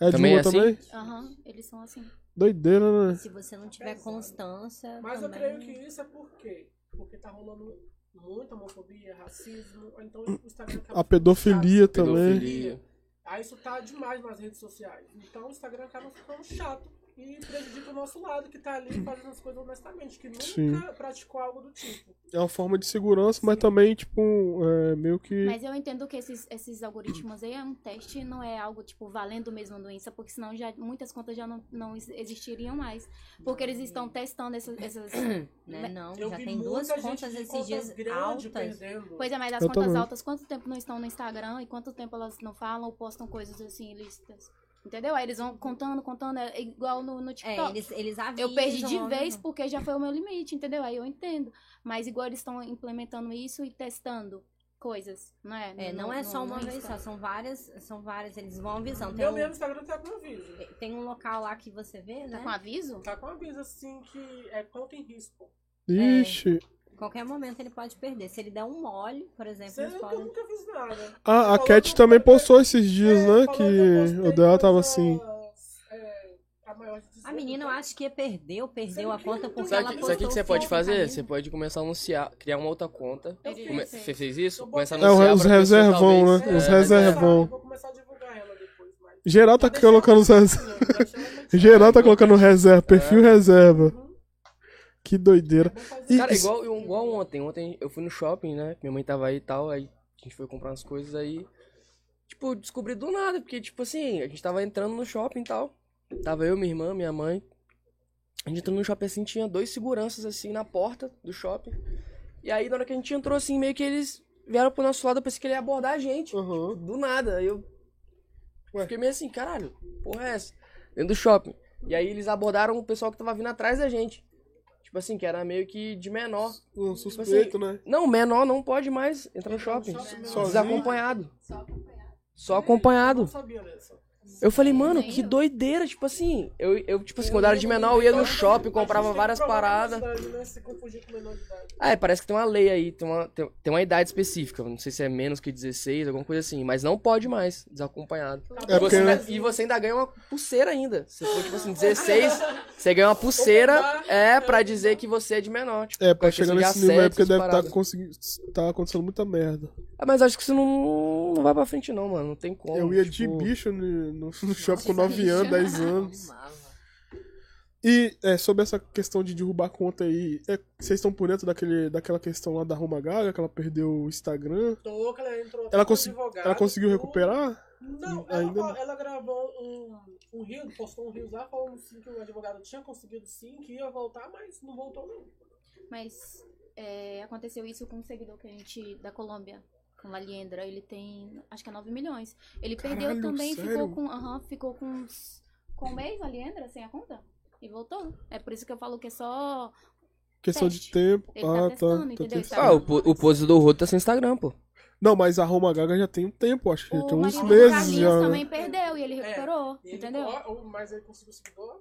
Speaker 1: É de
Speaker 2: Também
Speaker 1: uma
Speaker 2: é assim?
Speaker 1: também?
Speaker 5: Aham, eles são assim.
Speaker 1: Doideira, né?
Speaker 3: Se você não tiver constância.
Speaker 4: Mas eu
Speaker 3: também...
Speaker 4: creio que isso é por quê? Porque tá rolando muita homofobia, racismo, ou então o Instagram acaba
Speaker 1: A
Speaker 4: ficando
Speaker 1: pedofilia
Speaker 4: chato.
Speaker 1: também.
Speaker 6: Pedofilia.
Speaker 4: tá Aí isso tá demais nas redes sociais. Então o Instagram acaba ficando chato e prejudica o nosso lado que tá ali fazendo as coisas honestamente, que nunca
Speaker 1: Sim.
Speaker 4: praticou algo do tipo.
Speaker 1: É uma forma de segurança, mas também, tipo, é, meio que.
Speaker 5: Mas eu entendo que esses, esses algoritmos aí é um teste, não é algo, tipo, valendo mesmo no Insta, porque senão já, muitas contas já não, não ex- existiriam mais. Porque eles estão testando essas. essas...
Speaker 3: Né? Não,
Speaker 4: Eu
Speaker 3: já
Speaker 4: vi
Speaker 3: tem duas
Speaker 4: muita gente
Speaker 3: contas
Speaker 4: de
Speaker 3: esses
Speaker 4: contas
Speaker 3: dias
Speaker 4: grande
Speaker 3: altas.
Speaker 4: perdendo.
Speaker 5: Pois é, mas as
Speaker 1: Eu
Speaker 5: contas
Speaker 1: também.
Speaker 5: altas, quanto tempo não estão no Instagram e quanto tempo elas não falam ou postam coisas assim ilícitas? Entendeu? Aí eles vão contando, contando, é igual no, no
Speaker 3: É,
Speaker 5: TikTok.
Speaker 3: eles, eles avisam.
Speaker 5: Eu perdi de
Speaker 3: né?
Speaker 5: vez porque já foi o meu limite, entendeu? Aí eu entendo. Mas igual eles estão implementando isso e testando coisas, não é?
Speaker 3: É,
Speaker 5: No-
Speaker 3: não é
Speaker 5: no-
Speaker 3: só
Speaker 5: no
Speaker 3: uma vez
Speaker 5: Insta.
Speaker 3: só, são várias, são várias, eles vão avisando. Tem
Speaker 4: Meu mesmo
Speaker 3: um,
Speaker 4: Instagram tá com aviso.
Speaker 3: tem um local lá que você vê,
Speaker 5: Tá com
Speaker 3: né?
Speaker 5: aviso?
Speaker 4: Tá com aviso assim que é conta em risco.
Speaker 1: Ixi.
Speaker 3: Qualquer momento ele pode perder. Se ele der um mole, por exemplo,
Speaker 4: Você
Speaker 3: eles
Speaker 4: nunca,
Speaker 3: podem.
Speaker 4: nunca fiz nada.
Speaker 1: Ah, a
Speaker 4: Falou
Speaker 1: Cat
Speaker 4: que-
Speaker 1: também postou esses dias,
Speaker 4: É,
Speaker 1: né?
Speaker 4: falou eu
Speaker 1: Que
Speaker 4: postei
Speaker 1: o dela tava
Speaker 4: coisas,
Speaker 1: assim.
Speaker 4: é, a maior de
Speaker 3: A
Speaker 4: 18,
Speaker 3: menina eu
Speaker 4: né?
Speaker 3: acho que perdeu, perdeu a
Speaker 4: Sim.
Speaker 3: conta porque
Speaker 4: Sabe
Speaker 3: ela
Speaker 4: que-
Speaker 3: postou.
Speaker 2: Sabe o que, que você pode
Speaker 3: foto
Speaker 2: fazer?
Speaker 3: da
Speaker 2: Você
Speaker 3: menina.
Speaker 2: pode começar a anunciar, criar uma outra conta.
Speaker 4: Eu
Speaker 5: Ele-
Speaker 2: Come-
Speaker 4: fiz.
Speaker 2: Você fez isso?
Speaker 4: Eu
Speaker 2: Começa a
Speaker 4: botei-
Speaker 2: anunciar
Speaker 1: É, os
Speaker 2: pra pessoa,
Speaker 1: reservão,
Speaker 2: talvez-
Speaker 1: né? Os
Speaker 4: É,
Speaker 2: é,
Speaker 1: reservão.
Speaker 4: eu Vou começar a divulgar ela depois, mas.
Speaker 1: Geral tá
Speaker 4: Já deixei ela
Speaker 1: colocando os res...
Speaker 4: curtindo, já deixei ela curtindo.
Speaker 1: Geral tá colocando
Speaker 5: É.
Speaker 1: reserva, perfil reserva. Que doideira.
Speaker 4: Vamos fazer
Speaker 1: E-
Speaker 2: Cara,
Speaker 1: isso-
Speaker 2: igual, igual ontem. Ontem eu fui no shopping, né? Minha mãe tava aí e tal. Aí a gente foi comprar umas coisas aí. Tipo, descobri do nada, porque, tipo assim, a gente tava entrando no shopping e tal. Tava eu, minha irmã, minha mãe. A gente entrou no shopping assim, tinha dois seguranças assim na porta do shopping. E aí, na hora que a gente entrou assim, meio que eles vieram pro nosso lado. Eu pensei que ele ia abordar a gente. tipo,
Speaker 1: Aham.
Speaker 2: Do nada. Aí eu
Speaker 1: Uhum. Ué.
Speaker 2: fiquei meio assim, caralho, porra é essa? Dentro do shopping. E aí eles abordaram o pessoal que tava vindo atrás da gente. Tipo assim, que era meio que de menor.
Speaker 1: Um suspeito, né?
Speaker 2: Não, menor não pode mais entrar no shopping.
Speaker 1: Sozinho?
Speaker 2: Desacompanhado.
Speaker 9: Só acompanhar.
Speaker 2: Só
Speaker 4: Não
Speaker 2: acompanhado.
Speaker 4: sabia dessa.
Speaker 2: Eu falei, mano,
Speaker 5: Nem
Speaker 2: que
Speaker 5: eu.
Speaker 2: doideira. Tipo assim, eu, eu tipo assim, quando eu era de menor, eu ia no shopping, comprava várias paradas.
Speaker 4: né?
Speaker 2: Ah, é, parece que tem uma lei aí, tem uma, tem, tem uma idade específica. Não sei se é menos que 16, alguma coisa assim. Mas não pode mais, desacompanhado.
Speaker 1: É
Speaker 2: E você,
Speaker 1: porque-
Speaker 2: ainda, e você ainda ganha uma pulseira ainda. Você for, tipo assim, 16, você ganha uma pulseira, é, pra dizer que você é de menor. Tipo,
Speaker 1: É, pra
Speaker 2: questão
Speaker 1: chegar
Speaker 2: de
Speaker 1: nesse nível aí,
Speaker 2: assédio,
Speaker 1: porque
Speaker 2: essas
Speaker 1: deve estar
Speaker 2: paradas.
Speaker 1: tá acontecendo muita merda.
Speaker 2: Ah, mas acho que isso não, não vai pra frente não, mano. Não tem como.
Speaker 1: Eu ia
Speaker 2: tipo-
Speaker 1: de bicho no, no- no shopping com
Speaker 3: Nossa,
Speaker 1: 9 anos, 10
Speaker 3: bicho.
Speaker 1: anos.
Speaker 3: Amava.
Speaker 1: E é, sobre essa questão de derrubar conta aí, é, vocês estão por dentro daquele, daquela questão lá da Roma Gaga, que ela perdeu o Instagram.
Speaker 4: ela entrou até
Speaker 1: Ela,
Speaker 4: com
Speaker 1: consi-
Speaker 4: advogado,
Speaker 1: ela conseguiu
Speaker 4: tudo.
Speaker 1: recuperar?
Speaker 4: Não,
Speaker 1: Ainda
Speaker 4: ela,
Speaker 1: não.
Speaker 4: ela gravou um, um rio, postou um rio lá falando sim, que o advogado tinha conseguido sim, que ia voltar, mas não voltou não.
Speaker 5: Mas é, aconteceu isso com um seguidor que a gente da Colômbia, com o Aliendra. Ele tem, acho que é 9 milhões. Ele
Speaker 1: Caralho,
Speaker 5: perdeu também, ficou
Speaker 1: sério?
Speaker 5: com. Aham, ficou com. uns- Com um mês, Aliendra, sem a conta. E voltou. É por isso que eu falo que é só.
Speaker 1: Questão de
Speaker 5: Teste.
Speaker 1: tempo.
Speaker 5: Ele tá
Speaker 1: ah,
Speaker 5: testando,
Speaker 1: tá.
Speaker 5: entendeu?
Speaker 1: testando.
Speaker 5: Tá.
Speaker 2: Ah, o, po- o pose do Roto tá sem Instagram, pô.
Speaker 1: Não, mas a Roma Gaga já tem um tempo, acho que já tem
Speaker 5: o
Speaker 1: uns
Speaker 5: marido do
Speaker 1: meses
Speaker 5: Carlinhos
Speaker 1: já. né?
Speaker 5: também perdeu e ele
Speaker 4: É,
Speaker 5: recuperou,
Speaker 4: E ele-
Speaker 5: entendeu?
Speaker 4: ó, ó, mas ele conseguiu seguidor,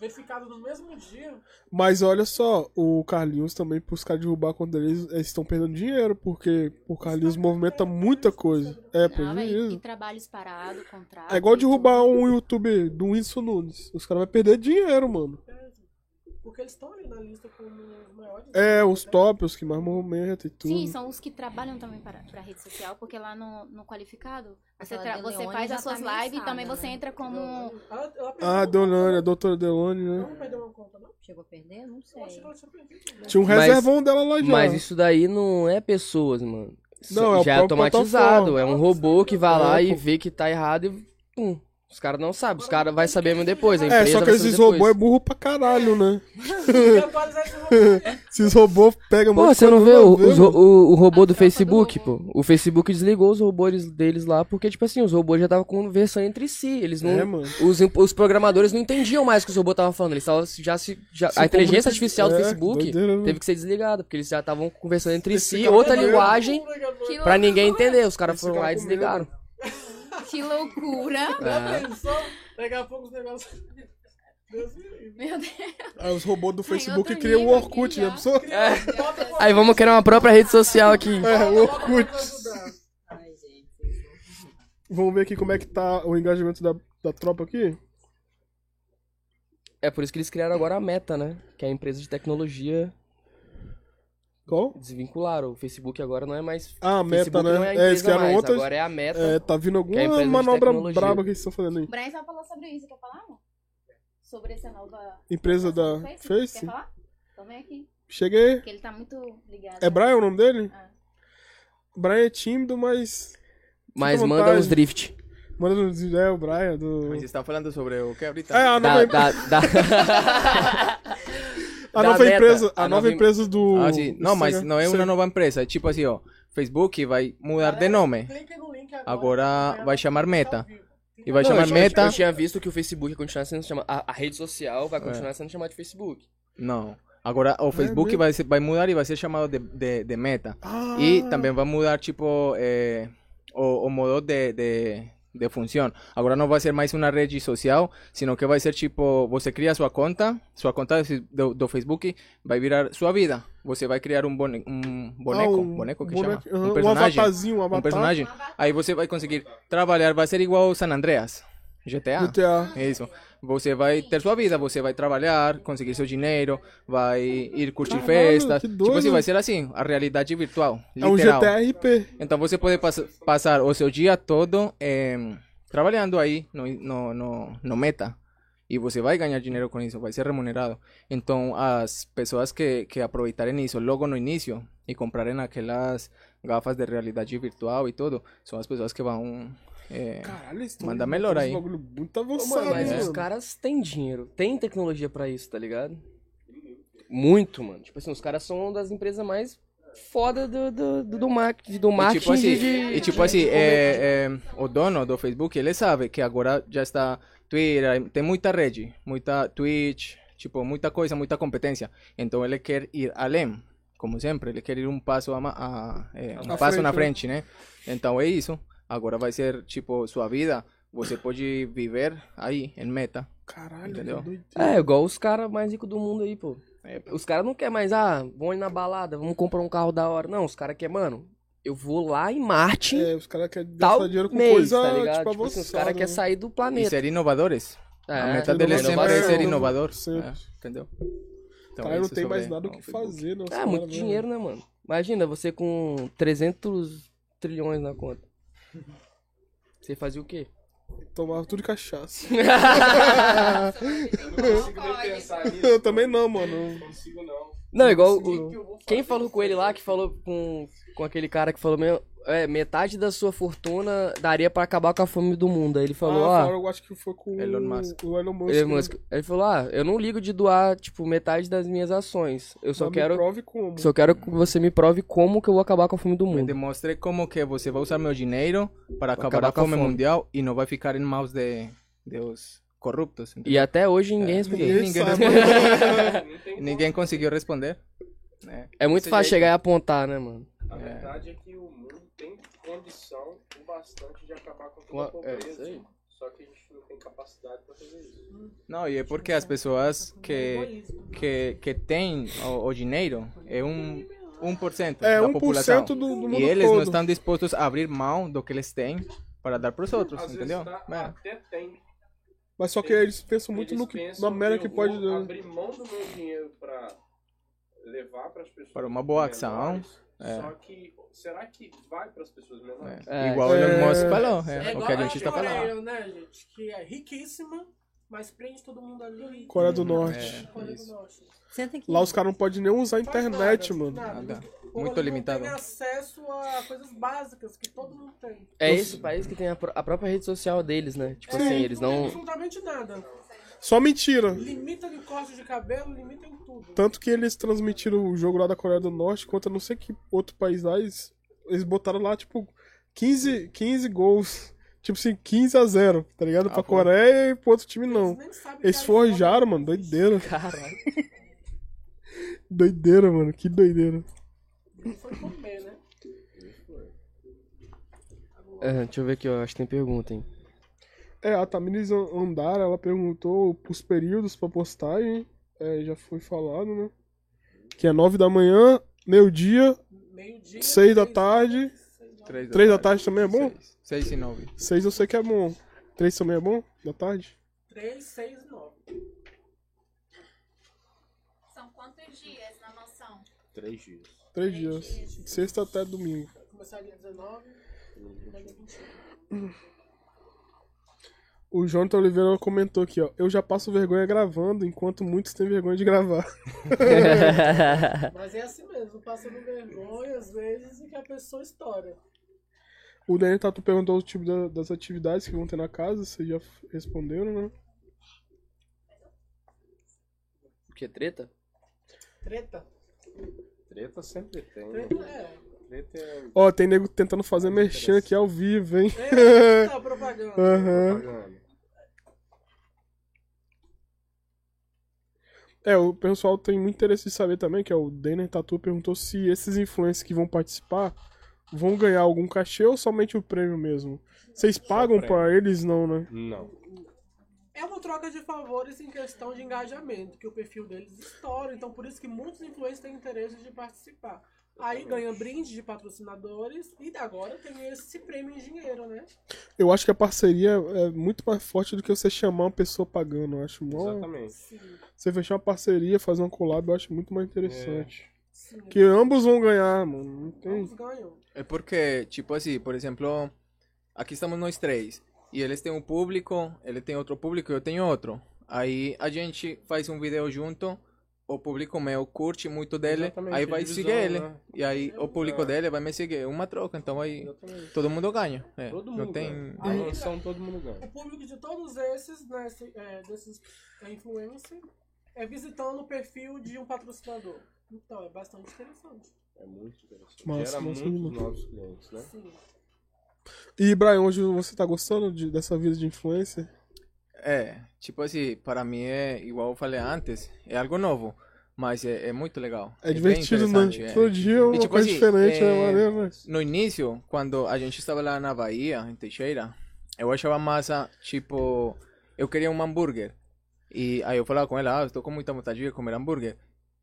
Speaker 4: verificado no mesmo dia.
Speaker 1: Mas olha só, o Carlinhos também, pros caras derrubar quando eles eles estão perdendo dinheiro, porque o Carlinhos
Speaker 5: é
Speaker 1: movimenta muita coisa. É,
Speaker 5: Não, véi, e
Speaker 1: prejuízo.
Speaker 5: trabalhos parados, contrato.
Speaker 1: É igual
Speaker 5: e
Speaker 1: derrubar
Speaker 5: tudo.
Speaker 1: um YouTube do Whindersson Nunes. Os caras vão perder dinheiro, mano.
Speaker 4: Porque eles estão ali na lista como os maiores.
Speaker 1: É, os
Speaker 4: né?
Speaker 1: top, os que mais movimentam e tudo.
Speaker 5: Sim, são os que trabalham também para, para a rede social, porque lá no, no qualificado, você,
Speaker 3: Aquela
Speaker 5: tra-
Speaker 3: de
Speaker 5: você
Speaker 3: Leone
Speaker 5: faz
Speaker 3: já
Speaker 5: as suas
Speaker 3: tá
Speaker 5: lives e também
Speaker 3: ameaçada,
Speaker 5: você
Speaker 3: né?
Speaker 5: entra como.
Speaker 4: Ela, ela perdeu
Speaker 1: Ah,
Speaker 4: uma
Speaker 1: Delane, a
Speaker 4: conta,
Speaker 1: doutora Delane,
Speaker 4: não?
Speaker 1: né?
Speaker 4: Ela não perdeu uma conta, não?
Speaker 3: Chegou a perder? Não sei.
Speaker 4: Eu acho que ela tinha perdido. né?
Speaker 1: Tinha um
Speaker 2: Mas-
Speaker 1: reservão dela lá já.
Speaker 2: Mas isso daí não é pessoas, mano. Isso
Speaker 1: Não, é o
Speaker 2: Já é
Speaker 1: próprio
Speaker 2: automatizado.
Speaker 1: plataforma.
Speaker 2: É um robô que vai lá
Speaker 1: É,
Speaker 2: e
Speaker 1: pô.
Speaker 2: vê que tá errado e. Pum, Os caras não sabem, os caras vão saber mesmo depois. A
Speaker 1: É,
Speaker 2: empresa
Speaker 1: só que
Speaker 2: vai saber
Speaker 1: esses robôs é
Speaker 2: depois.
Speaker 1: burro pra caralho, né?
Speaker 4: Tem que atualizar esse robô.
Speaker 1: Esses robôs pegam
Speaker 2: Pô,
Speaker 1: muito
Speaker 2: você não
Speaker 1: coisa
Speaker 2: vê o,
Speaker 1: nada a ver,
Speaker 2: os
Speaker 1: mano.
Speaker 2: ro- o, o robô
Speaker 9: A tropa
Speaker 2: do
Speaker 9: do
Speaker 2: Facebook, pô?
Speaker 9: robô.
Speaker 2: O Facebook desligou os robôs deles lá porque, tipo assim, os robôs já estavam conversando entre si. Eles não.
Speaker 1: É, mano.
Speaker 2: Os, imp- os programadores não entendiam mais o que os robôs estavam falando. Eles estavam se- já se. já-
Speaker 1: Se
Speaker 2: a inteligência
Speaker 1: comunica-
Speaker 2: artificial do
Speaker 1: é,
Speaker 2: Facebook
Speaker 1: doideira, é né?
Speaker 2: teve que ser desligada, porque eles já estavam conversando entre
Speaker 1: Eles
Speaker 2: si,
Speaker 1: ficaram
Speaker 4: né?
Speaker 2: outra
Speaker 1: com medo.
Speaker 2: linguagem,
Speaker 5: Que
Speaker 2: pra ninguém
Speaker 5: loucura,
Speaker 2: entender. Os caras
Speaker 1: Eles
Speaker 2: foram lá e
Speaker 1: ficaram com medo.
Speaker 2: desligaram.
Speaker 5: Que loucura.
Speaker 2: É.
Speaker 4: Pensou? Daqui a pouco os negócios. Deus me livre.
Speaker 5: Meu Deus.
Speaker 1: Aí Ah, os robôs do Facebook
Speaker 5: outro
Speaker 1: criam o
Speaker 5: nível aqui
Speaker 1: Orkut, né?
Speaker 5: já.
Speaker 1: já pensou?
Speaker 4: Bota a
Speaker 2: Aí vamos criar uma própria rede social aqui.
Speaker 1: É, o Orkut.
Speaker 4: ajudar.
Speaker 9: Ai, gente.
Speaker 1: Vamos ver aqui como é que tá o engajamento da, da tropa aqui.
Speaker 2: É por isso que eles criaram agora a Meta, né? Que é a empresa de tecnologia.
Speaker 1: Qual?
Speaker 2: Desvincularam. O Facebook agora não é mais.
Speaker 1: Ah, a meta,
Speaker 2: Facebook não
Speaker 1: né?
Speaker 2: é, a
Speaker 1: É, eles
Speaker 2: empresa
Speaker 1: criaram
Speaker 2: mais.
Speaker 1: outras.
Speaker 2: Agora é a Meta.
Speaker 1: É, tá vindo
Speaker 2: Que é a
Speaker 1: alguma
Speaker 2: empresa de
Speaker 1: manobra
Speaker 2: tecnologia.
Speaker 1: braba que eles estão fazendo
Speaker 5: O
Speaker 1: aí.
Speaker 5: Brian vai falar sobre isso. Quer falar, amor? Sobre essa nova.
Speaker 1: Empresa da
Speaker 5: do Facebook.
Speaker 1: Face?
Speaker 5: Quer falar? Então vem aqui.
Speaker 1: Cheguei.
Speaker 5: Porque ele tá muito ligado.
Speaker 1: É Brian o nome dele?
Speaker 5: Ah.
Speaker 1: Brian é tímido, mas.
Speaker 2: mas
Speaker 1: fica à
Speaker 2: manda
Speaker 1: vontade.
Speaker 2: uns drift.
Speaker 1: Manda no é o Brian do.
Speaker 6: Mas están hablando sobre o que ahorita?
Speaker 1: É, a nova,
Speaker 2: Da, da, da...
Speaker 1: a
Speaker 2: da
Speaker 1: nova
Speaker 2: Meta.
Speaker 1: empresa. A,
Speaker 6: A
Speaker 1: nova
Speaker 6: nova em-
Speaker 1: empresa do.
Speaker 6: Ah, sí. No, mas não é
Speaker 1: Instagram.
Speaker 6: uma nova empresa. É tipo assim, ó. Facebook vai mudar de nome.
Speaker 4: Clique no link agora.
Speaker 6: Agora vai chamar Meta. E vai
Speaker 2: Não,
Speaker 6: chamar
Speaker 2: eu, tinha-
Speaker 6: Meta.
Speaker 2: eu tinha visto que o Facebook ia continuar sendo chamado. A, a rede social vai continuar sendo chamada de Facebook.
Speaker 6: Não. Agora o Facebook
Speaker 1: mesmo?
Speaker 6: vai, ser- vai mudar e vai ser chamado de, de, de Meta.
Speaker 1: Ah,
Speaker 6: E também vai mudar, tipo, eh, o, o modo de, de, de função. Agora não vai ser mais uma rede social, sino que vai ser, tipo, você cria sua conta, sua conta de- do, do Facebook vai virar sua vida. Você vai criar um, bone, um boneco,
Speaker 1: um
Speaker 6: boneco que
Speaker 1: boneco-
Speaker 6: chama?
Speaker 1: aham,
Speaker 6: Um
Speaker 1: um
Speaker 6: personagem.
Speaker 1: avatarzinho, um avatar.
Speaker 6: um personagem. Aí você vai conseguir trabalhar, vai ser igual ao San Andreas, GTA.
Speaker 1: GTA.
Speaker 6: É Isso. Você vai ter sua vida, você vai trabalhar, conseguir seu dinheiro, vai ir curtir
Speaker 1: Caralho,
Speaker 6: festas.
Speaker 1: que
Speaker 6: Tipo
Speaker 1: doido.
Speaker 6: assim, vai ser assim, a realidade virtual,
Speaker 1: É um
Speaker 6: literal.
Speaker 1: GTA RP.
Speaker 6: Então você pode pass- passar o seu dia todo em- trabalhando aí no, no, no, no meta. E você vai ganhar dinheiro com isso, vai ser remunerado. Então as pessoas que, que aproveitarem isso logo no início e comprarem aquelas gafas de realidade virtual e tudo, são as pessoas que vão... eh,
Speaker 1: Caralho, isso
Speaker 6: Manda melhor aí.
Speaker 1: Um bagulho muito avançado, né,
Speaker 2: Mano, mas
Speaker 1: mano. é.
Speaker 2: os caras têm dinheiro, têm tecnologia pra isso, tá ligado? Muito, mano. Tipo assim, os caras são uma das empresas mais foda do, do, do, do marketing, do
Speaker 6: E
Speaker 2: marketing
Speaker 6: tipo assim,
Speaker 2: de- de-
Speaker 6: e tipo assim é, é, o dono do Facebook, ele sabe que agora já está Twitter, tem muita rede, muita Twitch, tipo, muita coisa, muita competência. Então ele quer ir além, como sempre, ele quer ir um passo a, ma- a- é, um
Speaker 1: À
Speaker 6: passo na
Speaker 1: frente,
Speaker 6: frente, né? Então é isso. Agora vai ser, tipo, sua vida, você pode viver aí, em meta.
Speaker 1: Caralho,
Speaker 6: Entendeu?
Speaker 1: que doideira.
Speaker 2: É, igual os caras mais ricos do mundo aí, pô.
Speaker 6: É,
Speaker 2: Os caras não querem mais, ah, vão ali na balada, vamos comprar um carro da hora. Não, os caras querem, mano, eu vou lá em Marte,
Speaker 1: É, os caras querem
Speaker 2: tal
Speaker 1: gastar dinheiro com
Speaker 2: mês,
Speaker 1: coisa,
Speaker 2: tá ligado?
Speaker 1: tipo,
Speaker 2: Tipo assim, os
Speaker 1: avançada,
Speaker 2: caras querem
Speaker 1: né?
Speaker 2: sair do
Speaker 6: E
Speaker 2: planeta.
Speaker 6: ser inovadores.
Speaker 2: É,
Speaker 6: a meta
Speaker 1: tudo
Speaker 6: dele
Speaker 1: bem,
Speaker 6: sempre é
Speaker 1: inovação.
Speaker 6: ser inovador.
Speaker 1: Sempre.
Speaker 6: é, entendeu? Então,
Speaker 1: Cara,
Speaker 6: é
Speaker 1: não
Speaker 6: isso
Speaker 1: tem mais
Speaker 6: sobre
Speaker 1: nada o que
Speaker 6: Facebook.
Speaker 1: fazer, não.
Speaker 2: É, muito dinheiro, né, mano? Imagina você com 300 trilhões na conta. Você fazia o quê?
Speaker 1: Tomava tudo de cachaça.
Speaker 7: consigo nem pensar nisso.
Speaker 1: Eu também não, mano.
Speaker 7: Não consigo, não.
Speaker 2: Não, igual o-
Speaker 7: O que eu vou
Speaker 2: quem
Speaker 7: fazer?
Speaker 2: falou com ele lá, que falou com, com aquele cara que falou mesmo, é, metade da sua fortuna daria pra acabar com a fome do mundo. Aí ele falou,
Speaker 1: ah,
Speaker 2: ó,
Speaker 1: falaram, eu acho que foi com
Speaker 6: Elon Musk.
Speaker 1: o Elon Musk.
Speaker 2: Elon
Speaker 1: né?
Speaker 2: Musk. Ele falou, ah, eu não ligo de doar, tipo, metade das minhas ações. Eu só
Speaker 1: Mas me
Speaker 2: quero.
Speaker 1: prove como.
Speaker 2: Só quero que você me prove como que eu vou acabar com a fome do
Speaker 6: Me
Speaker 2: mundo.
Speaker 6: demonstre como que você vai usar meu dinheiro para acabar,
Speaker 2: acabar
Speaker 6: a
Speaker 2: com a
Speaker 6: fome
Speaker 2: fome.
Speaker 6: mundial e não vai ficar em mãos de, de os corruptos.
Speaker 2: E
Speaker 6: entendeu?
Speaker 2: até hoje ninguém
Speaker 6: É.
Speaker 2: respondeu.
Speaker 1: Ninguém
Speaker 6: Ninguém
Speaker 1: sabe.
Speaker 7: Não tem
Speaker 6: Ninguém conseguiu responder. né?
Speaker 2: É muito
Speaker 7: Desse
Speaker 2: fácil
Speaker 7: jeito.
Speaker 2: chegar e apontar, né, mano?
Speaker 7: A verdade é que o mundo tem condição o bastante de acabar com
Speaker 2: Com
Speaker 7: toda
Speaker 2: a-
Speaker 7: a
Speaker 2: é, isso
Speaker 7: pobreza.
Speaker 2: aí.
Speaker 7: só que a gente não tem capacidade pra fazer isso.
Speaker 6: Não, e é porque as pessoas que, que, que têm o, o dinheiro é um, 1%
Speaker 1: É
Speaker 6: da
Speaker 1: 1%
Speaker 6: população.
Speaker 1: do, do mundo
Speaker 6: E eles
Speaker 1: todo.
Speaker 6: não estão dispostos a abrir mão do que eles têm para dar para os outros,
Speaker 7: Às
Speaker 6: entendeu?
Speaker 7: vezes tá,
Speaker 6: É.
Speaker 7: até tem.
Speaker 1: Mas só que eles pensam muito
Speaker 7: Eles
Speaker 1: no que,
Speaker 7: pensam
Speaker 1: na merda que
Speaker 7: eu
Speaker 1: pode
Speaker 7: vou
Speaker 1: dar.
Speaker 7: abrir mão do meu dinheiro pra levar pras pessoas
Speaker 6: Para uma boa ação,
Speaker 7: menores, Só que será que vai pras pessoas menores?
Speaker 2: É.
Speaker 6: Igual o Elon
Speaker 1: É.
Speaker 6: Musk falou, é,
Speaker 4: É
Speaker 6: o
Speaker 4: igual
Speaker 6: que a
Speaker 4: a
Speaker 2: tá
Speaker 6: gente está falando.
Speaker 4: Coreia, né, gente? Que é riquíssima Mas prende todo mundo ali.
Speaker 1: Coreia do Norte.
Speaker 6: É,
Speaker 4: Coreia do
Speaker 6: isso.
Speaker 4: Norte.
Speaker 3: Senta aqui.
Speaker 1: Lá os caras não podem nem usar a
Speaker 4: Faz
Speaker 1: internet,
Speaker 4: nada,
Speaker 1: mano.
Speaker 4: nada.
Speaker 6: Nada.
Speaker 4: O Brasil
Speaker 6: Muito
Speaker 4: não
Speaker 6: limitado.
Speaker 4: Tem acesso a coisas básicas que todo mundo tem.
Speaker 2: É esse país que tem a, pró- a própria rede social deles, né? Tipo assim, eles
Speaker 4: tem
Speaker 2: não.
Speaker 4: absolutamente nada.
Speaker 1: Só mentira.
Speaker 4: Limita em corte de cabelo, limita em tudo.
Speaker 1: Tanto que eles transmitiram o jogo lá da Coreia do Norte contra não sei que outro país lá. Eles, eles botaram lá, tipo, 15, 15 gols. Tipo assim, 15 a 0, tá ligado? pra
Speaker 6: pô.
Speaker 1: Coreia e pro outro time não.
Speaker 4: nem sabem
Speaker 1: Então, Eles
Speaker 4: que a
Speaker 1: forjaram,
Speaker 4: Espanha-
Speaker 1: mano. Doideira.
Speaker 2: Caralho.
Speaker 1: Doideira, mano. Que doideira.
Speaker 4: Foi comer, né?
Speaker 2: É, deixa eu ver aqui, ó. Acho que tem pergunta, hein?
Speaker 1: É, a Tamiris An- Andara, ela perguntou os períodos pra postagem. É, já foi falado, né? Que é 9 da manhã, meio-dia,
Speaker 4: Meio-dia.
Speaker 1: 6 da tarde.
Speaker 6: Três
Speaker 1: 3 da tarde também é bom?
Speaker 6: Seis. Seis e nove.
Speaker 1: 6 eu sei que é bom. 3 também é bom? Da tarde?
Speaker 4: 3, 6 e 9.
Speaker 5: São quantos dias na mansão?
Speaker 7: Três dias.
Speaker 1: 3 dias. Sexta até domingo.
Speaker 4: Começaria 19, daria 21.
Speaker 1: O Jonathan Oliveira comentou aqui, ó. Eu já passo vergonha gravando, enquanto muitos têm vergonha de gravar.
Speaker 4: Mas é assim mesmo, passando vergonha às vezes e que a pessoa estoura.
Speaker 1: O Daniel Tatu perguntou o tipo da- das atividades que vão ter na casa. Vocês já f- responderam, né?
Speaker 2: O que? Treta?
Speaker 4: Treta?
Speaker 7: Treta sempre tem, né?
Speaker 4: Treta é.
Speaker 7: Treta é
Speaker 1: Ó, tem nego tentando fazer merchan aqui ao vivo, hein?
Speaker 4: Eita, É, propaganda.
Speaker 1: Aham.
Speaker 7: propaganda.
Speaker 1: É, o pessoal tem muito interesse de saber também, que é o Denner Tatu perguntou se esses influencers que vão participar vão ganhar algum cachê ou somente o prêmio mesmo. Vocês pagam pra eles, não, né?
Speaker 7: Não.
Speaker 4: É uma troca de favores em questão de engajamento, que o perfil deles estoura, então por isso que muitos influencers têm interesse de participar. Aí ganha brinde de patrocinadores e agora tem esse prêmio em dinheiro, né?
Speaker 1: Eu acho que a parceria é muito mais forte do que você chamar uma pessoa pagando. Eu acho mó...
Speaker 7: Exatamente.
Speaker 1: Você fechar uma parceria, fazer uma collab, eu acho muito mais
Speaker 7: É,
Speaker 1: interessante.
Speaker 4: Sim.
Speaker 1: Que ambos vão ganhar, mano. Não tem.
Speaker 4: Ambos ganham.
Speaker 6: É porque, tipo assim, por exemplo, aqui estamos nós três. E eles têm um público, ele tem outro público, eu tenho outro. Aí a gente faz um vídeo junto, o público meu curte muito dele,
Speaker 7: Exatamente,
Speaker 6: aí vai
Speaker 7: divisão,
Speaker 6: seguir
Speaker 1: é
Speaker 6: ele.
Speaker 7: né?
Speaker 6: E aí o público
Speaker 7: É.
Speaker 6: dele vai me seguir, é uma troca, então aí
Speaker 7: Exatamente.
Speaker 6: todo mundo ganha. É,
Speaker 7: Todo
Speaker 6: não
Speaker 7: mundo
Speaker 6: tem...
Speaker 7: ganha.
Speaker 4: Aí-
Speaker 7: Na mansão todo mundo ganha.
Speaker 4: O público de todos esses, né, se- é, desses influencers, é visitando o perfil de um patrocinador. Então, é bastante interessante.
Speaker 7: É muito interessante.
Speaker 1: Massa,
Speaker 7: Gera
Speaker 1: massa
Speaker 7: muitos
Speaker 1: demais.
Speaker 7: novos clientes, né?
Speaker 4: Sim.
Speaker 1: E, Brian, hoje você tá gostando de- dessa vida de influencer?
Speaker 6: É, tipo assim, para mim é, igual eu falei antes, é algo novo. Mas é, é muito legal.
Speaker 1: É
Speaker 6: bem
Speaker 1: divertido, né?
Speaker 6: interessante, é.
Speaker 1: Todo dia é uma
Speaker 6: tipo
Speaker 1: coisa
Speaker 6: assim,
Speaker 1: diferente, né?
Speaker 6: é,
Speaker 1: Maneiro, né?
Speaker 6: No início, quando a gente estava lá na Bahia, em Teixeira, eu achava massa, tipo, eu queria um hambúrguer. E aí eu falava com ela, ah, eu estou com muita vontade de comer hambúrguer.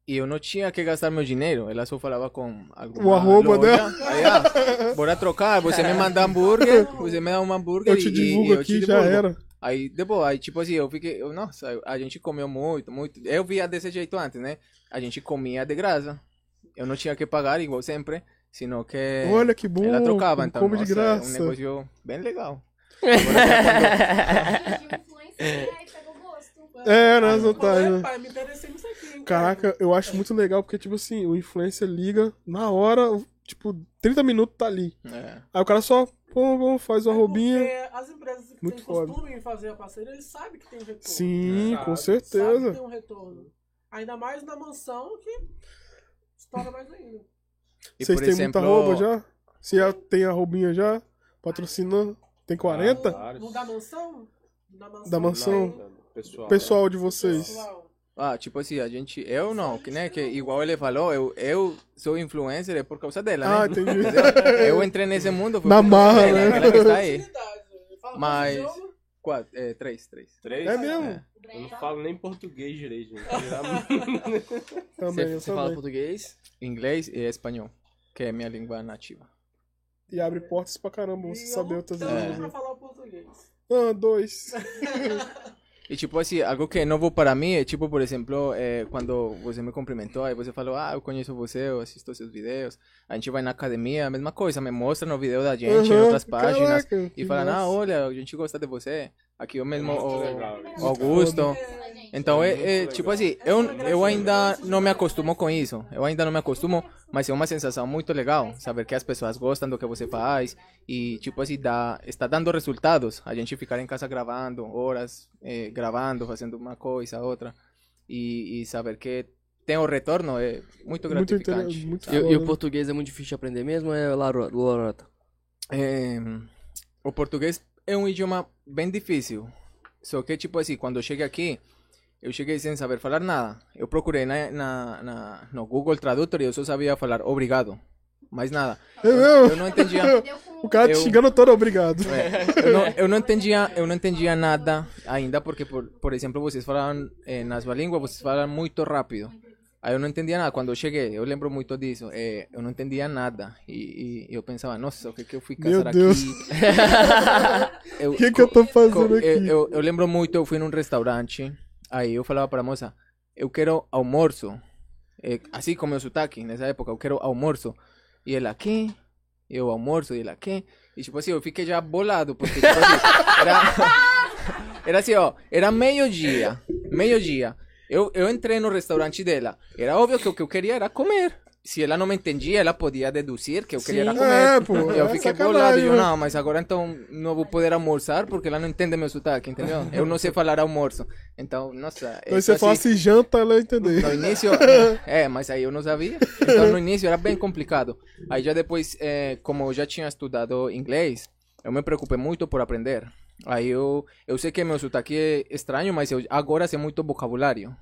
Speaker 6: E eu não tinha que gastar meu dinheiro, ela só falava com alguma
Speaker 1: O arroba
Speaker 6: loja.
Speaker 1: dela.
Speaker 6: Aí, ah, bora trocar, você me manda hambúrguer, você me dá um hambúrguer
Speaker 1: Eu te
Speaker 6: e-
Speaker 1: divulgo
Speaker 6: e eu
Speaker 1: aqui,
Speaker 6: te
Speaker 1: já
Speaker 6: divulgo.
Speaker 1: era.
Speaker 6: Aí, depois, aí, tipo assim, eu fiquei, eu, nossa, a gente comeu muito, muito. Eu via desse jeito antes, né? A gente comia de graça. Eu não tinha que pagar, igual sempre, senão que
Speaker 1: Olha que bom.
Speaker 6: É, ela trocava, então,
Speaker 1: Como de
Speaker 6: nossa,
Speaker 1: graça.
Speaker 6: é um negócio bem legal.
Speaker 5: De um influencer, aí pega o gosto.
Speaker 1: É, né,
Speaker 4: Aí eu falo,
Speaker 1: Zotaio?
Speaker 4: "Epa, eu me interessei nisso aqui, hein, cara?"
Speaker 1: Caraca, eu acho muito legal, porque, tipo assim, o influencer liga na hora, tipo, 30 minutos tá ali.
Speaker 6: É.
Speaker 1: Aí o cara só pum, pum, faz
Speaker 4: É
Speaker 1: uma roubinha.
Speaker 4: Porque as empresas que
Speaker 1: Muito
Speaker 4: têm
Speaker 1: foda.
Speaker 4: costume em fazer a parceria, eles sabem que tem um retorno.
Speaker 1: Sim,
Speaker 7: É.
Speaker 1: com
Speaker 7: Sabe,
Speaker 4: Sabe que
Speaker 1: certeza.
Speaker 4: tem um retorno. Ainda mais na mansão que estoura mais ainda.
Speaker 6: E,
Speaker 1: Vocês
Speaker 6: por
Speaker 1: têm muita
Speaker 6: exemplo,
Speaker 1: roupa já? Se já tem a roubinha já? Patrocinando? Tem 40?
Speaker 7: Vários.
Speaker 4: Não da mansão? Da mansão.
Speaker 1: Da mansão.
Speaker 4: tem.
Speaker 7: Pessoal.
Speaker 1: Pessoal de vocês.
Speaker 4: Pessoal,
Speaker 6: Ah, tipo assim, a gente, eu não, que né, que igual ele falou, eu, eu sou influencer é por causa dela,
Speaker 1: Ah,
Speaker 6: né?
Speaker 1: entendi.
Speaker 6: Eu entrei nesse mundo foi
Speaker 1: Na
Speaker 6: por
Speaker 1: marra,
Speaker 6: causa
Speaker 2: É,
Speaker 6: dela,
Speaker 1: né?
Speaker 6: aquela que está aí.
Speaker 4: facilidade. Fala, um
Speaker 6: Mas-
Speaker 4: "Mas eu
Speaker 6: Quatro, é, três, três.
Speaker 7: Três?
Speaker 1: É mesmo?
Speaker 6: É.
Speaker 7: Eu não falo nem português direito, gente. Virar-
Speaker 1: Também,
Speaker 2: Você,
Speaker 1: eu
Speaker 2: você fala
Speaker 1: também.
Speaker 2: português?
Speaker 6: Inglês e espanhol, que é minha língua nativa.
Speaker 1: E abre portas pra caramba,
Speaker 4: E
Speaker 1: você
Speaker 4: eu
Speaker 1: saber outras
Speaker 6: É.
Speaker 4: lutando
Speaker 1: línguas.
Speaker 4: pra
Speaker 1: né?
Speaker 4: falar português.
Speaker 1: Ah, dois.
Speaker 6: E tipo assim, algo que é novo para mim é tipo, por exemplo, é, quando você me cumprimentou, aí você falou, ah, eu conheço você, eu assisto seus vídeos. A gente vai na academia, a mesma coisa, me mostra no vídeo da gente, em
Speaker 1: Aham,
Speaker 6: outras páginas.
Speaker 1: caraca,
Speaker 6: E
Speaker 1: que
Speaker 6: falar,
Speaker 1: massa.
Speaker 6: ah, olha, a gente gosta de você. aqui eu mesmo,
Speaker 7: Muito
Speaker 6: o eh,
Speaker 7: legal.
Speaker 6: o Augusto.
Speaker 5: gente.
Speaker 6: Então, é,
Speaker 7: Muito
Speaker 6: é,
Speaker 7: legal.
Speaker 6: tipo assim, eu, eu ainda não me acostumo com isso. Eu ainda não me acostumo, mas é uma sensação muito legal saber que as pessoas gostam do que você faz e, tipo assim, dá, está dando resultados. A gente ficar em casa gravando horas, eh, gravando, fazendo uma coisa, outra, e, e saber que tem o retorno é
Speaker 1: Muito
Speaker 6: muito gratificante.
Speaker 1: inter- muito
Speaker 6: sabe?
Speaker 2: E, e
Speaker 1: Foda, né?
Speaker 2: o português é muito difícil de aprender mesmo, é laro- lorota?
Speaker 6: É, o português é um idioma bem difícil. Só que, tipo assim, quando eu cheguei aqui, eu cheguei sem saber falar nada. Eu procurei na, na, na- no Google Tradutor e eu só sabia falar obrigado. Mais nada.
Speaker 1: Eu, eu-
Speaker 6: Eu não entendia.
Speaker 5: Deu com
Speaker 1: o cara te
Speaker 6: Eu-
Speaker 1: xingando todo, obrigado.
Speaker 6: Eu não, eu não entendia, eu não entendia nada ainda porque, por, por exemplo, vocês falavam eh, na sua língua, vocês falavam muito rápido. Aí eu não entendia nada. Quando eu cheguei, eu lembro muito disso. eh, eu não entendia nada. E, e eu pensava, nossa, o que, que eu fui
Speaker 1: Meu
Speaker 6: casar
Speaker 1: Deus.
Speaker 6: aqui? Eu-
Speaker 1: O que, que eu tô
Speaker 6: co-
Speaker 1: fazendo aqui?
Speaker 6: eu, eh, eu- eu lembro muito, eu fui num restaurante. Aí eu falava para a moça, eu quero almoço. Eh, assim como o sotaque, nessa época, eu quero almoço. E ela, quê? Eu almoço, e ela, quê? E tipo assim, eu fiquei já bolado, porque tipo assim, era, era assim, ó, era meio-dia, meio-dia. Eu, eu entrei no restaurante dela, era óbvio que o que eu queria era comer. Se ela não me entendia, ela podia deduzir que eu queria era
Speaker 2: Sim.
Speaker 6: comer.
Speaker 1: É, pô,
Speaker 6: eu
Speaker 1: é
Speaker 6: fiquei
Speaker 1: sacanagem,
Speaker 6: bolado, e eu,
Speaker 1: né?
Speaker 6: não, mas agora então não vou poder almoçar, porque ela não entende meu sotaque, entendeu? Eu não sei falar almoço. Então, nossa...
Speaker 1: Daí
Speaker 6: isso
Speaker 1: você fala assim, janta, ela entender.
Speaker 6: no início, é, mas aí eu não sabia. Então no início era bem complicado. Aí já depois, é, eh, como eu já tinha estudado inglês, eu me preocupei muito por aprender. Aí eu, eu sei que meu sotaque é estranho, mas eu agora sei muito vocabulário.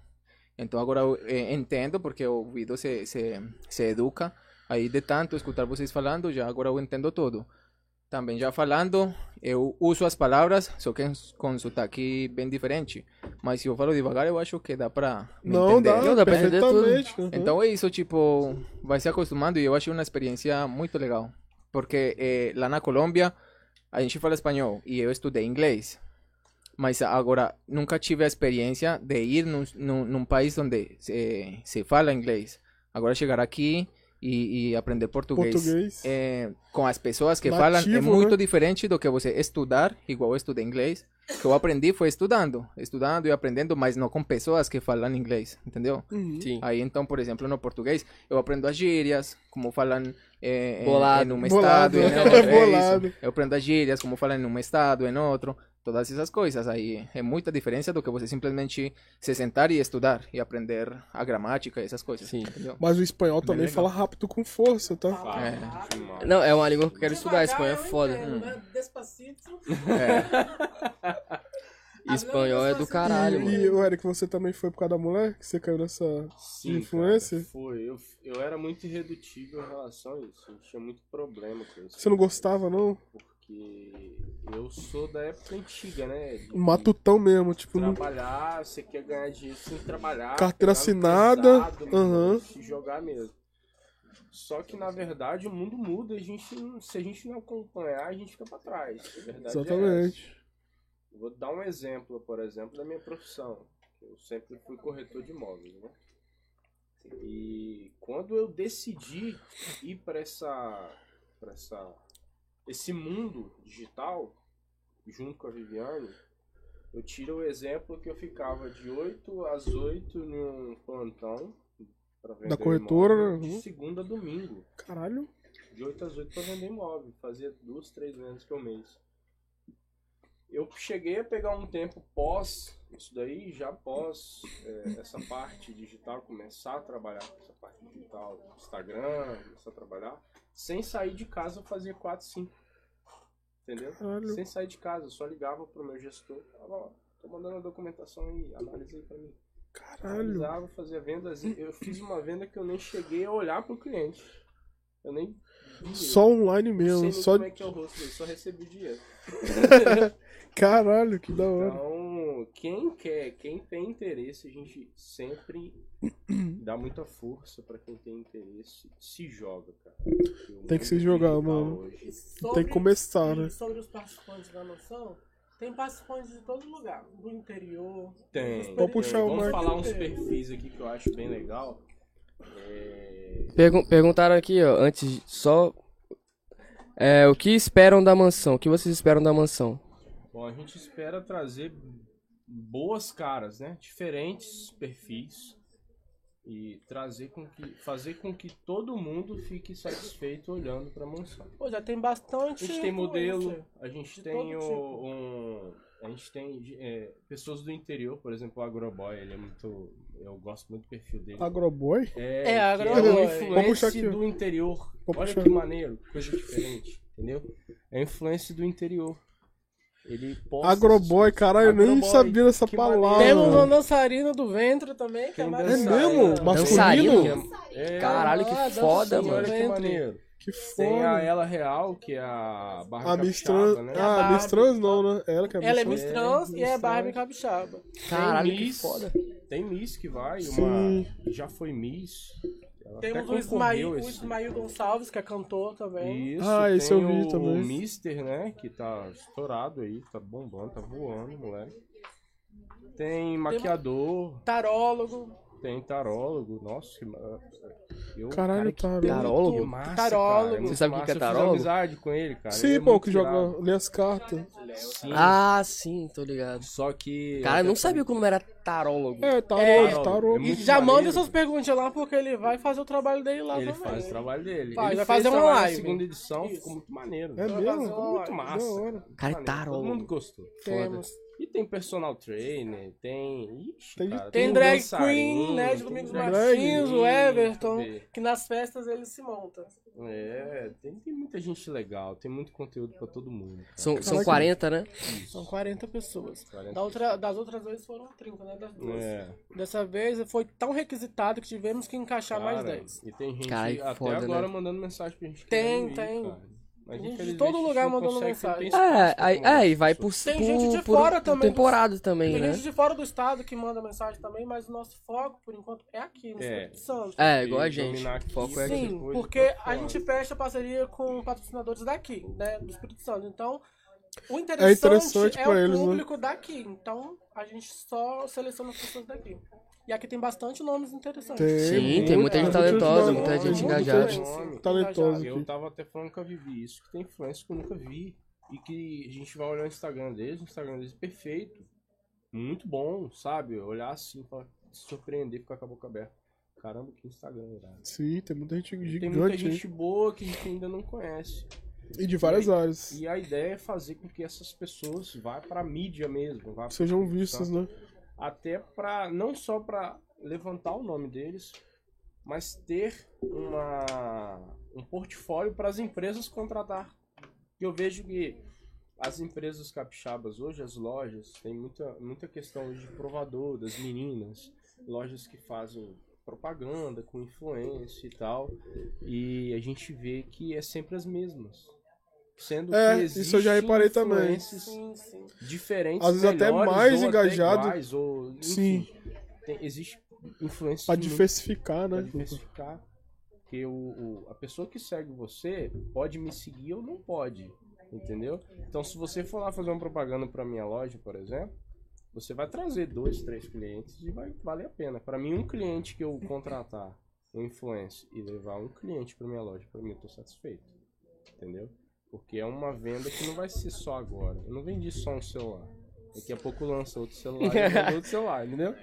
Speaker 6: Então agora eu é, entendo, eh, porque o ouvido se, se, se educa. Aí de tanto escutar vocês falando, já agora eu entendo tudo. Também já falando, eu uso as palavras, só que com sotaque bem diferente. Mas se eu falo devagar, eu acho que dá pra me
Speaker 1: Não,
Speaker 6: entender.
Speaker 1: dá,
Speaker 2: Não, dá pra entender tudo.
Speaker 1: perfeitamente. uhum.
Speaker 6: Então é isso, tipo, vai se acostumando e eu achei uma experiência muito legal. Porque eh, lá na Colômbia, a gente fala espanhol e eu estudei inglês. Mas agora, nunca tive a experiência de ir num, num, num país onde se, se fala inglês. Agora chegar aqui e, e aprender português,
Speaker 1: Português.
Speaker 6: eh, com as pessoas que falam é
Speaker 1: Nativo,
Speaker 6: muito
Speaker 1: né?
Speaker 6: diferente do que você estudar, igual eu estudei inglês. O que eu aprendi foi estudando, estudando e aprendendo, mas não com pessoas que falam inglês, entendeu?
Speaker 1: Uhum.
Speaker 2: Sim.
Speaker 6: Aí então, por exemplo, no português, eu aprendo as gírias, como falam eh, em-
Speaker 2: Bolado.
Speaker 6: em um
Speaker 1: Bolado.
Speaker 6: estado, em outro. É
Speaker 1: Bolado.
Speaker 6: isso. Eu aprendo as gírias, como falam em um estado, em outro. Todas essas coisas aí. É muita diferença do que você simplesmente se sentar e estudar e aprender a gramática e essas coisas.
Speaker 2: Sim.
Speaker 6: Entendeu?
Speaker 1: Mas o espanhol
Speaker 6: Bem
Speaker 1: também
Speaker 6: legal.
Speaker 1: fala rápido com força, tá?
Speaker 4: Fala,
Speaker 6: É.
Speaker 4: fala.
Speaker 2: Não, é uma língua que eu quero estudar, espanhol é
Speaker 4: Devagar eu
Speaker 2: foda.
Speaker 4: entendo, né? Despacito.
Speaker 6: É.
Speaker 2: E espanhol é do
Speaker 1: E-
Speaker 2: caralho, mano.
Speaker 1: E, o Eric, você também foi por causa da mulher? Que você caiu nessa...
Speaker 7: Sim,
Speaker 1: Influencer?
Speaker 7: cara, foi. Eu, eu era muito irredutível em relação a isso. Eu tinha muito problema com isso.
Speaker 1: Você não gostava, não?
Speaker 7: Porque eu sou da época antiga, né? De-
Speaker 1: Um Matutão mesmo, tipo... não-
Speaker 7: trabalhar, você quer ganhar dinheiro sem trabalhar.
Speaker 1: Carteira
Speaker 7: pegar no
Speaker 1: assinada,
Speaker 7: pesado, mano,
Speaker 1: aham.
Speaker 7: se jogar mesmo. Só que na verdade o mundo muda, e a gente não- se a gente não acompanhar, a gente fica pra trás. A verdade é essa.
Speaker 1: Exatamente.
Speaker 7: Eu Vou dar um exemplo, por exemplo, da minha profissão. Eu sempre fui corretor de imóveis, né? E quando eu decidi ir para essa, para essa, esse mundo digital, junto com a Viviane, eu tiro o exemplo que eu ficava de 8 às 8 num plantão pra vender
Speaker 1: corretora,
Speaker 7: imóvel,
Speaker 1: né?
Speaker 7: de segunda a domingo
Speaker 1: Caralho.
Speaker 7: de 8 às 8 pra vender imóvel, fazia duas, três vendas por mês. Eu cheguei a pegar um tempo pós isso daí, já pós é, essa parte digital, começar a trabalhar com essa parte digital, Instagram, começar a trabalhar, sem sair de casa eu fazia 4, 5. Entendeu?
Speaker 1: Caralho.
Speaker 7: Sem sair de casa, eu só ligava pro meu gestor, falava, ó, tô mandando a documentação aí, analisa aí pra mim.
Speaker 1: Caralho.
Speaker 7: Analisava, fazia vendas, eu fiz uma venda que eu nem cheguei a olhar pro cliente. Eu nem vi
Speaker 1: Só online
Speaker 7: não sei
Speaker 1: mesmo.
Speaker 7: nem
Speaker 1: Só...
Speaker 7: como é que é o rosto dele, só recebi o dinheiro.
Speaker 1: Caralho, que da hora.
Speaker 7: Então, quem quer, quem tem interesse, a gente sempre dá muita força pra quem tem interesse. Se joga, cara. Porque o
Speaker 1: Tem que se
Speaker 7: mundo
Speaker 1: jogar,
Speaker 7: digital
Speaker 1: mano.
Speaker 7: hoje-
Speaker 4: E sobre-
Speaker 1: Tem que começar, né?
Speaker 4: e Sobre os participantes da noção, tem participantes de todo lugar. Do interior.
Speaker 7: Tem.
Speaker 1: Vou puxar
Speaker 7: tem.
Speaker 1: o
Speaker 7: Vamos
Speaker 1: Marco.
Speaker 7: falar uns perfis aqui que eu acho bem legal. É,
Speaker 2: Pergun- perguntaram aqui, ó, antes, de- só. É, o que esperam da mansão? O que vocês esperam da mansão?
Speaker 7: Bom, a gente espera trazer boas caras, né? Diferentes perfis e trazer com que fazer com que todo mundo fique satisfeito olhando para a mansão.
Speaker 4: Pô, já tem bastante.
Speaker 7: A gente tem modelo,
Speaker 4: influencer.
Speaker 7: a gente
Speaker 4: De
Speaker 7: tem
Speaker 4: todo
Speaker 7: o,
Speaker 4: tipo.
Speaker 7: um, a gente tem é, pessoas do interior, por exemplo, o Agroboy, ele é muito, eu gosto muito do perfil dele.
Speaker 1: Agroboy?
Speaker 7: É,
Speaker 4: É,
Speaker 7: que
Speaker 4: Agroboy.
Speaker 7: É um
Speaker 1: Vou puxar aqui,
Speaker 7: influencer
Speaker 1: ó.
Speaker 7: do interior.
Speaker 1: Vou
Speaker 7: Olha
Speaker 1: puxar
Speaker 7: que
Speaker 1: aqui.
Speaker 7: maneiro, coisa diferente, entendeu? É influência do interior. Ele posta
Speaker 1: Agroboy,
Speaker 7: essas coisas.
Speaker 1: caralho, eu nem
Speaker 7: Agroboy,
Speaker 1: sabia dessa
Speaker 7: que
Speaker 1: palavra.
Speaker 7: maneiro.
Speaker 4: Temos uma
Speaker 1: mano.
Speaker 4: dançarina do ventre também, que é
Speaker 7: Tem
Speaker 4: mais
Speaker 1: Ah. É
Speaker 7: dançarina.
Speaker 1: mesmo? Masculino?
Speaker 2: Dançarino?
Speaker 7: É,
Speaker 2: Caralho, que
Speaker 4: Ah, dança
Speaker 2: foda,
Speaker 4: sim,
Speaker 7: Olha
Speaker 2: mano.
Speaker 7: que maneiro.
Speaker 1: Que
Speaker 7: Tem a
Speaker 1: foda.
Speaker 7: Ela Real, que é a barra
Speaker 1: A Miss Trans.
Speaker 7: capixaba, né?
Speaker 1: Ah, a Miss Trans não, né? Ela que é
Speaker 4: Ela é
Speaker 1: Miss
Speaker 4: Miss
Speaker 1: Trans.
Speaker 4: Trans e é
Speaker 7: Miss
Speaker 4: Barbie
Speaker 7: Trans.
Speaker 4: Capixaba.
Speaker 2: Caralho,
Speaker 7: Tem
Speaker 2: que
Speaker 7: Miss,
Speaker 2: foda.
Speaker 7: Tem Miss que vai,
Speaker 1: Sim.
Speaker 7: uma já foi Miss. Ela até
Speaker 4: Temos o
Speaker 7: concorreu
Speaker 4: Ismael, o
Speaker 7: esse-
Speaker 4: Ismael Gonçalves, que é cantor também.
Speaker 7: Isso,
Speaker 1: Ah, esse
Speaker 7: tem
Speaker 1: eu vi
Speaker 7: o,
Speaker 1: também.
Speaker 7: o Mister, né? Que tá estourado aí, tá bombando, tá voando, moleque. Tem maquiador,
Speaker 4: Tarólogo.
Speaker 7: tem tarólogo, nossa, que ma- eu,
Speaker 1: Caralho,
Speaker 7: cara,
Speaker 1: tarólogo.
Speaker 7: que Que
Speaker 2: Tarólogo?
Speaker 7: massa,
Speaker 4: Tarólogo.
Speaker 7: Cara, é muito
Speaker 2: Você sabe o que é
Speaker 7: massa. Eu fiz
Speaker 2: tarólogo?
Speaker 7: amizade com ele, cara. ele é
Speaker 1: Sim, pô,
Speaker 7: muito
Speaker 1: que
Speaker 7: irado.
Speaker 1: joga. Lê as cartas.
Speaker 7: Sim.
Speaker 2: Ah, sim, tô ligado.
Speaker 7: Só que.
Speaker 2: Cara, eu não
Speaker 7: Tarólogo.
Speaker 2: sabia como era tarólogo.
Speaker 1: É, tarô,
Speaker 7: É,
Speaker 1: tarô.
Speaker 7: é
Speaker 4: E
Speaker 7: muito
Speaker 4: já manda
Speaker 7: maneiro.
Speaker 4: essas perguntas lá, porque ele vai fazer o trabalho dele lá
Speaker 7: Ele
Speaker 4: também.
Speaker 7: faz o trabalho dele.
Speaker 4: Vai, vai
Speaker 7: ele fez
Speaker 4: fazer uma
Speaker 7: trabalho na
Speaker 4: live.
Speaker 7: segunda edição,
Speaker 4: Isso.
Speaker 7: ficou muito maneiro.
Speaker 1: É mesmo?
Speaker 7: Ficou muito
Speaker 4: Da
Speaker 7: massa.
Speaker 1: hora.
Speaker 7: Muito
Speaker 2: Cara, é
Speaker 7: maneiro, Todo
Speaker 2: tarólogo.
Speaker 7: mundo gostou.
Speaker 4: Temos.
Speaker 7: E tem personal trainer, tem. Ixi,
Speaker 1: Tem de
Speaker 7: cara,
Speaker 4: Tem
Speaker 7: um
Speaker 4: drag
Speaker 7: dançarino,
Speaker 4: queen, né? De
Speaker 7: tem
Speaker 4: Domingos
Speaker 7: drag
Speaker 4: Martins,
Speaker 7: queen,
Speaker 4: o Everton,
Speaker 7: cadê?
Speaker 4: que nas festas ele se monta.
Speaker 7: É, tem, tem muita gente legal, tem muito conteúdo pra todo mundo. cara.
Speaker 2: São, são
Speaker 1: Caraca.
Speaker 2: 40, né?
Speaker 4: São 40 pessoas.
Speaker 7: 40.
Speaker 4: Da outra, das outras vezes foram 30, né? Das duas.
Speaker 7: É,
Speaker 4: Dessa vez foi tão requisitado que tivemos que encaixar mais
Speaker 7: cara,
Speaker 4: 10.
Speaker 7: E tem gente
Speaker 2: Caralho,
Speaker 7: até
Speaker 2: foda, né?
Speaker 7: agora mandando mensagem pra gente.
Speaker 4: Tem,
Speaker 7: querendo ir,
Speaker 4: tem.
Speaker 7: cara. Mas
Speaker 4: Gente de
Speaker 7: infelizmente,
Speaker 4: todo
Speaker 7: a gente
Speaker 4: lugar
Speaker 7: não
Speaker 4: mandando
Speaker 7: consegue, porque não tem
Speaker 4: mensagem.
Speaker 7: espaço
Speaker 2: É,
Speaker 7: pra
Speaker 2: aí,
Speaker 7: falar
Speaker 2: é, e vai
Speaker 7: sobre
Speaker 2: por,
Speaker 4: Tem
Speaker 2: por,
Speaker 4: gente de
Speaker 2: por-
Speaker 4: fora
Speaker 2: por
Speaker 4: também,
Speaker 2: temporada também,
Speaker 4: Tem
Speaker 2: né?
Speaker 4: gente de fora do estado que manda mensagem também, mas o nosso foco, por enquanto, é aqui, no
Speaker 7: É.
Speaker 4: Espírito Santo.
Speaker 2: É, igual a
Speaker 7: E
Speaker 2: gente.
Speaker 7: dominar aqui.
Speaker 2: O foco é aqui.
Speaker 4: Sim,
Speaker 7: depois tá
Speaker 4: porque
Speaker 7: pra
Speaker 4: a
Speaker 7: fora.
Speaker 4: gente fecha parceria com patrocinadores daqui, né? Do Espírito Santo. Então, o interessante é,
Speaker 1: É interessante
Speaker 4: o
Speaker 1: pra eles, né?
Speaker 4: público daqui. Então, a gente só seleciona as pessoas daqui. E aqui tem bastante nomes interessantes.
Speaker 1: Tem,
Speaker 2: Sim, tem muita
Speaker 1: Tem muito
Speaker 2: gente talentosa,
Speaker 1: nome,
Speaker 2: muita gente
Speaker 1: muito
Speaker 2: engajada.
Speaker 1: gente Talentosa
Speaker 7: Eu
Speaker 1: aqui.
Speaker 7: tava até falando que eu vivi isso, que tem influência que eu nunca vi. E que a gente vai olhar o Instagram deles, o Instagram deles é perfeito. Muito bom, sabe? Olhar assim, pra se surpreender, ficar com a boca aberta. Caramba, que Instagram, irado.
Speaker 1: Sim, tem muita gente
Speaker 7: Tem muita
Speaker 1: gigante.
Speaker 7: gente boa que a gente ainda não conhece.
Speaker 1: né? E de várias áreas.
Speaker 7: E a ideia é fazer com que essas pessoas vá pra mídia mesmo. Vá
Speaker 1: Sejam vistas,
Speaker 7: tá
Speaker 1: né?
Speaker 7: até para não só para levantar o nome deles, mas ter uma, um portfólio para as empresas contratar. E Eu vejo que as empresas capixabas hoje, as lojas, tem muita, muita questão hoje de provador, das meninas, lojas que fazem propaganda com influência e tal, e a gente vê que é sempre as mesmas. Sendo
Speaker 1: É,
Speaker 7: que
Speaker 1: isso eu já
Speaker 7: existem
Speaker 1: reparei também.
Speaker 7: influências
Speaker 4: Sim, sim.
Speaker 7: diferentes,
Speaker 1: Às vezes até
Speaker 7: melhores,
Speaker 1: mais
Speaker 7: ou
Speaker 1: engajado.
Speaker 7: Até iguais, ou, enfim, tem- existe influência
Speaker 1: Pra
Speaker 7: de muito-
Speaker 1: diversificar,
Speaker 7: pra
Speaker 1: né?
Speaker 7: diversificar. Porque o, o- a pessoa que segue você pode me seguir ou não pode, entendeu? Então, se você for lá fazer uma propaganda para minha loja, por exemplo, você vai trazer dois, três clientes e vai valer a pena. Para mim, um cliente que eu contratar, um influencer, e levar um cliente para minha loja, para mim, eu tô satisfeito, entendeu? Porque é uma venda que não vai ser só agora. Eu não vendi só um celular. Daqui a pouco lança outro celular e eu vendo outro celular, entendeu?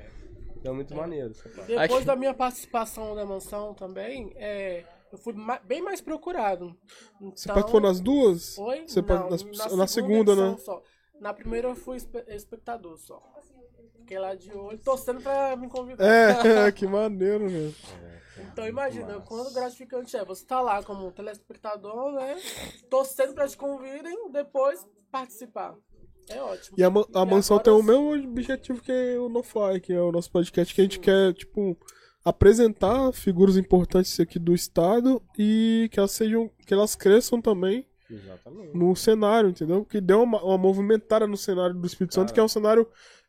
Speaker 7: Então é muito maneiro essa parte.
Speaker 4: Depois
Speaker 2: Acho-
Speaker 4: da minha participação na mansão também, é, eu fui ma- bem mais procurado.
Speaker 1: Você
Speaker 4: Então-
Speaker 1: participou nas duas?
Speaker 4: Oi?
Speaker 1: Você
Speaker 4: Não,
Speaker 1: part- nas- na segunda,
Speaker 4: edição
Speaker 1: né?
Speaker 4: só. Na primeira eu fui espe- espectador só. Fiquei lá de olho, torcendo pra me convidar.
Speaker 1: É, que maneiro, velho.
Speaker 4: Então imagina, o quanto gratificante é. Você tá lá como um telespectador, né? Torcendo pra te convidem, depois participar. É ótimo.
Speaker 1: E a, ma- a
Speaker 4: E
Speaker 1: mansão
Speaker 4: agora
Speaker 1: tem o
Speaker 4: sim.
Speaker 1: mesmo objetivo que o NoFly, que é o nosso podcast, que a gente quer, tipo, apresentar figuras importantes aqui do estado e que elas sejam. que elas cresçam também
Speaker 7: Exatamente.
Speaker 1: no cenário, entendeu? Que deu uma, uma movimentada no cenário do Espírito Santo,
Speaker 7: Cara.
Speaker 1: que é um cenário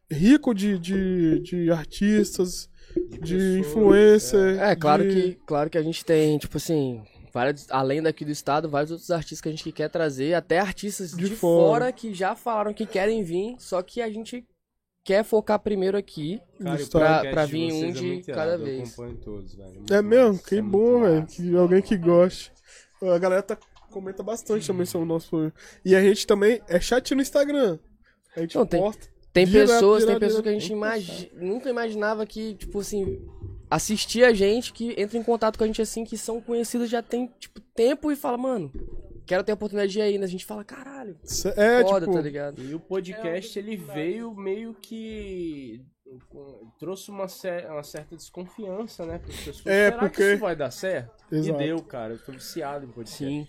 Speaker 1: rico de, de, de artistas, de,
Speaker 7: pessoas,
Speaker 1: influencer.
Speaker 2: É, claro
Speaker 1: de-
Speaker 2: que, claro que a gente tem, tipo assim, vários, além daqui do estado, vários outros artistas que a gente que quer trazer, até artistas de,
Speaker 1: De
Speaker 2: fora.
Speaker 1: fora.
Speaker 2: que já falaram que querem vir, só que a gente quer focar primeiro aqui.
Speaker 7: Cara,
Speaker 1: Isso
Speaker 7: o
Speaker 1: tá.
Speaker 7: podcast
Speaker 2: pra vir
Speaker 7: de vocês
Speaker 2: um
Speaker 7: é
Speaker 2: de
Speaker 7: muito
Speaker 2: cada
Speaker 7: irado,
Speaker 2: vez.
Speaker 7: Eu acompanho todos, velho. Muito
Speaker 1: É mesmo?
Speaker 7: massa,
Speaker 1: Que
Speaker 7: é muito
Speaker 1: bom, velho.
Speaker 7: massa.
Speaker 1: Que alguém que goste. A galera tá- comenta bastante também sobre o nosso. E a gente também é chat no Instagram. A gente
Speaker 2: Não, tem-
Speaker 1: posta.
Speaker 2: Tem
Speaker 1: Direto,
Speaker 2: pessoas,
Speaker 1: direto,
Speaker 2: tem
Speaker 1: direto.
Speaker 2: pessoas que a gente
Speaker 1: né? Tem que
Speaker 2: imagi- nunca imaginava que, tipo assim, assistia a gente, que entra em contato com a gente assim, que são conhecidas já tem, tipo, tempo e fala, mano, quero ter a oportunidade de ir aí, né? A gente fala, caralho,
Speaker 1: Cê- É,
Speaker 2: foda,
Speaker 1: tipo,
Speaker 2: tá ligado?
Speaker 7: E o podcast,
Speaker 4: É uma
Speaker 7: ele
Speaker 4: dificuldade.
Speaker 7: veio meio que. Trouxe uma, cer- uma certa desconfiança, né? Pras pessoas.
Speaker 1: É,
Speaker 7: Será
Speaker 1: porque-
Speaker 7: que isso vai dar certo?
Speaker 1: Exato.
Speaker 7: E deu, cara. Eu tô viciado em podcast.
Speaker 2: Sim.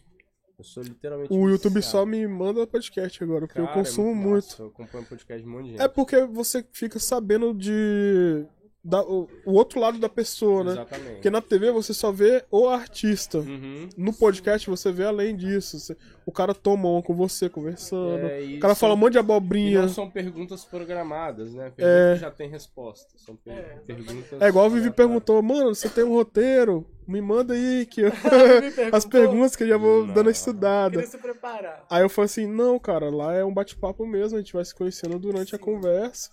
Speaker 7: Eu sou literalmente.
Speaker 1: o YouTube
Speaker 7: viciado.
Speaker 1: só me manda podcast agora, porque
Speaker 7: Cara,
Speaker 1: eu consumo
Speaker 7: é
Speaker 1: muito.
Speaker 7: massa, Eu acompanho podcast de um monte de gente.
Speaker 1: É porque você fica sabendo de. da- o, o outro lado da pessoa, né?
Speaker 7: Exatamente.
Speaker 1: Porque na TV você só vê o artista.
Speaker 7: Uhum.
Speaker 1: No podcast você vê além disso. Você- o cara toma uma com você conversando.
Speaker 7: É, e
Speaker 1: o cara
Speaker 7: são-
Speaker 1: fala um monte de
Speaker 7: E
Speaker 1: abobrinha.
Speaker 7: não são perguntas programadas, né? Perguntas
Speaker 1: É.
Speaker 7: que já tem resposta. São per-
Speaker 4: É,
Speaker 7: perguntas.
Speaker 1: É igual o Vivi
Speaker 7: aleatórias.
Speaker 1: perguntou, mano, você tem um roteiro? Me manda aí que eu-
Speaker 4: perguntou.
Speaker 1: as perguntas que eu já vou dando
Speaker 7: Não.
Speaker 1: a estudada.
Speaker 4: Queria se preparar.
Speaker 1: Aí eu falei assim, não, cara, lá é um bate-papo mesmo, a gente vai se conhecendo durante a conversa.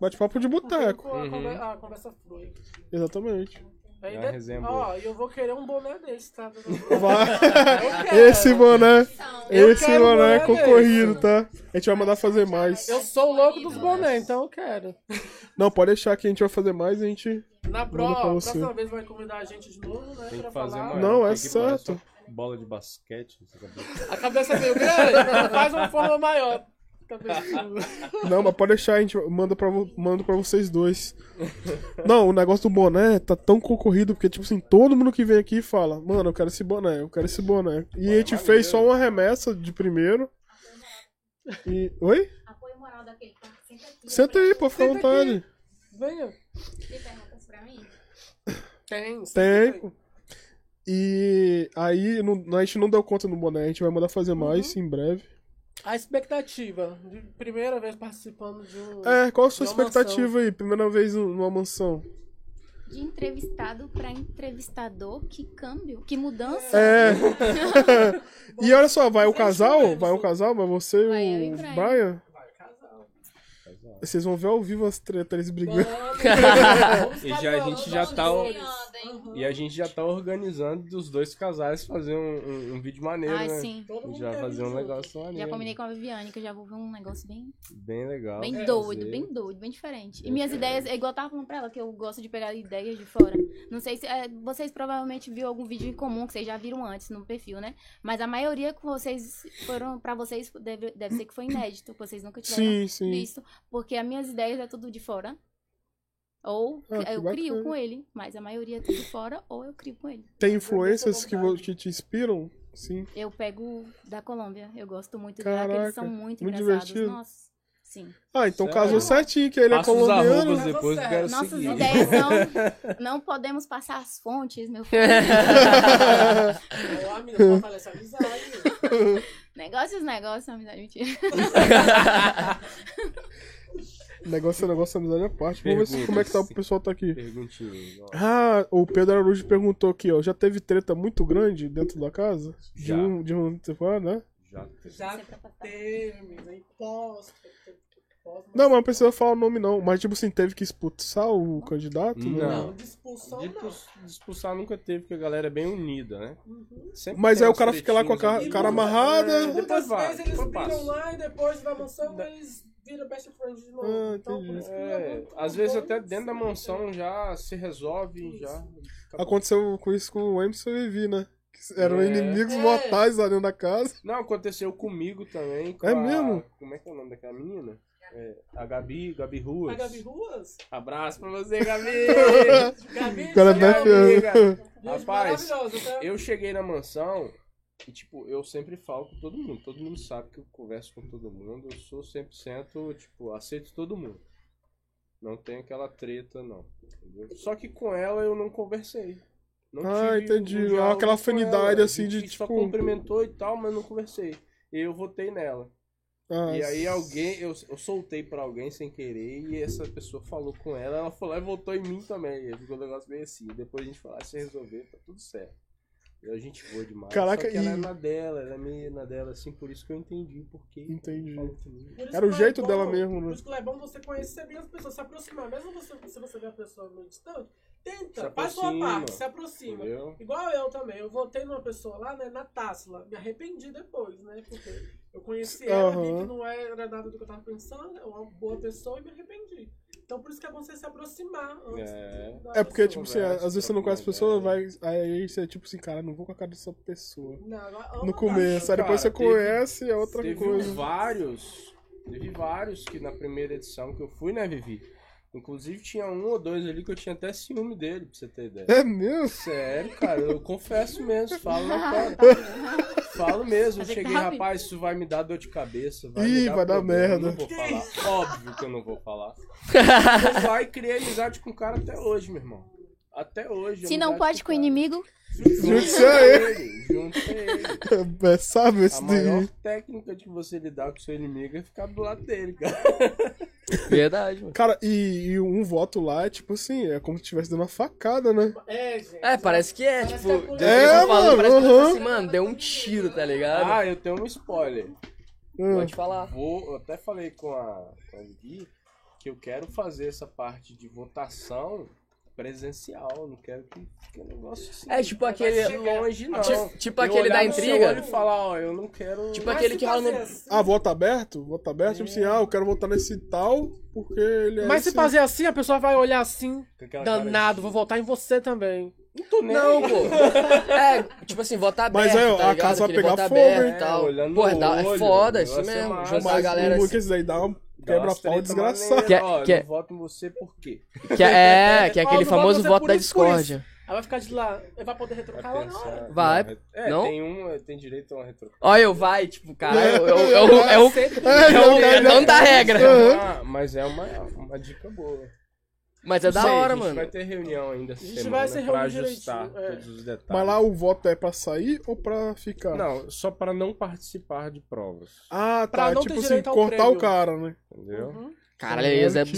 Speaker 1: Bate-papo de boteco,
Speaker 4: Pô, a
Speaker 7: Uhum.
Speaker 4: conver- A conversa flui.
Speaker 1: exatamente.
Speaker 4: Aí
Speaker 7: É uma
Speaker 4: de-
Speaker 7: resenha
Speaker 4: Ó, e eu vou querer um boné desse, tá?
Speaker 1: Vai.
Speaker 4: Eu quero.
Speaker 1: Esse boné,
Speaker 10: São.
Speaker 4: Eu
Speaker 1: esse
Speaker 4: quero
Speaker 1: boné é
Speaker 4: boné
Speaker 1: concorrido, tá? A gente vai mandar fazer mais.
Speaker 4: Eu sou o louco dos bonés, então eu quero.
Speaker 1: Não, pode deixar que a gente vai fazer mais, a gente...
Speaker 4: Na pro...
Speaker 1: Manda pra você.
Speaker 4: próxima vez vai convidar a gente de novo, né?
Speaker 7: Tem
Speaker 4: pra
Speaker 7: que fazer
Speaker 4: falar.
Speaker 7: uma.
Speaker 1: Não, é
Speaker 7: tem que parar
Speaker 1: certo.
Speaker 7: só Bola de basquete. você sabe?
Speaker 4: A cabeça é meio grande, faz uma forma maior. Cabeçudo.
Speaker 1: Não, mas pode deixar, a gente manda pra, vo- manda pra vocês dois. Não, o negócio do boné tá tão concorrido, porque, tipo assim, todo mundo que vem aqui fala, mano, eu quero esse boné, eu quero esse boné. E a gente fez só uma remessa de primeiro. E... Oi?
Speaker 10: Apoio moral daquele que tá sempre aqui.
Speaker 5: né?
Speaker 1: Senta aí, pô, fica à
Speaker 4: Senta aqui.
Speaker 1: vontade.
Speaker 4: Venha.
Speaker 10: Tem perguntas pra mim?
Speaker 4: Tem.
Speaker 1: Tem. E aí, não- a gente não deu conta no boné, a gente vai mandar
Speaker 4: Uhum.
Speaker 1: fazer mais em breve.
Speaker 4: A expectativa de primeira vez participando de um.
Speaker 1: É, qual a sua
Speaker 4: Numa
Speaker 1: expectativa aí? Primeira vez numa mansão.
Speaker 5: De entrevistado pra entrevistador, que câmbio, que mudança.
Speaker 4: né?
Speaker 1: É. e olha só, vai o
Speaker 4: Vocês
Speaker 1: casal?
Speaker 4: escolheram,
Speaker 1: Vai o
Speaker 4: vocês-
Speaker 1: casal? Vai você
Speaker 5: Vai eu
Speaker 1: e
Speaker 5: e
Speaker 1: o
Speaker 5: Brian.
Speaker 1: Brian?
Speaker 4: Casal.
Speaker 1: Vocês vão ver ao vivo as tretas, eles brigando.
Speaker 4: Vamos
Speaker 7: E já- a gente já tá-
Speaker 4: Vamos Uhum.
Speaker 7: E a gente já tá organizando dos dois casais fazer um, um- um vídeo
Speaker 1: É,
Speaker 7: maneiro,
Speaker 5: Ai,
Speaker 7: né?
Speaker 5: Ah, sim.
Speaker 4: Todo
Speaker 7: A gente
Speaker 4: mundo
Speaker 7: vai
Speaker 4: quer
Speaker 7: fazer
Speaker 4: vir
Speaker 7: um
Speaker 4: junto.
Speaker 7: negócio maneiro.
Speaker 5: Já combinei com a Viviane, que eu já vou ver um negócio bem,
Speaker 7: Bem legal.
Speaker 5: bem
Speaker 1: é,
Speaker 7: fazer.
Speaker 5: doido, bem doido, bem diferente. E minhas
Speaker 7: Bem
Speaker 5: ideias, é igual eu tava falando pra ela, que eu gosto de pegar ideias de fora. Não sei se. é, vocês provavelmente viram algum vídeo em comum que vocês já viram antes no perfil, né? Mas a maioria que vocês foram. Pra vocês, deve, deve ser que foi inédito, que vocês nunca tiveram
Speaker 1: Sim, sim.
Speaker 5: visto, porque as minhas ideias é tudo de fora. Ou
Speaker 1: Ah, que
Speaker 5: eu
Speaker 1: bacana.
Speaker 5: crio com ele, mas a maioria é tudo de fora, ou eu crio com ele.
Speaker 1: Tem influências que, vo- que te inspiram? Sim.
Speaker 5: Eu pego da Colômbia, eu gosto muito de lá, que
Speaker 1: Caraca,
Speaker 5: eles são
Speaker 1: muito
Speaker 5: muito, engraçados.
Speaker 1: divertido.
Speaker 5: Nossa, sim.
Speaker 1: Ah, então
Speaker 7: Sério?
Speaker 1: casou certinho, que ele é
Speaker 7: Passa os
Speaker 1: colombiano.
Speaker 7: arrobas depois, eu quero
Speaker 5: Nossas
Speaker 7: seguir.
Speaker 5: ideias são. Não podemos passar as fontes, meu filho.
Speaker 4: Ó, amiga, fortalece a amizade.
Speaker 5: negócios, negócios, amizade, mentira.
Speaker 1: Negócio é negócio, amizade à parte. Vamos ver se- como é que tá, o
Speaker 7: Perguntas.
Speaker 1: pessoal tá aqui.
Speaker 7: Perguntinho. ó.
Speaker 1: Ah, o Pedro Araújo perguntou aqui, ó. Já teve treta muito grande dentro da casa? De
Speaker 7: Já.
Speaker 1: um, de um, você fala, né?
Speaker 7: Já.
Speaker 4: Já teve, menina, imposto. imposto,
Speaker 1: Não, mas não precisa falar o nome, não. Mas, tipo assim, teve que expulsar o candidato? né?
Speaker 7: Não.
Speaker 4: Não, de expulsão
Speaker 7: De
Speaker 4: não.
Speaker 7: pus- de expulsar nunca teve, porque a galera é bem unida, né? Sempre
Speaker 1: Mas
Speaker 7: tem
Speaker 1: aí o
Speaker 7: uns
Speaker 1: cara fica lá com a
Speaker 7: tretinhos
Speaker 1: ca-
Speaker 7: ali.
Speaker 1: cara amarrada.
Speaker 7: É,
Speaker 4: Uhum. Muitas
Speaker 7: depois vai,
Speaker 4: vezes eles
Speaker 7: depois
Speaker 4: brigam
Speaker 7: passa.
Speaker 4: lá e depois da mansão eles viram best friends de novo.
Speaker 1: Ah,
Speaker 4: então, por
Speaker 1: entendi.
Speaker 4: isso que
Speaker 7: É,
Speaker 4: eu-
Speaker 7: às vezes
Speaker 4: eu-
Speaker 7: até dentro da
Speaker 4: né?
Speaker 7: mansão já se resolve, já. acabou.
Speaker 1: Aconteceu com isso com o Emerson e Vivi, né? Que eram
Speaker 7: É.
Speaker 1: inimigos
Speaker 4: É.
Speaker 1: mortais lá dentro da casa.
Speaker 7: Não, aconteceu comigo também. com
Speaker 1: É
Speaker 7: a-
Speaker 1: mesmo?
Speaker 7: Como é que é o nome daquela menina? É, a Gabi, Gabi
Speaker 4: A
Speaker 7: Ruas.
Speaker 4: Gabi Ruas?
Speaker 7: Abraço pra você, Gabi!
Speaker 4: Gabi,
Speaker 1: O cara é
Speaker 4: Gabi,
Speaker 1: da fiel.
Speaker 4: gente,
Speaker 7: Rapaz,
Speaker 4: maravilhosa, tá?
Speaker 7: Eu cheguei na mansão e, tipo, eu sempre falo com todo mundo. Todo mundo sabe que eu converso com todo mundo. Eu sou 100%, tipo, aceito todo mundo. Não tem aquela treta, não. entendeu? Só que com ela eu não conversei. Não
Speaker 1: Ah,
Speaker 7: tive
Speaker 1: entendi.
Speaker 7: um diálogo
Speaker 1: Aquela
Speaker 7: com
Speaker 1: afinidade,
Speaker 7: ela. A
Speaker 1: assim, de,
Speaker 7: gente Só
Speaker 1: tipo-
Speaker 7: cumprimentou e tal, mas não conversei. E eu votei nela.
Speaker 1: Ah,
Speaker 7: E aí alguém, eu, eu soltei pra alguém sem querer e essa pessoa falou com ela, ela foi lá e voltou em mim também. E aí ficou um negócio meio assim. Depois a gente falou, ah, se resolver, tá tudo certo. E a gente foi demais.
Speaker 1: Caraca,
Speaker 7: só que ela
Speaker 1: e-
Speaker 7: é na dela, ela é meio na dela, assim, por isso que eu entendi o porquê. que ela
Speaker 1: Entendi.
Speaker 7: falou comigo.
Speaker 4: Por isso
Speaker 1: Era o
Speaker 4: que é
Speaker 1: jeito
Speaker 4: bom-
Speaker 1: dela mesmo, né?
Speaker 4: Por isso que é bom você conhecer bem as pessoas, se aproximar. Mesmo você, se você vê a pessoa meio distante, tenta,
Speaker 7: Se
Speaker 4: faz sua
Speaker 7: aproxima.
Speaker 4: parte, se aproxima.
Speaker 7: Entendeu?
Speaker 4: Igual eu também, eu votei numa pessoa lá, né, na Tássila. Me arrependi depois, né? Porque eu conheci ela, vi
Speaker 1: Aham.
Speaker 4: que não era agradável do que eu tava pensando, é uma boa pessoa e me arrependi. Então por isso que é bom você se aproximar antes
Speaker 11: É.
Speaker 4: da
Speaker 1: É porque, tipo
Speaker 4: pessoa.
Speaker 1: assim, às vezes você não conhece a pessoa, vai, aí você é tipo assim, cara, não vou com a cara dessa pessoa.
Speaker 4: Não, eu amo
Speaker 1: No
Speaker 4: a
Speaker 1: começo, aí
Speaker 4: Nath.
Speaker 1: depois você
Speaker 7: Cara, teve-
Speaker 1: conhece, é outra
Speaker 7: teve um
Speaker 1: coisa.
Speaker 7: vários. Teve vários que na primeira edição que eu fui, né, Vivi? Inclusive tinha um ou dois ali que eu tinha até ciúme dele, pra você ter ideia.
Speaker 1: É mesmo?
Speaker 7: Sério, cara, eu confesso mesmo, falo na cara. Falo mesmo, eu
Speaker 5: Fazer
Speaker 7: é cheguei,
Speaker 5: copy?
Speaker 7: rapaz, isso vai me dar dor de cabeça. Vai
Speaker 1: Ih,
Speaker 7: me dar
Speaker 1: vai dar
Speaker 7: problema,
Speaker 1: merda.
Speaker 7: Não vou falar. Óbvio que eu não vou falar. Eu vou lá e criei amizade com o cara até hoje, meu irmão. Até hoje.
Speaker 5: Se não
Speaker 7: amizade
Speaker 5: pode com o
Speaker 7: o cara.
Speaker 5: inimigo,
Speaker 1: Junte-se
Speaker 7: Junte-se
Speaker 1: a
Speaker 7: a ele. Junte-se a ele.
Speaker 1: É, sabe
Speaker 7: A
Speaker 1: esse
Speaker 7: maior
Speaker 1: daí?
Speaker 7: técnica de você lidar com seu inimigo é ficar do lado dele, cara.
Speaker 2: Verdade, mano.
Speaker 1: Cara, e, e um voto lá é tipo assim, é como se estivesse dando uma facada, né?
Speaker 4: É, gente.
Speaker 2: É, parece que é,
Speaker 4: Parece
Speaker 2: tipo, deu
Speaker 4: que é
Speaker 7: tá um
Speaker 4: por-
Speaker 2: é,
Speaker 1: É,
Speaker 2: falando,
Speaker 1: mano,
Speaker 2: parece que
Speaker 1: aham.
Speaker 2: tá assim, mano, deu um tiro, tá ligado?
Speaker 7: Ah, eu tenho um spoiler.
Speaker 1: Hum.
Speaker 2: Pode falar.
Speaker 7: Vou, eu até falei com a, com a Gui que eu quero fazer essa parte de votação presencial. eu Não quero que fique um negócio assim.
Speaker 2: É, tipo
Speaker 7: vai
Speaker 2: aquele-
Speaker 7: chegar longe, não.
Speaker 2: Tipo, tipo
Speaker 7: Eu
Speaker 2: aquele da
Speaker 7: um olhar no seu olho
Speaker 2: intriga.
Speaker 7: E falar, ó, eu não quero.
Speaker 2: Tipo
Speaker 4: Mas
Speaker 2: aquele
Speaker 4: se
Speaker 2: que rola no.
Speaker 4: fazer assim,
Speaker 1: Ah, voto aberto? Voto aberto? Tipo assim, ah, eu quero votar nesse tal, porque ele é.
Speaker 12: Mas se
Speaker 1: esse-
Speaker 12: fazer assim, a pessoa vai olhar assim,
Speaker 7: com aquela cara de-
Speaker 12: danado, vou votar em você também.
Speaker 7: Não tô nem
Speaker 2: Não,
Speaker 7: aí.
Speaker 2: pô. É, tipo assim, votar aberto.
Speaker 1: Mas aí, ó,
Speaker 2: tá
Speaker 1: a
Speaker 2: ligado?
Speaker 1: casa vai
Speaker 2: Aquele
Speaker 1: pegar
Speaker 2: voto
Speaker 1: fogo,
Speaker 2: aberto
Speaker 1: hein?
Speaker 2: e tal.
Speaker 7: É, olhando
Speaker 2: Pô, é,
Speaker 7: no
Speaker 2: da- é
Speaker 7: olho,
Speaker 2: foda
Speaker 7: o
Speaker 2: isso
Speaker 7: negócio é
Speaker 2: mesmo.
Speaker 7: massa.
Speaker 2: Juntar a
Speaker 1: Mas
Speaker 2: galera
Speaker 1: o
Speaker 2: assim.
Speaker 1: Lucas daí dá uma
Speaker 7: Dá
Speaker 1: quebra
Speaker 7: umas
Speaker 1: pau
Speaker 7: treta
Speaker 1: desgraçada.
Speaker 7: maneira,
Speaker 2: Que-
Speaker 7: ó,
Speaker 2: que-
Speaker 7: Eu não voto em você por quê?
Speaker 2: Que é, que é
Speaker 12: Ó,
Speaker 2: aquele
Speaker 12: não
Speaker 2: famoso
Speaker 12: vota
Speaker 2: voto
Speaker 12: por
Speaker 2: da
Speaker 12: isso, por isso.
Speaker 2: discórdia.
Speaker 12: Ela vai ficar de lá, vai poder
Speaker 7: Vai
Speaker 12: retrocar lá na hora.
Speaker 7: pensar-
Speaker 2: Vai.
Speaker 7: Não, É,
Speaker 2: Não?
Speaker 7: tem um, tem direito a uma retro.
Speaker 2: Ó, eu vai, tipo, caralho, é o- é o- é o- é o- é o dono da regra.
Speaker 7: Mas é uma- Mas é uma, uma dica boa.
Speaker 2: Mas é da
Speaker 7: Sei,
Speaker 2: hora,
Speaker 7: a gente Vai
Speaker 2: mano.
Speaker 7: ter reunião ainda essa
Speaker 12: A gente
Speaker 7: semana
Speaker 12: vai se
Speaker 7: pra
Speaker 12: reunir
Speaker 7: ajustar
Speaker 12: direitinho, é.
Speaker 7: todos os detalhes.
Speaker 1: Mas lá o voto é pra sair ou pra ficar?
Speaker 7: Não, só para não participar de provas,
Speaker 1: Ah,
Speaker 12: Pra
Speaker 1: tá.
Speaker 12: não ter
Speaker 1: Tipo assim,
Speaker 12: direito ao
Speaker 1: cortar
Speaker 12: prêmio.
Speaker 1: o cara, né?
Speaker 7: entendeu?
Speaker 12: Uhum.
Speaker 2: Caralho, isso é
Speaker 1: Que-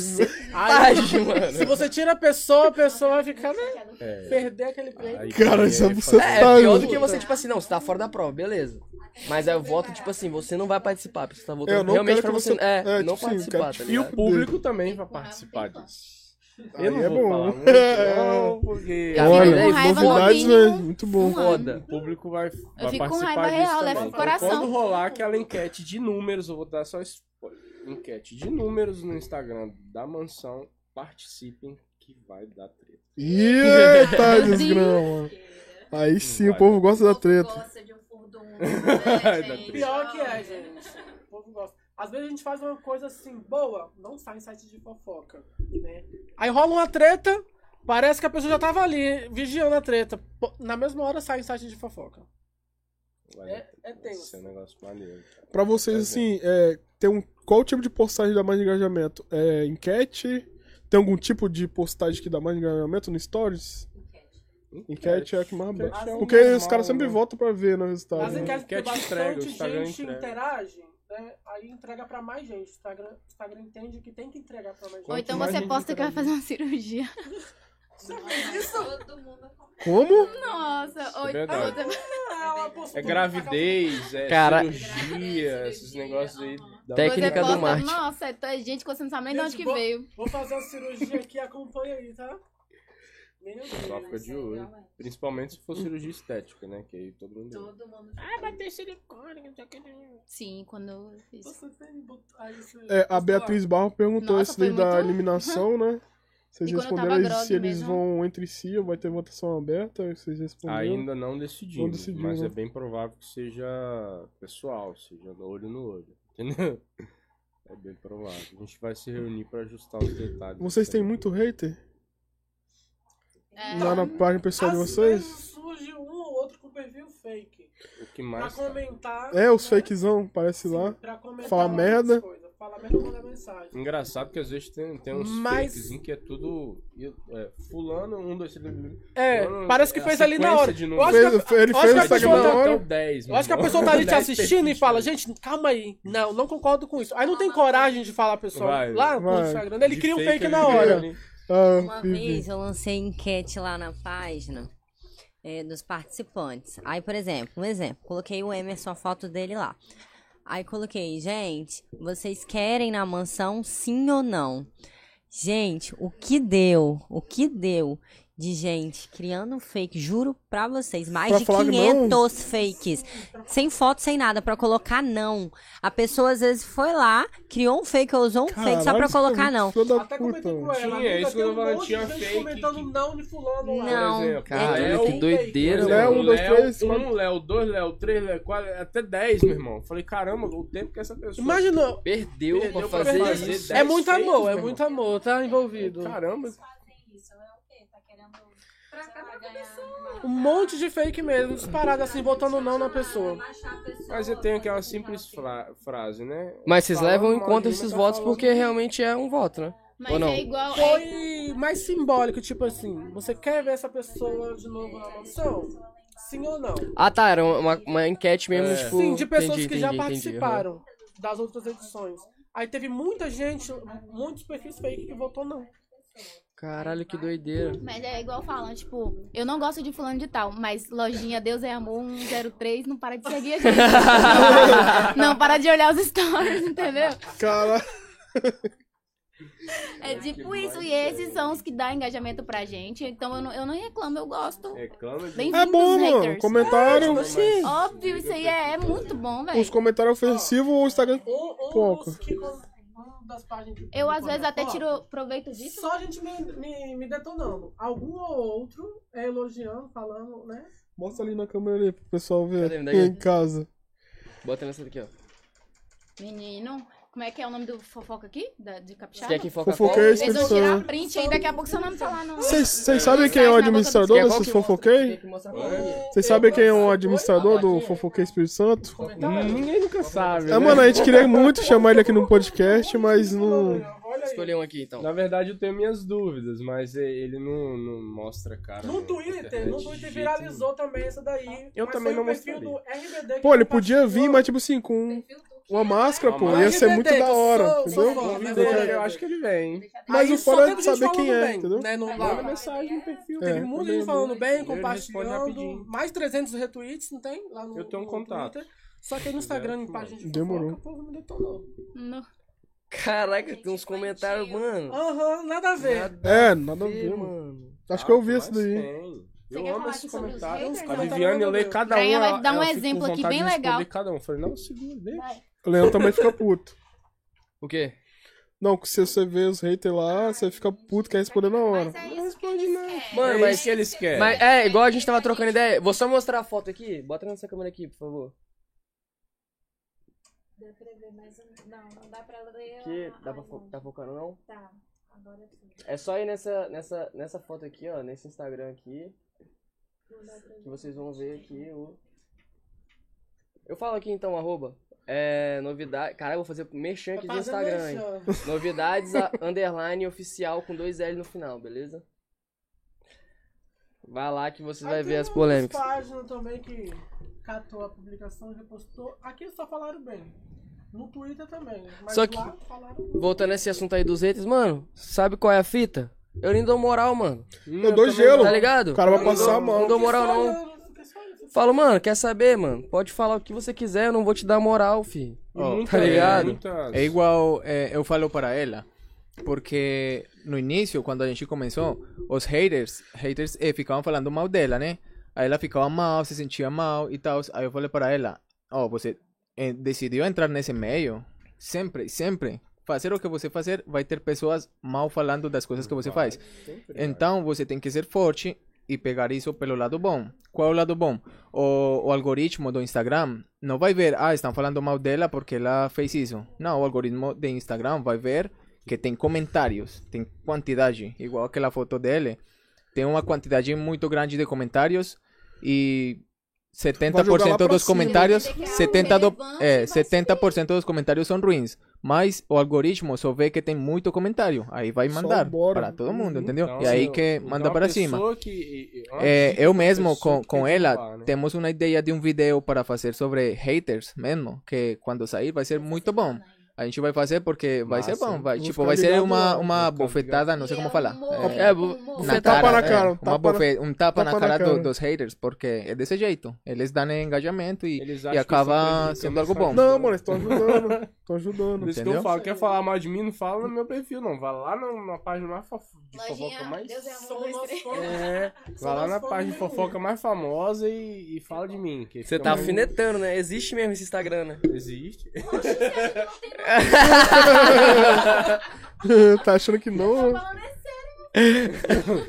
Speaker 12: Aí,
Speaker 2: bucetagem,
Speaker 12: se
Speaker 2: mano.
Speaker 12: você tira a pessoa, a pessoa vai ficar, né?
Speaker 7: É.
Speaker 12: Perder aquele prêmio.
Speaker 7: Aí-
Speaker 1: Cara,
Speaker 7: aí
Speaker 1: isso é
Speaker 7: fazer-
Speaker 1: bucetagem.
Speaker 2: É, é pior do que você, tipo assim, não, você tá fora da prova, beleza. Mas é o voto, tipo assim, você não vai participar, porque você tá
Speaker 1: Eu
Speaker 2: votando
Speaker 1: não
Speaker 2: realmente pra
Speaker 1: quero que
Speaker 2: você.
Speaker 1: você-
Speaker 2: É,
Speaker 1: é, tipo
Speaker 2: não
Speaker 1: assim,
Speaker 2: participar,
Speaker 1: quero
Speaker 2: tá
Speaker 1: que
Speaker 7: E o
Speaker 2: ligado?
Speaker 7: público também vai participar disso.
Speaker 1: Aí
Speaker 7: Eu não
Speaker 1: é
Speaker 7: vou
Speaker 1: bom.
Speaker 7: falar muito, não, porque assim,
Speaker 2: Cara,
Speaker 1: Olha,
Speaker 5: com raiva no
Speaker 1: novidades,
Speaker 5: mínimo,
Speaker 1: velho. Muito bom.
Speaker 5: um ano.
Speaker 7: o público vai, vai
Speaker 5: fico com
Speaker 7: participar
Speaker 5: raiva
Speaker 7: disso
Speaker 5: real,
Speaker 7: também.
Speaker 5: leva pro
Speaker 7: Então,
Speaker 5: coração.
Speaker 7: Quando rolar aquela enquete de números, eu vou dar só spoiler. enquete de números no Instagram da mansão, participem que vai dar treta.
Speaker 1: Eita, desgrama. Aí sim, o povo gosta da treta.
Speaker 13: Gosta de um furdunço, né,
Speaker 7: Da
Speaker 13: gente?
Speaker 4: Pior que é, gente. O povo gosta. Às vezes a gente faz uma coisa assim, boa, não sai em site de fofoca, né?
Speaker 12: Aí rola uma treta, parece que a pessoa já tava ali, vigiando a treta. Pô, Na mesma hora sai em site de fofoca.
Speaker 7: Vai dar
Speaker 4: É,
Speaker 7: treta.
Speaker 4: é
Speaker 7: Vai ser
Speaker 4: tenso.
Speaker 7: um negócio maneiro. cara.
Speaker 1: Pra vocês, assim, é, tem um, qual o tipo de postagem dá mais engajamento? É enquete? Tem algum tipo de postagem que dá mais engajamento no Stories? Enquete é a que mais
Speaker 7: Enquete
Speaker 1: bate.
Speaker 7: é o
Speaker 1: Porque
Speaker 7: normal,
Speaker 1: os caras sempre
Speaker 7: né?
Speaker 1: votam pra ver no resultado.
Speaker 4: As
Speaker 1: né?
Speaker 4: enquetes é que
Speaker 7: Enquete
Speaker 4: bastante
Speaker 7: entrega, o Instagram
Speaker 4: gente
Speaker 7: entrega.
Speaker 4: interage, né? Aí entrega pra mais gente. O Instagram, o Instagram entende que tem que entregar pra mais
Speaker 5: ou
Speaker 4: gente. é
Speaker 5: então
Speaker 1: mais
Speaker 5: você
Speaker 1: gente
Speaker 5: posta que vai
Speaker 1: interage.
Speaker 5: fazer uma cirurgia.
Speaker 13: Todo mundo
Speaker 1: Como?
Speaker 5: Nossa, ou
Speaker 7: é verdade.
Speaker 5: então você-
Speaker 4: Ah,
Speaker 7: É gravidez, é
Speaker 2: Cara-
Speaker 7: cirurgia, esses negócios aí. da-
Speaker 2: Técnica
Speaker 5: você
Speaker 2: do
Speaker 5: posta,
Speaker 2: marketing.
Speaker 5: Nossa, então é gente que você não sabe nem de
Speaker 4: Gente,
Speaker 5: onde que
Speaker 4: boa.
Speaker 5: veio.
Speaker 4: um- Vou fazer uma cirurgia aqui, acompanha aí, tá? Meu Deus.
Speaker 7: Só fica de olho. Principalmente se for cirurgia estética, né? Que aí todo mundo.
Speaker 13: Todo mundo.
Speaker 5: Sim, quando eu fiz.
Speaker 4: Você tem bot- aí você-
Speaker 1: É, a Beatriz Barro perguntou
Speaker 5: Nossa,
Speaker 1: isso daí
Speaker 5: foi
Speaker 1: da
Speaker 5: muito-
Speaker 1: eliminação, né? Vocês
Speaker 5: E quando eu tava
Speaker 1: responderam aí
Speaker 5: grogue
Speaker 1: se eles
Speaker 5: mesmo?
Speaker 1: vão entre si ou vai ter votação aberta? Vocês responderam.
Speaker 7: Ainda não decidimos,
Speaker 1: Não decidimos,
Speaker 7: mas
Speaker 1: né?
Speaker 7: é bem provável que seja pessoal, seja no olho no olho, entendeu? É bem provável. A gente vai se reunir pra ajustar os detalhes.
Speaker 1: Vocês têm muito hater?
Speaker 5: É, Ah,
Speaker 1: Lá na página pessoal de
Speaker 4: Às
Speaker 1: vocês?
Speaker 4: vezes surge um ou outro com perfil fake.
Speaker 7: O que
Speaker 4: Pra
Speaker 7: mais? tá?
Speaker 4: comentar.
Speaker 1: É, os
Speaker 4: né?
Speaker 1: fakezão, parece
Speaker 4: Sim,
Speaker 1: lá.
Speaker 4: pra comentar
Speaker 1: falar
Speaker 4: várias
Speaker 1: merda.
Speaker 4: coisas. Falar merda ou mandar mensagem.
Speaker 7: tá Engraçado que às vezes tem, tem uns
Speaker 12: Mas-
Speaker 7: fakezinhos que é tudo. é, fulano, um, dois, três.
Speaker 12: É,
Speaker 7: fulano,
Speaker 12: parece que
Speaker 7: é a
Speaker 12: fez ali na hora.
Speaker 7: sequência de
Speaker 12: Eu
Speaker 7: números.
Speaker 12: acho que a-
Speaker 1: Fez- ele
Speaker 12: eu acho que
Speaker 1: fez o
Speaker 12: a
Speaker 7: Vai
Speaker 1: Instagram
Speaker 12: pessoa
Speaker 5: então?
Speaker 1: na
Speaker 7: diminuir
Speaker 12: tá-
Speaker 1: hora.
Speaker 7: até o 10,
Speaker 12: Eu acho que a
Speaker 7: mano.
Speaker 12: pessoa tá ali te
Speaker 7: 10
Speaker 12: assistindo e
Speaker 7: perfis,
Speaker 12: fala,
Speaker 7: velho.
Speaker 12: gente, calma aí. Não, não concordo com isso. Aí não tem coragem de falar, pessoal.
Speaker 7: Vai,
Speaker 12: lá no
Speaker 1: vai.
Speaker 12: Instagram. Ele
Speaker 7: De
Speaker 12: cria um fake,
Speaker 7: ele
Speaker 12: na
Speaker 7: cria
Speaker 12: hora.
Speaker 7: ali.
Speaker 1: Ah,
Speaker 3: Uma
Speaker 1: Vivi.
Speaker 3: vez eu lancei enquete lá na página eh, dos participantes. Aí, por exemplo, um exemplo, coloquei o Emerson, a foto dele lá. Aí coloquei, gente, vocês querem na mansão sim ou não? Gente, o que deu? O que deu? de gente criando um fake, juro pra vocês, mais
Speaker 1: Pra
Speaker 3: de
Speaker 1: falar que não?
Speaker 3: 500 fakes, sem foto, sem nada, pra colocar não. A pessoa às vezes foi lá, criou um fake ou usou um fake só
Speaker 1: Caralho,
Speaker 3: pra
Speaker 1: isso é
Speaker 3: colocar
Speaker 1: muito
Speaker 3: não.
Speaker 1: filho da puta, mano.
Speaker 4: Tinha,
Speaker 7: é isso que eu tava falando, tinha
Speaker 4: um de gente
Speaker 7: fake
Speaker 4: comentando não de fulano lá.
Speaker 3: Não. é
Speaker 7: Por exemplo,
Speaker 2: Caralho,
Speaker 7: Léo,
Speaker 2: que doideira,
Speaker 1: é
Speaker 7: Léo,
Speaker 5: é.
Speaker 2: mano.
Speaker 7: um, dois, três, um, Léo, dois, Léo, três, Léo, quatro, até dez, meu irmão. Falei, caramba, o tempo que essa pessoa.
Speaker 4: Imagina-
Speaker 2: Perdeu pra
Speaker 7: Perdeu
Speaker 2: fazer isso.
Speaker 4: É
Speaker 7: dez
Speaker 4: muito
Speaker 7: fakes,
Speaker 4: amor,
Speaker 7: meu
Speaker 4: é
Speaker 7: irmão.
Speaker 4: muito amor, tá envolvido.
Speaker 7: Caramba.
Speaker 4: Um monte de fake mesmo, disparado assim, botando não na pessoa.
Speaker 7: Mas eu tenho aquela simples fra- frase, né?
Speaker 2: Mas vocês
Speaker 7: Falando
Speaker 2: levam em
Speaker 7: mal
Speaker 2: conta
Speaker 7: de mim,
Speaker 2: esses
Speaker 7: tá
Speaker 2: votos
Speaker 7: falando
Speaker 2: porque realmente é um voto, né? Ou não?
Speaker 5: é igual-
Speaker 7: é
Speaker 4: Foi mais simbólico, tipo assim, você quer ver essa pessoa de novo na mansão? Sim ou não?
Speaker 2: Ah, tá, era uma, uma enquete mesmo,
Speaker 7: É.
Speaker 2: tipo...
Speaker 4: Sim, de pessoas
Speaker 2: entendi,
Speaker 4: que já
Speaker 2: entendi, entendi, aham.
Speaker 4: participaram das outras edições. Aí teve muita gente, muitos perfis fake que votou não.
Speaker 2: Caralho, que doideira.
Speaker 5: Mas é igual falam, tipo, eu não gosto de fulano de tal, mas lojinha Deus é Amor 103 não para de seguir a gente. não para de olhar os stories, entendeu?
Speaker 1: Cara,
Speaker 5: É tipo isso, e esses são os que dá engajamento pra gente, então eu não, eu não reclamo, eu gosto.
Speaker 7: Reclama de
Speaker 5: Bem-vindos,
Speaker 1: é bom, mano.
Speaker 5: haters.
Speaker 1: Comentário.
Speaker 5: Óbvio, isso aí é, é muito bom, velho.
Speaker 1: Os comentários ofensivos, o Instagram.
Speaker 4: Ou, ou
Speaker 1: Pouco.
Speaker 4: os que com- um das páginas que
Speaker 5: Eu, às vezes,
Speaker 4: comentam,
Speaker 5: até
Speaker 4: ó,
Speaker 5: tiro proveito disso.
Speaker 4: Só a gente me, me, me detonando. Algum ou outro é elogiando, falando, né?
Speaker 1: Mostra ali na câmera ali pro pessoal ver.
Speaker 2: Cadê? Me dá
Speaker 1: Quem
Speaker 2: aqui.
Speaker 1: em casa.
Speaker 2: Bota nessa daqui, ó.
Speaker 5: Menino, como é que é o nome do fofoca aqui? Da, de capixaba?
Speaker 2: Quer que foca
Speaker 1: Fofoqueiro,
Speaker 5: Vocês vão
Speaker 1: Sim,
Speaker 5: tirar
Speaker 1: senhor.
Speaker 5: print aí, daqui a pouco seu nome tá lá no...
Speaker 1: Vocês vocês sabem quem é o
Speaker 5: Sai na boca
Speaker 1: administrador
Speaker 2: dos-
Speaker 1: desses fofoquei? Vocês
Speaker 4: Eu
Speaker 1: sabem quem é o
Speaker 4: gosto-
Speaker 1: administrador do Fofoquei Espírito Santo?
Speaker 4: Então, é
Speaker 2: Hum.
Speaker 7: Ninguém nunca sabe.
Speaker 1: É,
Speaker 7: né?
Speaker 1: mano, a gente queria muito chamar ele aqui no podcast, mas não.
Speaker 4: né?
Speaker 2: Escolher um aqui, então.
Speaker 7: Na verdade, eu tenho minhas dúvidas, mas e- ele não, não mostra, cara.
Speaker 4: No
Speaker 7: na
Speaker 4: Twitter,
Speaker 7: internet
Speaker 4: no
Speaker 7: de
Speaker 4: Twitter
Speaker 7: jeito
Speaker 4: viralizou também essa daí.
Speaker 7: Eu
Speaker 4: mas foi
Speaker 7: também não
Speaker 4: o perfil
Speaker 7: mostraria.
Speaker 4: do RBD
Speaker 1: Pô,
Speaker 4: que
Speaker 1: ele
Speaker 4: compartilhou.
Speaker 1: podia vir, mas tipo assim, com uma máscara, pô. Ia ser muito da hora, entendeu?
Speaker 7: nenhum. Convidei,
Speaker 4: Agora-
Speaker 7: eu acho que ele vem.
Speaker 1: Mas
Speaker 4: né? Aí
Speaker 1: o
Speaker 4: só
Speaker 1: fora
Speaker 4: teve
Speaker 1: é
Speaker 4: gente
Speaker 1: saber quem
Speaker 4: falando
Speaker 1: é,
Speaker 4: bem,
Speaker 1: entendeu?
Speaker 4: Né, no
Speaker 7: Manda
Speaker 4: lá.
Speaker 7: mensagem no perfil.
Speaker 1: É.
Speaker 4: Teve muita gente falando bem,
Speaker 7: Ele responde
Speaker 4: compartilhando.
Speaker 7: rapidinho.
Speaker 4: Mais 300 retweets, não tem? Lá no,
Speaker 7: Eu tenho um
Speaker 4: no
Speaker 7: contato. é
Speaker 4: Twitter. Só que aí no Instagram, em página de
Speaker 1: Demorou.
Speaker 4: fofoca, o povo me detonou.
Speaker 5: no-
Speaker 2: Caraca, tem uns comentários, mano.
Speaker 4: Aham, nada a ver.
Speaker 1: É, nada a ver, mano. Acho que eu
Speaker 4: Ah,
Speaker 1: vi isso daí.
Speaker 5: Você
Speaker 7: Eu
Speaker 5: quer
Speaker 7: amo
Speaker 5: falar
Speaker 7: esses
Speaker 5: aqui sobre os
Speaker 7: comentários.
Speaker 5: haters?
Speaker 7: A
Speaker 4: Não,
Speaker 7: Viviane
Speaker 4: não,
Speaker 7: lê
Speaker 4: não.
Speaker 7: cada um.
Speaker 5: Rainha vai
Speaker 7: ela-
Speaker 5: dar um
Speaker 7: ela fica com
Speaker 5: exemplo aqui
Speaker 7: vontade
Speaker 5: bem
Speaker 7: de responder
Speaker 5: legal.
Speaker 7: cada um. Eu falei, não, segura, deixa.
Speaker 1: O Leão também fica puto.
Speaker 2: O quê?
Speaker 1: Não, se você vê os haters lá, você fica puto, quer responder na hora.
Speaker 5: Mas é isso que eles querem.
Speaker 2: Mano,
Speaker 7: é
Speaker 2: mas...
Speaker 7: isso que eles querem.
Speaker 2: Mas é, igual a gente tava trocando ideia. Vou só mostrar a foto aqui. Bota nessa câmera aqui, por favor.
Speaker 14: Dá pra ver, mas não, não dá pra ler.
Speaker 2: Aqui,
Speaker 14: a-
Speaker 2: dá pra
Speaker 14: a-
Speaker 2: fo- tá focando não?
Speaker 14: Tá, agora sim.
Speaker 2: É só ir nessa, nessa, nessa foto aqui, ó. Nesse Instagram aqui. Que vocês vão ver aqui o... Eu falo aqui então, arroba. É, novidade... Caralho, eu vou fazer merchan aqui do
Speaker 4: Tá Fazendo
Speaker 2: Instagram, hein.
Speaker 4: merchan.
Speaker 2: Novidades a- underline oficial com dois L no final, beleza? Vai lá que você vai
Speaker 4: Aí
Speaker 2: ver
Speaker 4: tem
Speaker 2: as
Speaker 4: outras
Speaker 2: polêmicas.
Speaker 4: páginas também que catou a publicação e repostou. Aqui só falaram bem. No Twitter também. Mas
Speaker 2: Só que-
Speaker 4: lá falaram
Speaker 2: Voltando a esse assunto aí dos haters, mano, sabe qual é a fita? Eu nem dou moral, mano.
Speaker 7: é-
Speaker 1: Eu
Speaker 7: Hum,
Speaker 1: dou gelo.
Speaker 2: Tá ligado?
Speaker 1: O cara vai
Speaker 2: Eu
Speaker 1: passar
Speaker 2: dou-
Speaker 1: a mão.
Speaker 2: Não dou moral,
Speaker 4: Só
Speaker 2: não.
Speaker 4: olhando, fiquei só olhando.
Speaker 2: Falo, mano, quer saber, mano? Pode falar o que você quiser, eu não vou te dar moral, fi.
Speaker 6: Ó,
Speaker 2: tá ligado?
Speaker 7: muitas-
Speaker 6: É igual eh, eu falo para ela, porque no início, quando a gente começou, os haters, haters eh, ficavam falando mal dela, né? Aí ela ficava mal, se sentia mal e tal. Aí eu falei para ela, ó, você eh, decidiu entrar nesse meio, sempre, sempre, fazer o que você fazer, vai ter pessoas mal falando das coisas que você faz. Então você tem que ser forte e pegar isso pelo lado bom. Qual é o lado bom? O, o algoritmo do Instagram não vai ver, ah, estão falando mal dela porque ela fez isso. Não, o algoritmo de Instagram vai ver que tem comentários, tem quantidade. Igual aquela foto dele, tem uma quantidade muito grande de comentários e
Speaker 1: Vai jogar lá
Speaker 6: 70%
Speaker 1: pra
Speaker 6: dos
Speaker 1: cima.
Speaker 6: comentários,
Speaker 5: Vai ver que é algo
Speaker 6: 70 do-
Speaker 5: relevante e
Speaker 6: é,
Speaker 5: vai
Speaker 6: 70% dos comentários são ruins, mas o algoritmo só vê que tem muito comentário, aí vai
Speaker 1: Só
Speaker 6: mandar
Speaker 1: bora.
Speaker 6: para todo mundo, entendeu?
Speaker 7: Então,
Speaker 6: e aí
Speaker 7: assim,
Speaker 6: que
Speaker 7: então
Speaker 6: manda
Speaker 7: a
Speaker 6: para
Speaker 7: pessoa
Speaker 6: cima.
Speaker 7: que- e- e-
Speaker 6: É,
Speaker 7: antes
Speaker 6: eu
Speaker 7: da
Speaker 6: mesmo
Speaker 7: pessoa
Speaker 6: com,
Speaker 7: que
Speaker 6: com
Speaker 7: quer
Speaker 6: ela
Speaker 7: derrubar, né?
Speaker 6: temos uma ideia de um vídeo para fazer sobre haters mesmo, que quando sair vai ser muito bom. A gente vai fazer porque vai ser
Speaker 5: Massa.
Speaker 6: bom, vai.
Speaker 5: Vou
Speaker 6: tipo,
Speaker 5: ficar
Speaker 6: vai ser
Speaker 5: ligado
Speaker 6: uma,
Speaker 5: lá,
Speaker 6: uma bofetada, não sei como falar.
Speaker 5: É, bo- bofetada. Tapa na cara,
Speaker 6: uma
Speaker 5: tapa
Speaker 6: eh, bofe-
Speaker 5: na-
Speaker 6: um tapa, na cara, do-
Speaker 5: cara.
Speaker 6: dos haters, porque é desse jeito. Eles dão engajamento e, e
Speaker 7: acham que essa coisa
Speaker 6: acaba
Speaker 7: de
Speaker 6: sendo
Speaker 7: câmera
Speaker 6: algo bom.
Speaker 7: Não, mano,
Speaker 1: eles estão ajudando. Tô ajudando.
Speaker 7: Por isso que eu
Speaker 6: Entendeu?
Speaker 7: falo, quer falar mal de mim, não fala no meu perfil, não. Vai lá no- na página mais fofo- de
Speaker 15: Lojinha,
Speaker 7: fofoca mais.
Speaker 15: Deus é
Speaker 4: Só
Speaker 15: amor. dois, três.
Speaker 7: É, vai lá na página de fofoca mais famosa e, e fala de mim. que
Speaker 2: Você
Speaker 7: fica
Speaker 2: tá
Speaker 7: mais-
Speaker 2: alfinetando, né? Existe mesmo esse Instagram, né?
Speaker 7: Existe.
Speaker 1: tá achando que não? né?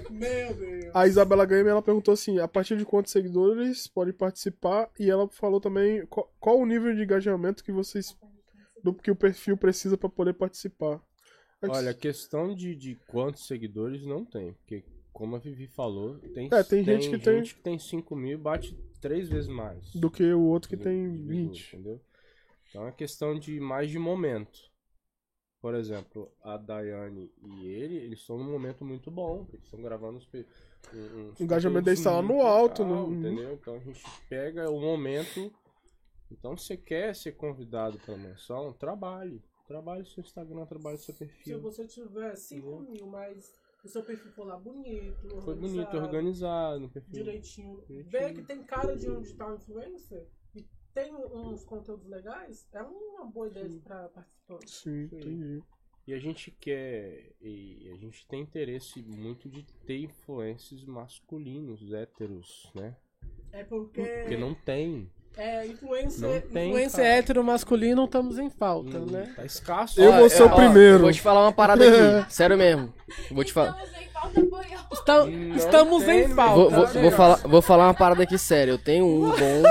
Speaker 4: Meu Deus.
Speaker 1: A Isabela Game, ela perguntou assim, a partir de quantos seguidores podem participar? E ela falou também qual, qual o nível de engajamento que vocês do que o perfil precisa pra poder participar.
Speaker 7: Olha, a questão de, de quantos seguidores não tem. Porque, como a Vivi falou, tem,
Speaker 1: É, tem gente que tem-
Speaker 7: gente que tem 5 mil e bate três vezes mais.
Speaker 1: do que o outro que
Speaker 7: do-
Speaker 1: tem
Speaker 7: do
Speaker 1: 20.
Speaker 7: entendeu? Então é questão de mais de momento. Por exemplo, a Daiane e ele, eles estão num momento muito bom. Eles estão gravando os. pe- um- uns
Speaker 1: O engajamento deles tá lá no
Speaker 7: conteúdos
Speaker 1: alto,
Speaker 7: muito legal,
Speaker 1: né? Uhum.
Speaker 7: Entendeu? Então a gente pega o momento. Então você quer ser convidado para mansão? Trabalhe. Trabalhe seu Instagram, trabalhe seu
Speaker 4: Se
Speaker 7: perfil.
Speaker 4: você tiver 5 mil, mas o seu perfil for lá bonito,
Speaker 7: Foi
Speaker 4: organizado,
Speaker 7: bonito, organizado, perfil.
Speaker 4: direitinho,
Speaker 7: Direitinho.
Speaker 4: vê que tem cara de um digital influencer e tem uns conteúdos legais, é uma boa ideia pra participante.
Speaker 1: Sim,
Speaker 7: Sim.
Speaker 1: entendi.
Speaker 7: E a gente quer, e a gente tem interesse muito de ter influências masculinos, héteros, né?
Speaker 4: É porque.
Speaker 7: Porque não tem.
Speaker 4: É,
Speaker 7: Não
Speaker 4: influencer.
Speaker 7: tem,
Speaker 4: influencer
Speaker 7: cara.
Speaker 4: hétero masculino, estamos em falta,
Speaker 7: Hum,
Speaker 4: né?
Speaker 7: Tá escasso.
Speaker 2: Ó, é, ó, Vou te falar uma parada aqui, sério mesmo. Vou te falar.
Speaker 4: Está- estamos em falta.
Speaker 2: Vou, vou, vou falar, vou falar uma parada aqui séria. Eu tenho um bom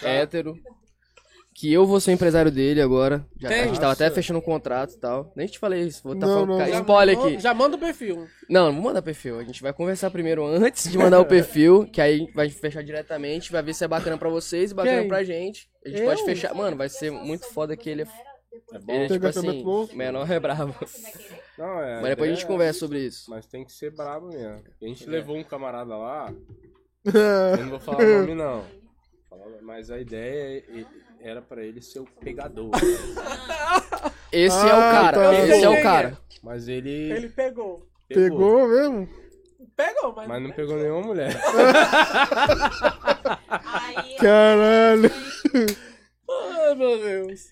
Speaker 7: Tá
Speaker 2: hétero. Que eu vou ser empresário dele agora. Já,
Speaker 4: Tem?
Speaker 2: a gente tava até
Speaker 4: Nossa.
Speaker 2: fechando um contrato e tal. Nem te falei isso. Vou tá
Speaker 1: Não,
Speaker 2: falando
Speaker 1: não,
Speaker 2: cara,
Speaker 1: não.
Speaker 2: Spoiler aqui.
Speaker 4: Já manda o perfil.
Speaker 2: Não, não vou mandar perfil. A gente vai conversar primeiro antes de mandar o perfil. Que aí vai fechar diretamente. Vai ver se é bacana pra vocês e bacana
Speaker 1: Quem?
Speaker 2: pra gente. A gente
Speaker 1: Eu?
Speaker 2: pode fechar. Mano, vai ser muito foda que ele é. Ele é
Speaker 1: Tem
Speaker 2: tipo assim,
Speaker 1: engajamento bom?
Speaker 2: menor é brabo.
Speaker 7: Não, é,
Speaker 2: Mas depois a gente
Speaker 7: é-
Speaker 2: conversa sobre isso.
Speaker 7: Mas tem que ser brabo mesmo. A
Speaker 2: É.
Speaker 7: gente levou um camarada lá. eu não vou falar o nome, não. Falava- Mas a ideia é- ele- era pra ele ser o pegador.
Speaker 2: Esse é o Ah, cara, tá. esse é o cara.
Speaker 7: Mas ele.
Speaker 4: Ele pegou.
Speaker 1: Pegou mesmo?
Speaker 4: Pegou, mas.
Speaker 7: Mas não pegou nenhuma mulher.
Speaker 1: Caralho.
Speaker 4: Ai, meu Deus.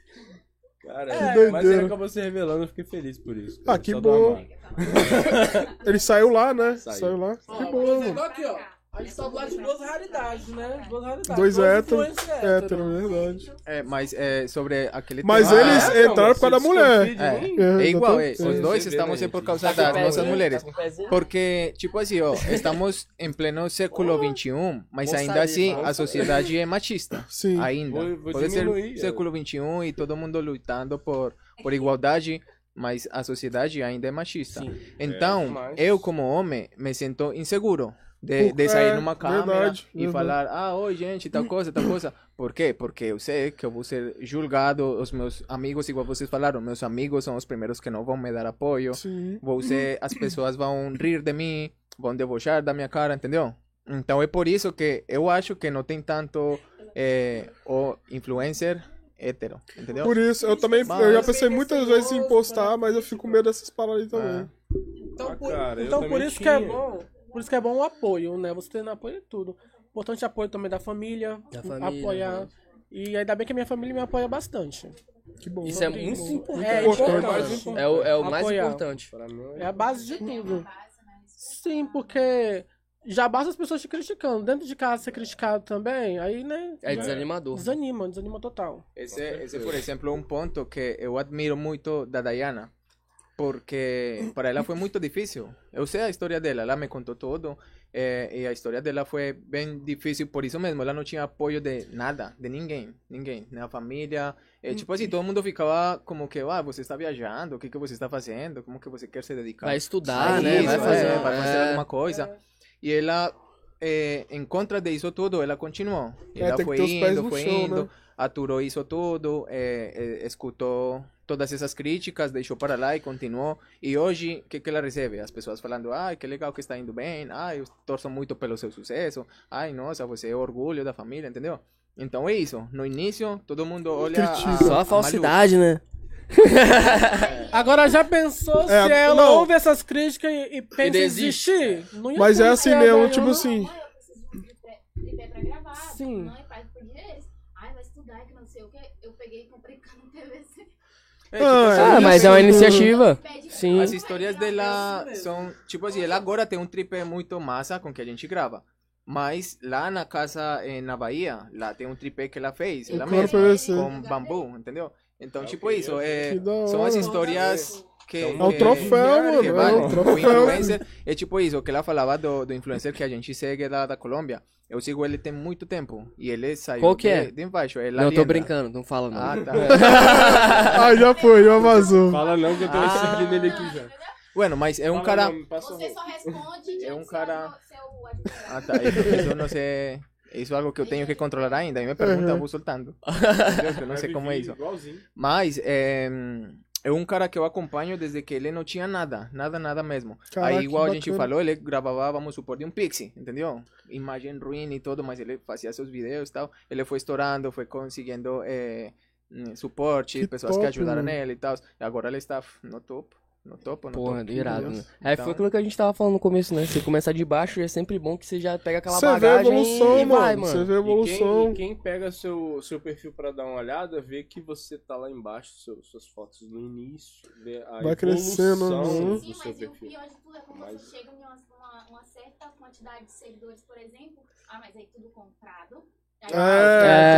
Speaker 7: Cara,
Speaker 1: Que
Speaker 7: É, mas
Speaker 1: doideira.
Speaker 7: ele acabou se revelando, eu fiquei feliz por isso.
Speaker 1: Ah,
Speaker 7: cara,
Speaker 1: que
Speaker 7: só
Speaker 1: bom.
Speaker 7: dá uma-
Speaker 1: Ele saiu lá, né?
Speaker 7: Saiu.
Speaker 1: Saiu, lá.
Speaker 4: Ó,
Speaker 1: Que bom,
Speaker 4: Igual
Speaker 1: mano.
Speaker 4: aqui, ó. A gente tá do lado de duas raridades, né? Duas raridades.
Speaker 1: Dois héteros. é,
Speaker 4: influencers
Speaker 1: Hétero, verdade.
Speaker 6: É, mas é, eh, sobre aquele
Speaker 1: Mas
Speaker 6: tema-
Speaker 1: eles
Speaker 6: Ah,
Speaker 1: entraram por causa da mulher.
Speaker 6: É,
Speaker 1: É,
Speaker 6: é igual, é.
Speaker 1: exatamente.
Speaker 6: eh, Os dois estamos aí por causa
Speaker 2: Tá com
Speaker 6: das
Speaker 4: Pues,
Speaker 2: pezinho,
Speaker 6: nossas
Speaker 2: tá
Speaker 6: mulheres.
Speaker 2: com pezinho.
Speaker 7: Ah,
Speaker 6: Porque, tipo assim, ó, estamos em pleno século XXI, mas
Speaker 2: Vou
Speaker 6: ainda
Speaker 2: sair,
Speaker 6: assim
Speaker 2: vou
Speaker 6: a
Speaker 2: sair.
Speaker 6: sociedade é machista.
Speaker 1: Sim.
Speaker 6: Ainda.
Speaker 7: Vou- vou
Speaker 6: Pode
Speaker 7: diminuir,
Speaker 6: ser
Speaker 7: é.
Speaker 6: século XXI e todo mundo lutando por, por igualdade, mas a sociedade ainda é machista.
Speaker 7: É,
Speaker 6: Então,
Speaker 7: mas-
Speaker 6: eu como homem me sinto inseguro. De,
Speaker 1: Por-
Speaker 6: de sair
Speaker 1: é,
Speaker 6: numa câmera
Speaker 1: verdade,
Speaker 6: e
Speaker 1: verdade.
Speaker 6: falar, ah, oi gente, tal coisa, tal coisa. Por quê? Porque eu sei que eu vou ser julgado, os meus amigos, igual vocês falaram, meus amigos são os primeiros que não vão me dar apoio.
Speaker 1: Sim.
Speaker 6: Vou ser, as pessoas vão rir de mim, vão debochar da minha cara, entendeu? Então é por isso que eu acho que não tem tanto eh, o influencer hétero, entendeu?
Speaker 1: Por isso, eu também
Speaker 6: Mas-
Speaker 1: eu já pensei muitas vezes em postar, mas eu fico com medo dessas paradas aí também.
Speaker 4: Então, por,
Speaker 7: cara, eu
Speaker 4: então,
Speaker 7: também
Speaker 4: por isso
Speaker 7: tinha.
Speaker 4: que é bom. Por isso que é bom o apoio, né? Você tendo apoio é tudo. Importante apoio também da família.
Speaker 2: Da família,
Speaker 4: apoiar.
Speaker 2: né?
Speaker 4: E ainda bem que a minha família me apoia bastante.
Speaker 1: Que bom.
Speaker 2: Isso é
Speaker 4: Sobre
Speaker 2: muito
Speaker 4: isso.
Speaker 2: importante.
Speaker 4: É importante.
Speaker 2: É o, é o mais
Speaker 4: Apoiar.
Speaker 2: importante.
Speaker 7: Pra mim,
Speaker 4: É a base de tudo. Sim, porque já basta as pessoas te criticando. Dentro de casa ser criticado também, aí, né?
Speaker 2: É
Speaker 4: já-
Speaker 2: desanimador.
Speaker 4: Desanima, desanima total.
Speaker 6: Ese, ese, por ejemplo, un punto que yo admiro mucho de Diana, porque para ella fue muy difícil. Yo sé la historia de ella, ella me contó todo, eh, y la historia de ella fue bien difícil, por eso mismo, ella no tenía apoyo de nada, de ninguém, ninguém, ni la familia. Eh, tipo así, todo el mundo ficaba como que, ah, você está viajando, o que que você está haciendo, como que você quer se dedicar.
Speaker 2: Vai estudar,
Speaker 6: a
Speaker 2: né?
Speaker 6: isso,
Speaker 2: Vai fazer,
Speaker 1: eh,
Speaker 6: é, vai fazer
Speaker 2: é.
Speaker 6: alguma coisa. E ela, eh, em contra de isso tudo, ela continuou.
Speaker 1: É,
Speaker 6: Ela
Speaker 1: tem que
Speaker 6: foi
Speaker 1: ter os pés
Speaker 6: indo,
Speaker 1: no
Speaker 6: foi
Speaker 1: chão,
Speaker 6: indo,
Speaker 1: né?
Speaker 6: aturou isso tudo, eh, eh, escutou todas essas críticas, deixou para lá e continuou. E hoje, o que, que ela recebe? As pessoas falando, ai, que legal que está indo bem, ai, eu torço muito pelo seu sucesso, ai, nossa, você é o orgulho da família, entendeu? Então é isso, no início todo mundo olha a-
Speaker 2: Só a
Speaker 6: Malu.
Speaker 2: falsidade, né?
Speaker 4: Agora já pensou se
Speaker 1: É,
Speaker 4: ela
Speaker 1: não.
Speaker 4: ouve essas críticas e, e pensa em
Speaker 1: desiste.
Speaker 4: desistir? Não ia um
Speaker 1: Mas é
Speaker 4: acontecer,
Speaker 1: assim
Speaker 4: velho,
Speaker 1: mesmo, tipo
Speaker 4: não-
Speaker 1: assim.
Speaker 4: Sim.
Speaker 5: Mãe, pai, por dinheiro. Ai, vai estudar que não sei o que. Eu peguei e comprei cano PVC.
Speaker 4: tipo assim,
Speaker 2: Ah, mas é uma iniciativa.
Speaker 5: Mm.
Speaker 2: Sim.
Speaker 6: As histórias dela são, tipo assim, ela agora tem um tripé muito massa com que a gente grava. Mas lá na casa eh, na Bahia, lá tem um tripé que ela fez,
Speaker 1: Eu
Speaker 6: ela
Speaker 1: quero
Speaker 6: mesma,
Speaker 1: PVC.
Speaker 6: é com bambu, entendeu? Então, tipo isso, é,
Speaker 1: Que da
Speaker 6: são as
Speaker 1: hora.
Speaker 6: histórias que...
Speaker 1: É um
Speaker 6: que-
Speaker 1: troféu, mano,
Speaker 6: que
Speaker 1: é um
Speaker 6: valem.
Speaker 1: troféu.
Speaker 6: O influencer, é tipo isso, que ela falava do, do influencer que a gente segue da, da Colômbia. Eu sigo ele tem muito tempo, e ele saiu
Speaker 2: Qual que é?
Speaker 6: de, de embaixo. é
Speaker 2: Não, eu tô
Speaker 6: Lalienda.
Speaker 2: brincando, não fala não.
Speaker 6: Ah, tá.
Speaker 1: Ah, já foi, já vazou.
Speaker 7: Fala não, que eu tô
Speaker 6: Ah.
Speaker 7: seguindo ele aqui já.
Speaker 6: Bueno, mas é um cara...
Speaker 5: Você só responde
Speaker 6: É um
Speaker 5: diante
Speaker 6: cara...
Speaker 5: se é o advogado.
Speaker 6: Ah, tá. Isso, isso não sei. Isso é algo que eu tenho que controlar ainda. E me pergunta,
Speaker 1: Uhum.
Speaker 6: eu vou soltando. Entendeu? Que Eu não
Speaker 1: Vai
Speaker 6: sei como é
Speaker 1: viver
Speaker 6: isso.
Speaker 1: igualzinho.
Speaker 6: Mas é, é um cara que eu acompanho desde que ele não tinha nada. Nada, nada mesmo.
Speaker 1: Caraca,
Speaker 6: Aí, igual
Speaker 1: que
Speaker 6: a gente
Speaker 1: bacana.
Speaker 6: falou, ele gravava, vamos supor, de um pixie, entendeu? Imagem ruim e tudo, mas ele fazia seus vídeos e tal. Ele foi estourando, foi conseguindo é, hum, suporte,
Speaker 2: Que
Speaker 6: pessoas
Speaker 2: top,
Speaker 6: que ajudaram
Speaker 2: mano.
Speaker 6: ele e tal. E agora ele está no topo. No topo, no
Speaker 2: Porra,
Speaker 6: topo.
Speaker 2: irado, né?
Speaker 6: Entendeu?
Speaker 2: É, foi
Speaker 6: Então-
Speaker 2: aquilo que a gente tava falando no começo, né? Você começar de baixo e é sempre bom que você já pega aquela
Speaker 1: Você vê a
Speaker 2: bagagem
Speaker 1: evolução,
Speaker 2: e vai,
Speaker 1: mano.
Speaker 2: mano.
Speaker 1: Você vê a
Speaker 7: E quem, e quem pega seu, seu perfil pra dar uma olhada, vê que você tá lá embaixo, seu- suas fotos no início, vê a
Speaker 1: Vai crescendo,
Speaker 7: evolução
Speaker 1: né?
Speaker 7: do
Speaker 5: Sim,
Speaker 7: seu
Speaker 5: mas e o
Speaker 7: perfil.
Speaker 5: pior de tudo é quando
Speaker 7: Mas-
Speaker 5: você chega em uma, uma- uma certa quantidade de seguidores, por exemplo. Ah, mas aí tudo comprado. Aí
Speaker 1: É,
Speaker 5: fala,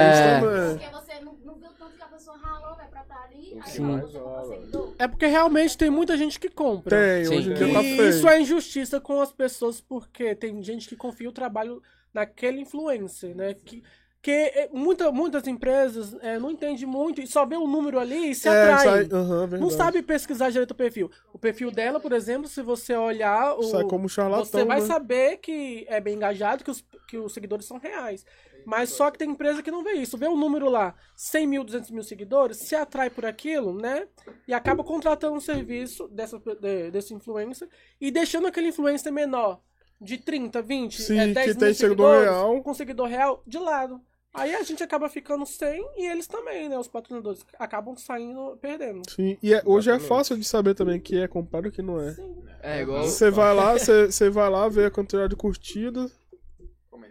Speaker 1: tem isso
Speaker 5: Porque você não, não viu tanto que a pessoa ralou, vai pra estar ali. Aí
Speaker 1: Sim.
Speaker 5: fala, você comprou seguidor.
Speaker 4: É porque realmente tem muita gente que compra.
Speaker 1: Tem, hoje em
Speaker 4: E
Speaker 1: dia tá feio.
Speaker 4: isso é injustiça com as pessoas, porque tem gente que confia o trabalho naquele influencer, né? Que, que é, muita, muitas empresas é, não entendem muito e só vê o número ali e se
Speaker 1: É,
Speaker 4: atrai.
Speaker 1: sai- aham,
Speaker 4: não
Speaker 1: verdade.
Speaker 4: sabe pesquisar direito o perfil. O perfil dela, por exemplo, se você olhar. O,
Speaker 1: Sai como charlatão,
Speaker 4: Você vai
Speaker 1: né?
Speaker 4: saber que é bem engajado, que os, que os seguidores são reais. Mas só que tem empresa que não vê isso. Vê o número lá, 100 mil, 200 mil seguidores, se atrai por aquilo, né? E acaba contratando um serviço dessa, de- desse influencer e deixando aquele influencer menor, de 30, 20,
Speaker 1: Sim,
Speaker 4: é 10
Speaker 1: que
Speaker 4: mil
Speaker 1: tem seguidor
Speaker 4: seguidores,
Speaker 1: real.
Speaker 4: com seguidor real, de lado. Aí a gente acaba ficando sem e eles também, né? Os patrocinadores acabam saindo perdendo.
Speaker 1: Sim, e é- hoje é fácil de saber também que é comprado e que não é.
Speaker 2: É igual-
Speaker 1: Você vai lá, você você vai lá ver a quantidade de curtida.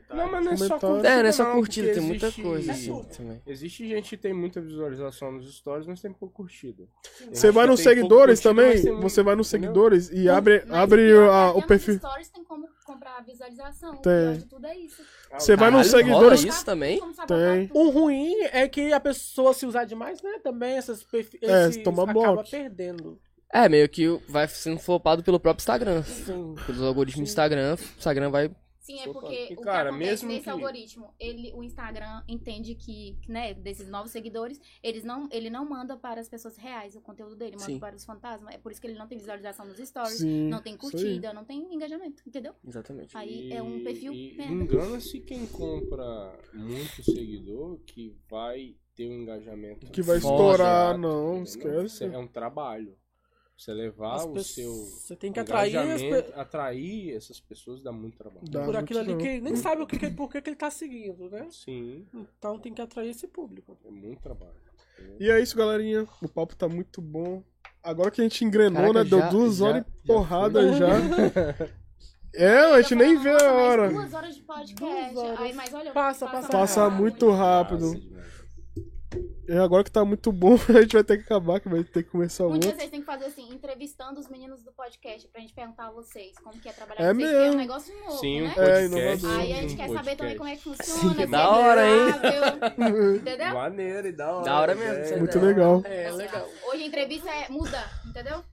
Speaker 7: Não, mas não é só
Speaker 1: Comentário.
Speaker 7: curtida.
Speaker 2: né?
Speaker 1: É, não é só
Speaker 7: não,
Speaker 1: curtida,
Speaker 7: porque
Speaker 1: tem muita
Speaker 7: existe-
Speaker 1: coisa, assim, também.
Speaker 7: Existe gente que tem muita visualização nos stories, mas tem pouco curtida. Tem
Speaker 1: Você
Speaker 7: gente
Speaker 1: vai
Speaker 7: que
Speaker 1: nos
Speaker 7: tem pouco
Speaker 1: seguidores
Speaker 7: curtida,
Speaker 1: também?
Speaker 7: mas tem muito-
Speaker 1: Você vai nos seguidores e abre,
Speaker 5: Mas
Speaker 1: abre
Speaker 5: pior que
Speaker 1: a-
Speaker 5: até
Speaker 1: o
Speaker 5: nos
Speaker 1: perfil.
Speaker 5: stories tem como comprar visualização.
Speaker 1: Tem.
Speaker 5: O pior de tudo é isso.
Speaker 1: Você vai nos
Speaker 4: Caralho, rola
Speaker 1: seguidores.
Speaker 4: isso
Speaker 2: também?
Speaker 1: Tem.
Speaker 4: O ruim é que a pessoa se usar demais, né? Também essas perfis
Speaker 2: É,
Speaker 4: esses
Speaker 2: toma
Speaker 4: acaba
Speaker 2: bloco.
Speaker 4: perdendo.
Speaker 2: É, meio que vai sendo flopado pelo próprio Instagram.
Speaker 4: Sim.
Speaker 2: Pelos algoritmos do Instagram, o Instagram vai.
Speaker 5: Sim, é porque
Speaker 2: E,
Speaker 5: o
Speaker 2: cara,
Speaker 5: que acontece
Speaker 2: mesmo
Speaker 5: nesse
Speaker 2: que-
Speaker 5: algoritmo, ele, o Instagram entende que, né, desses novos seguidores, eles não, ele não manda para as pessoas reais o conteúdo dele, manda
Speaker 2: Sim.
Speaker 5: para os fantasmas. É por isso que ele não tem visualização nos stories,
Speaker 7: Sim,
Speaker 5: não tem
Speaker 7: isso aí.
Speaker 5: curtida, não tem engajamento, entendeu?
Speaker 2: Exatamente.
Speaker 5: Aí é um perfil
Speaker 7: E
Speaker 5: merda.
Speaker 7: engana-se quem compra muito seguidor que vai ter um engajamento.
Speaker 1: Que vai
Speaker 7: foda,
Speaker 1: estourar,
Speaker 7: entendeu?
Speaker 1: não, esquece.
Speaker 7: É um trabalho. Você levar
Speaker 4: As
Speaker 7: Ah, o
Speaker 4: pessoas-
Speaker 7: seu.
Speaker 4: você tem que atrair as
Speaker 7: engajamento,
Speaker 4: pe-
Speaker 7: atrair essas pessoas dá muito trabalho.
Speaker 4: por aquilo ali que nem sabe o que, que, por que, que ele tá seguindo, né?
Speaker 7: Sim.
Speaker 4: Então tem que atrair esse público.
Speaker 7: É muito trabalho.
Speaker 1: E é isso, galerinha. O papo tá muito bom. Agora que a gente engrenou,
Speaker 7: Caraca,
Speaker 1: né? Deu
Speaker 7: já-
Speaker 1: duas
Speaker 7: já-
Speaker 1: horas
Speaker 7: já
Speaker 1: e porrada
Speaker 7: foi.
Speaker 1: já. É, a gente
Speaker 5: Então,
Speaker 1: nem vê a hora.
Speaker 5: Duas horas de podcast. Aí, mas olha,
Speaker 4: Passa,
Speaker 1: Passa muito rápido. É, agora que tá muito bom, a gente vai ter que acabar, que vai ter que começar
Speaker 5: Um
Speaker 1: outro.
Speaker 5: dia vocês têm que fazer assim, entrevistando os meninos do podcast pra gente perguntar a vocês como que é trabalhar
Speaker 1: É
Speaker 5: com vocês, que é um
Speaker 1: mesmo.
Speaker 5: negócio novo,
Speaker 1: Sim, um
Speaker 5: né?
Speaker 1: podcast, É, inovador.
Speaker 5: Aí a gente
Speaker 1: um
Speaker 5: quer saber
Speaker 1: podcast.
Speaker 5: também como é que
Speaker 2: Sim,
Speaker 5: funciona,
Speaker 2: que
Speaker 5: se
Speaker 2: da
Speaker 5: é
Speaker 2: hora, hein?
Speaker 5: viável, entendeu?
Speaker 7: Maneiro e da hora.
Speaker 2: Da hora mesmo,
Speaker 1: Muito legal.
Speaker 5: É, legal. Hoje a entrevista é muda, entendeu?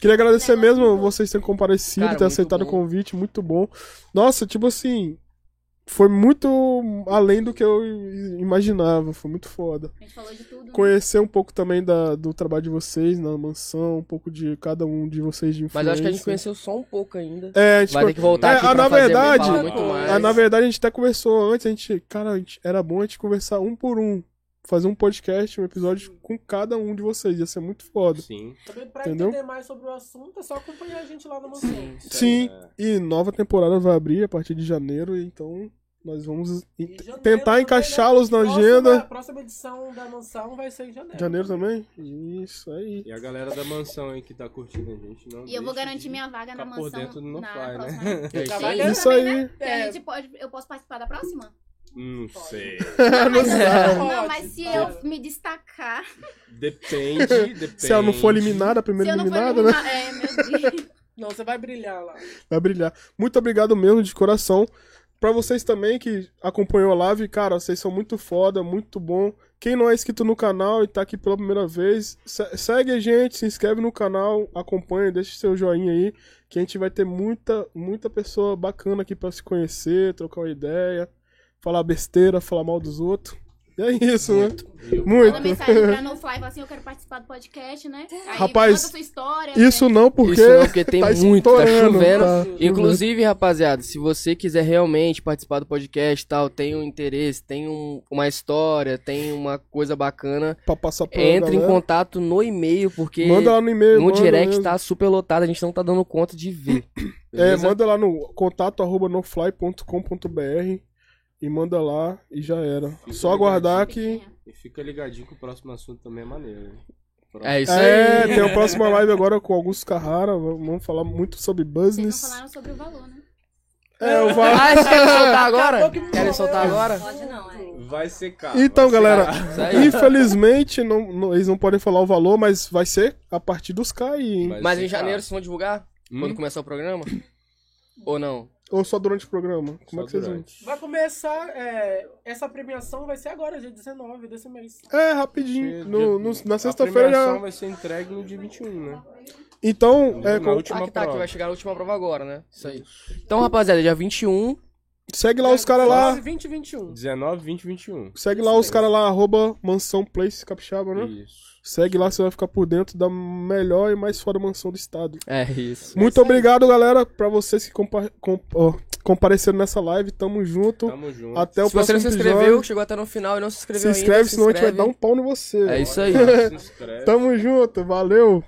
Speaker 1: Queria agradecer mesmo vocês terem comparecido,
Speaker 5: Cara,
Speaker 1: ter
Speaker 5: muito
Speaker 1: aceitado o
Speaker 5: bom.
Speaker 1: convite, muito bom. Nossa, tipo assim, foi muito além do que eu imaginava, foi muito foda.
Speaker 5: A gente falou de tudo. né?
Speaker 1: Conhecer um pouco também da- do trabalho de vocês na mansão, um pouco de cada um de vocês de
Speaker 2: Mas acho que a gente
Speaker 1: influencer.
Speaker 2: conheceu só um pouco ainda.
Speaker 1: É, a gente
Speaker 2: Vai
Speaker 1: foi-
Speaker 2: ter que voltar
Speaker 1: é,
Speaker 2: aqui
Speaker 1: ah,
Speaker 2: pra
Speaker 1: na
Speaker 2: fazer
Speaker 1: verdade,
Speaker 2: falar muito mais.
Speaker 1: ah, na verdade a gente até conversou antes, a gente, cara, a gente- era bom a gente conversar um por um, fazer um podcast, um episódio com cada um de vocês, ia ser muito foda.
Speaker 7: Sim.
Speaker 4: Também pra
Speaker 1: Entendeu?
Speaker 4: entender mais sobre o assunto, é só acompanhar a gente lá no museu.
Speaker 1: Sim, e nova temporada vai abrir a partir de janeiro, então Nós vamos en-
Speaker 4: Janeiro
Speaker 1: tentar
Speaker 4: também,
Speaker 1: encaixá-los na
Speaker 4: né?
Speaker 1: agenda.
Speaker 4: Próxima- A próxima edição da mansão vai ser em janeiro.
Speaker 1: Janeiro também? Isso aí.
Speaker 7: E a galera da mansão aí que tá curtindo a gente. Não
Speaker 5: E eu vou
Speaker 7: deixa
Speaker 5: garantir
Speaker 7: de
Speaker 5: minha vaga na
Speaker 7: ficar
Speaker 5: mansão
Speaker 7: Por dentro do
Speaker 5: na
Speaker 7: Nofly,
Speaker 5: próxima.
Speaker 7: né?
Speaker 5: Tem
Speaker 7: Isso
Speaker 5: vaga
Speaker 7: aí.
Speaker 1: Isso
Speaker 5: também,
Speaker 1: aí.
Speaker 5: Né? Que a gente pode, eu posso participar da próxima?
Speaker 7: Não sei.
Speaker 1: Não
Speaker 5: mas,
Speaker 1: sabe.
Speaker 5: não, mas se eu me destacar.
Speaker 7: Depende, depende.
Speaker 1: Se ela não for eliminada, a primeira
Speaker 5: se eu não for
Speaker 1: eliminada,
Speaker 5: eliminada-
Speaker 1: né?
Speaker 5: É, meu Deus.
Speaker 4: Não, você vai brilhar lá.
Speaker 1: Vai brilhar. Muito obrigado mesmo, de coração. Pra vocês também que acompanhou a live, cara, vocês são muito foda, muito bom. Quem não é inscrito no canal e tá aqui pela primeira vez, se- segue a gente, se inscreve no canal, acompanha, deixa seu joinha aí, que a gente vai ter muita, muita pessoa bacana aqui pra se conhecer, trocar uma ideia, falar besteira, falar mal dos outros. E é isso, né?
Speaker 5: Manda mensagem pra NoFly e fala assim: eu quero participar do podcast, né? Aí
Speaker 1: Rapaz,
Speaker 5: conta a sua história.
Speaker 1: isso não, porque
Speaker 2: Isso não, porque tem
Speaker 1: tá
Speaker 2: muito, tá
Speaker 1: estourando,
Speaker 2: chovendo.
Speaker 1: tá
Speaker 2: Inclusive, rapaziada, se você quiser realmente participar do podcast e tal, tem um interesse, tem um- uma história, tem uma coisa bacana,
Speaker 1: Pra passar pra
Speaker 2: entre em
Speaker 1: galera.
Speaker 2: contato no e-mail, porque
Speaker 1: Manda lá no e-mail,
Speaker 2: no
Speaker 1: manda
Speaker 2: direct
Speaker 1: mesmo.
Speaker 2: tá super lotado, a gente não tá dando conta de ver.
Speaker 1: É,
Speaker 2: beleza?
Speaker 1: manda lá no contato arroba nofly.com.br e manda lá e já era. Só
Speaker 5: né?
Speaker 1: aguardar que.
Speaker 7: E fica ligadinho que o próximo assunto também é maneiro. hein?
Speaker 2: É isso
Speaker 1: É,
Speaker 2: aí.
Speaker 1: tem a próxima live agora com o Augusto Carrara. Vamos falar muito sobre business.
Speaker 5: Falaram sobre o valor, né?
Speaker 1: É, o valor.
Speaker 2: Ah, vocês querem soltar
Speaker 1: Acabou
Speaker 2: agora?
Speaker 1: que
Speaker 2: Querem soltar agora?
Speaker 5: Pode não, é.
Speaker 16: Vai secar.
Speaker 1: Então,
Speaker 16: vai
Speaker 1: galera,
Speaker 16: secar.
Speaker 1: infelizmente não, não- eles não podem falar o valor, mas vai ser a partir dos CAI, hein?
Speaker 2: Mas em janeiro vocês vão divulgar? Quando começar o programa? Ou não?
Speaker 1: Ou só durante o programa? Como
Speaker 2: Só
Speaker 1: é que vocês vão?
Speaker 4: Vai começar. é, essa premiação vai ser agora, dia 19 desse mês.
Speaker 1: É, rapidinho. No- no- na
Speaker 7: A
Speaker 1: sexta-feira
Speaker 7: premiação
Speaker 1: já.
Speaker 7: vai ser entregue no dia 21, né?
Speaker 1: Então, é.
Speaker 7: Na
Speaker 1: com-
Speaker 7: última
Speaker 2: Ah, que tá, que
Speaker 7: prova.
Speaker 2: vai chegar a última prova agora, né? Isso aí. Então, rapaziada, dia 21.
Speaker 1: Segue lá Tá
Speaker 2: É,
Speaker 1: os caras lá.
Speaker 4: 20 e 21.
Speaker 7: 19, 20, 21.
Speaker 1: Segue lá os caras lá, arroba mansão place capixaba, né?
Speaker 7: Isso.
Speaker 1: Segue lá, você vai ficar por dentro da melhor e mais foda mansão do estado.
Speaker 2: É isso.
Speaker 1: Muito obrigado, galera, pra vocês que compa com- ó, compareceram nessa live. Tamo junto.
Speaker 7: Tamo junto.
Speaker 1: Até o Então,
Speaker 2: se você
Speaker 1: próximo
Speaker 2: não se inscreveu,
Speaker 1: episódio.
Speaker 2: chegou até no final e não se inscreveu
Speaker 1: Se
Speaker 2: ainda,
Speaker 1: inscreve, senão a gente vai
Speaker 2: inscreve.
Speaker 1: dar um pau em você.
Speaker 2: É isso aí. Se inscreve.
Speaker 1: Tamo junto, valeu.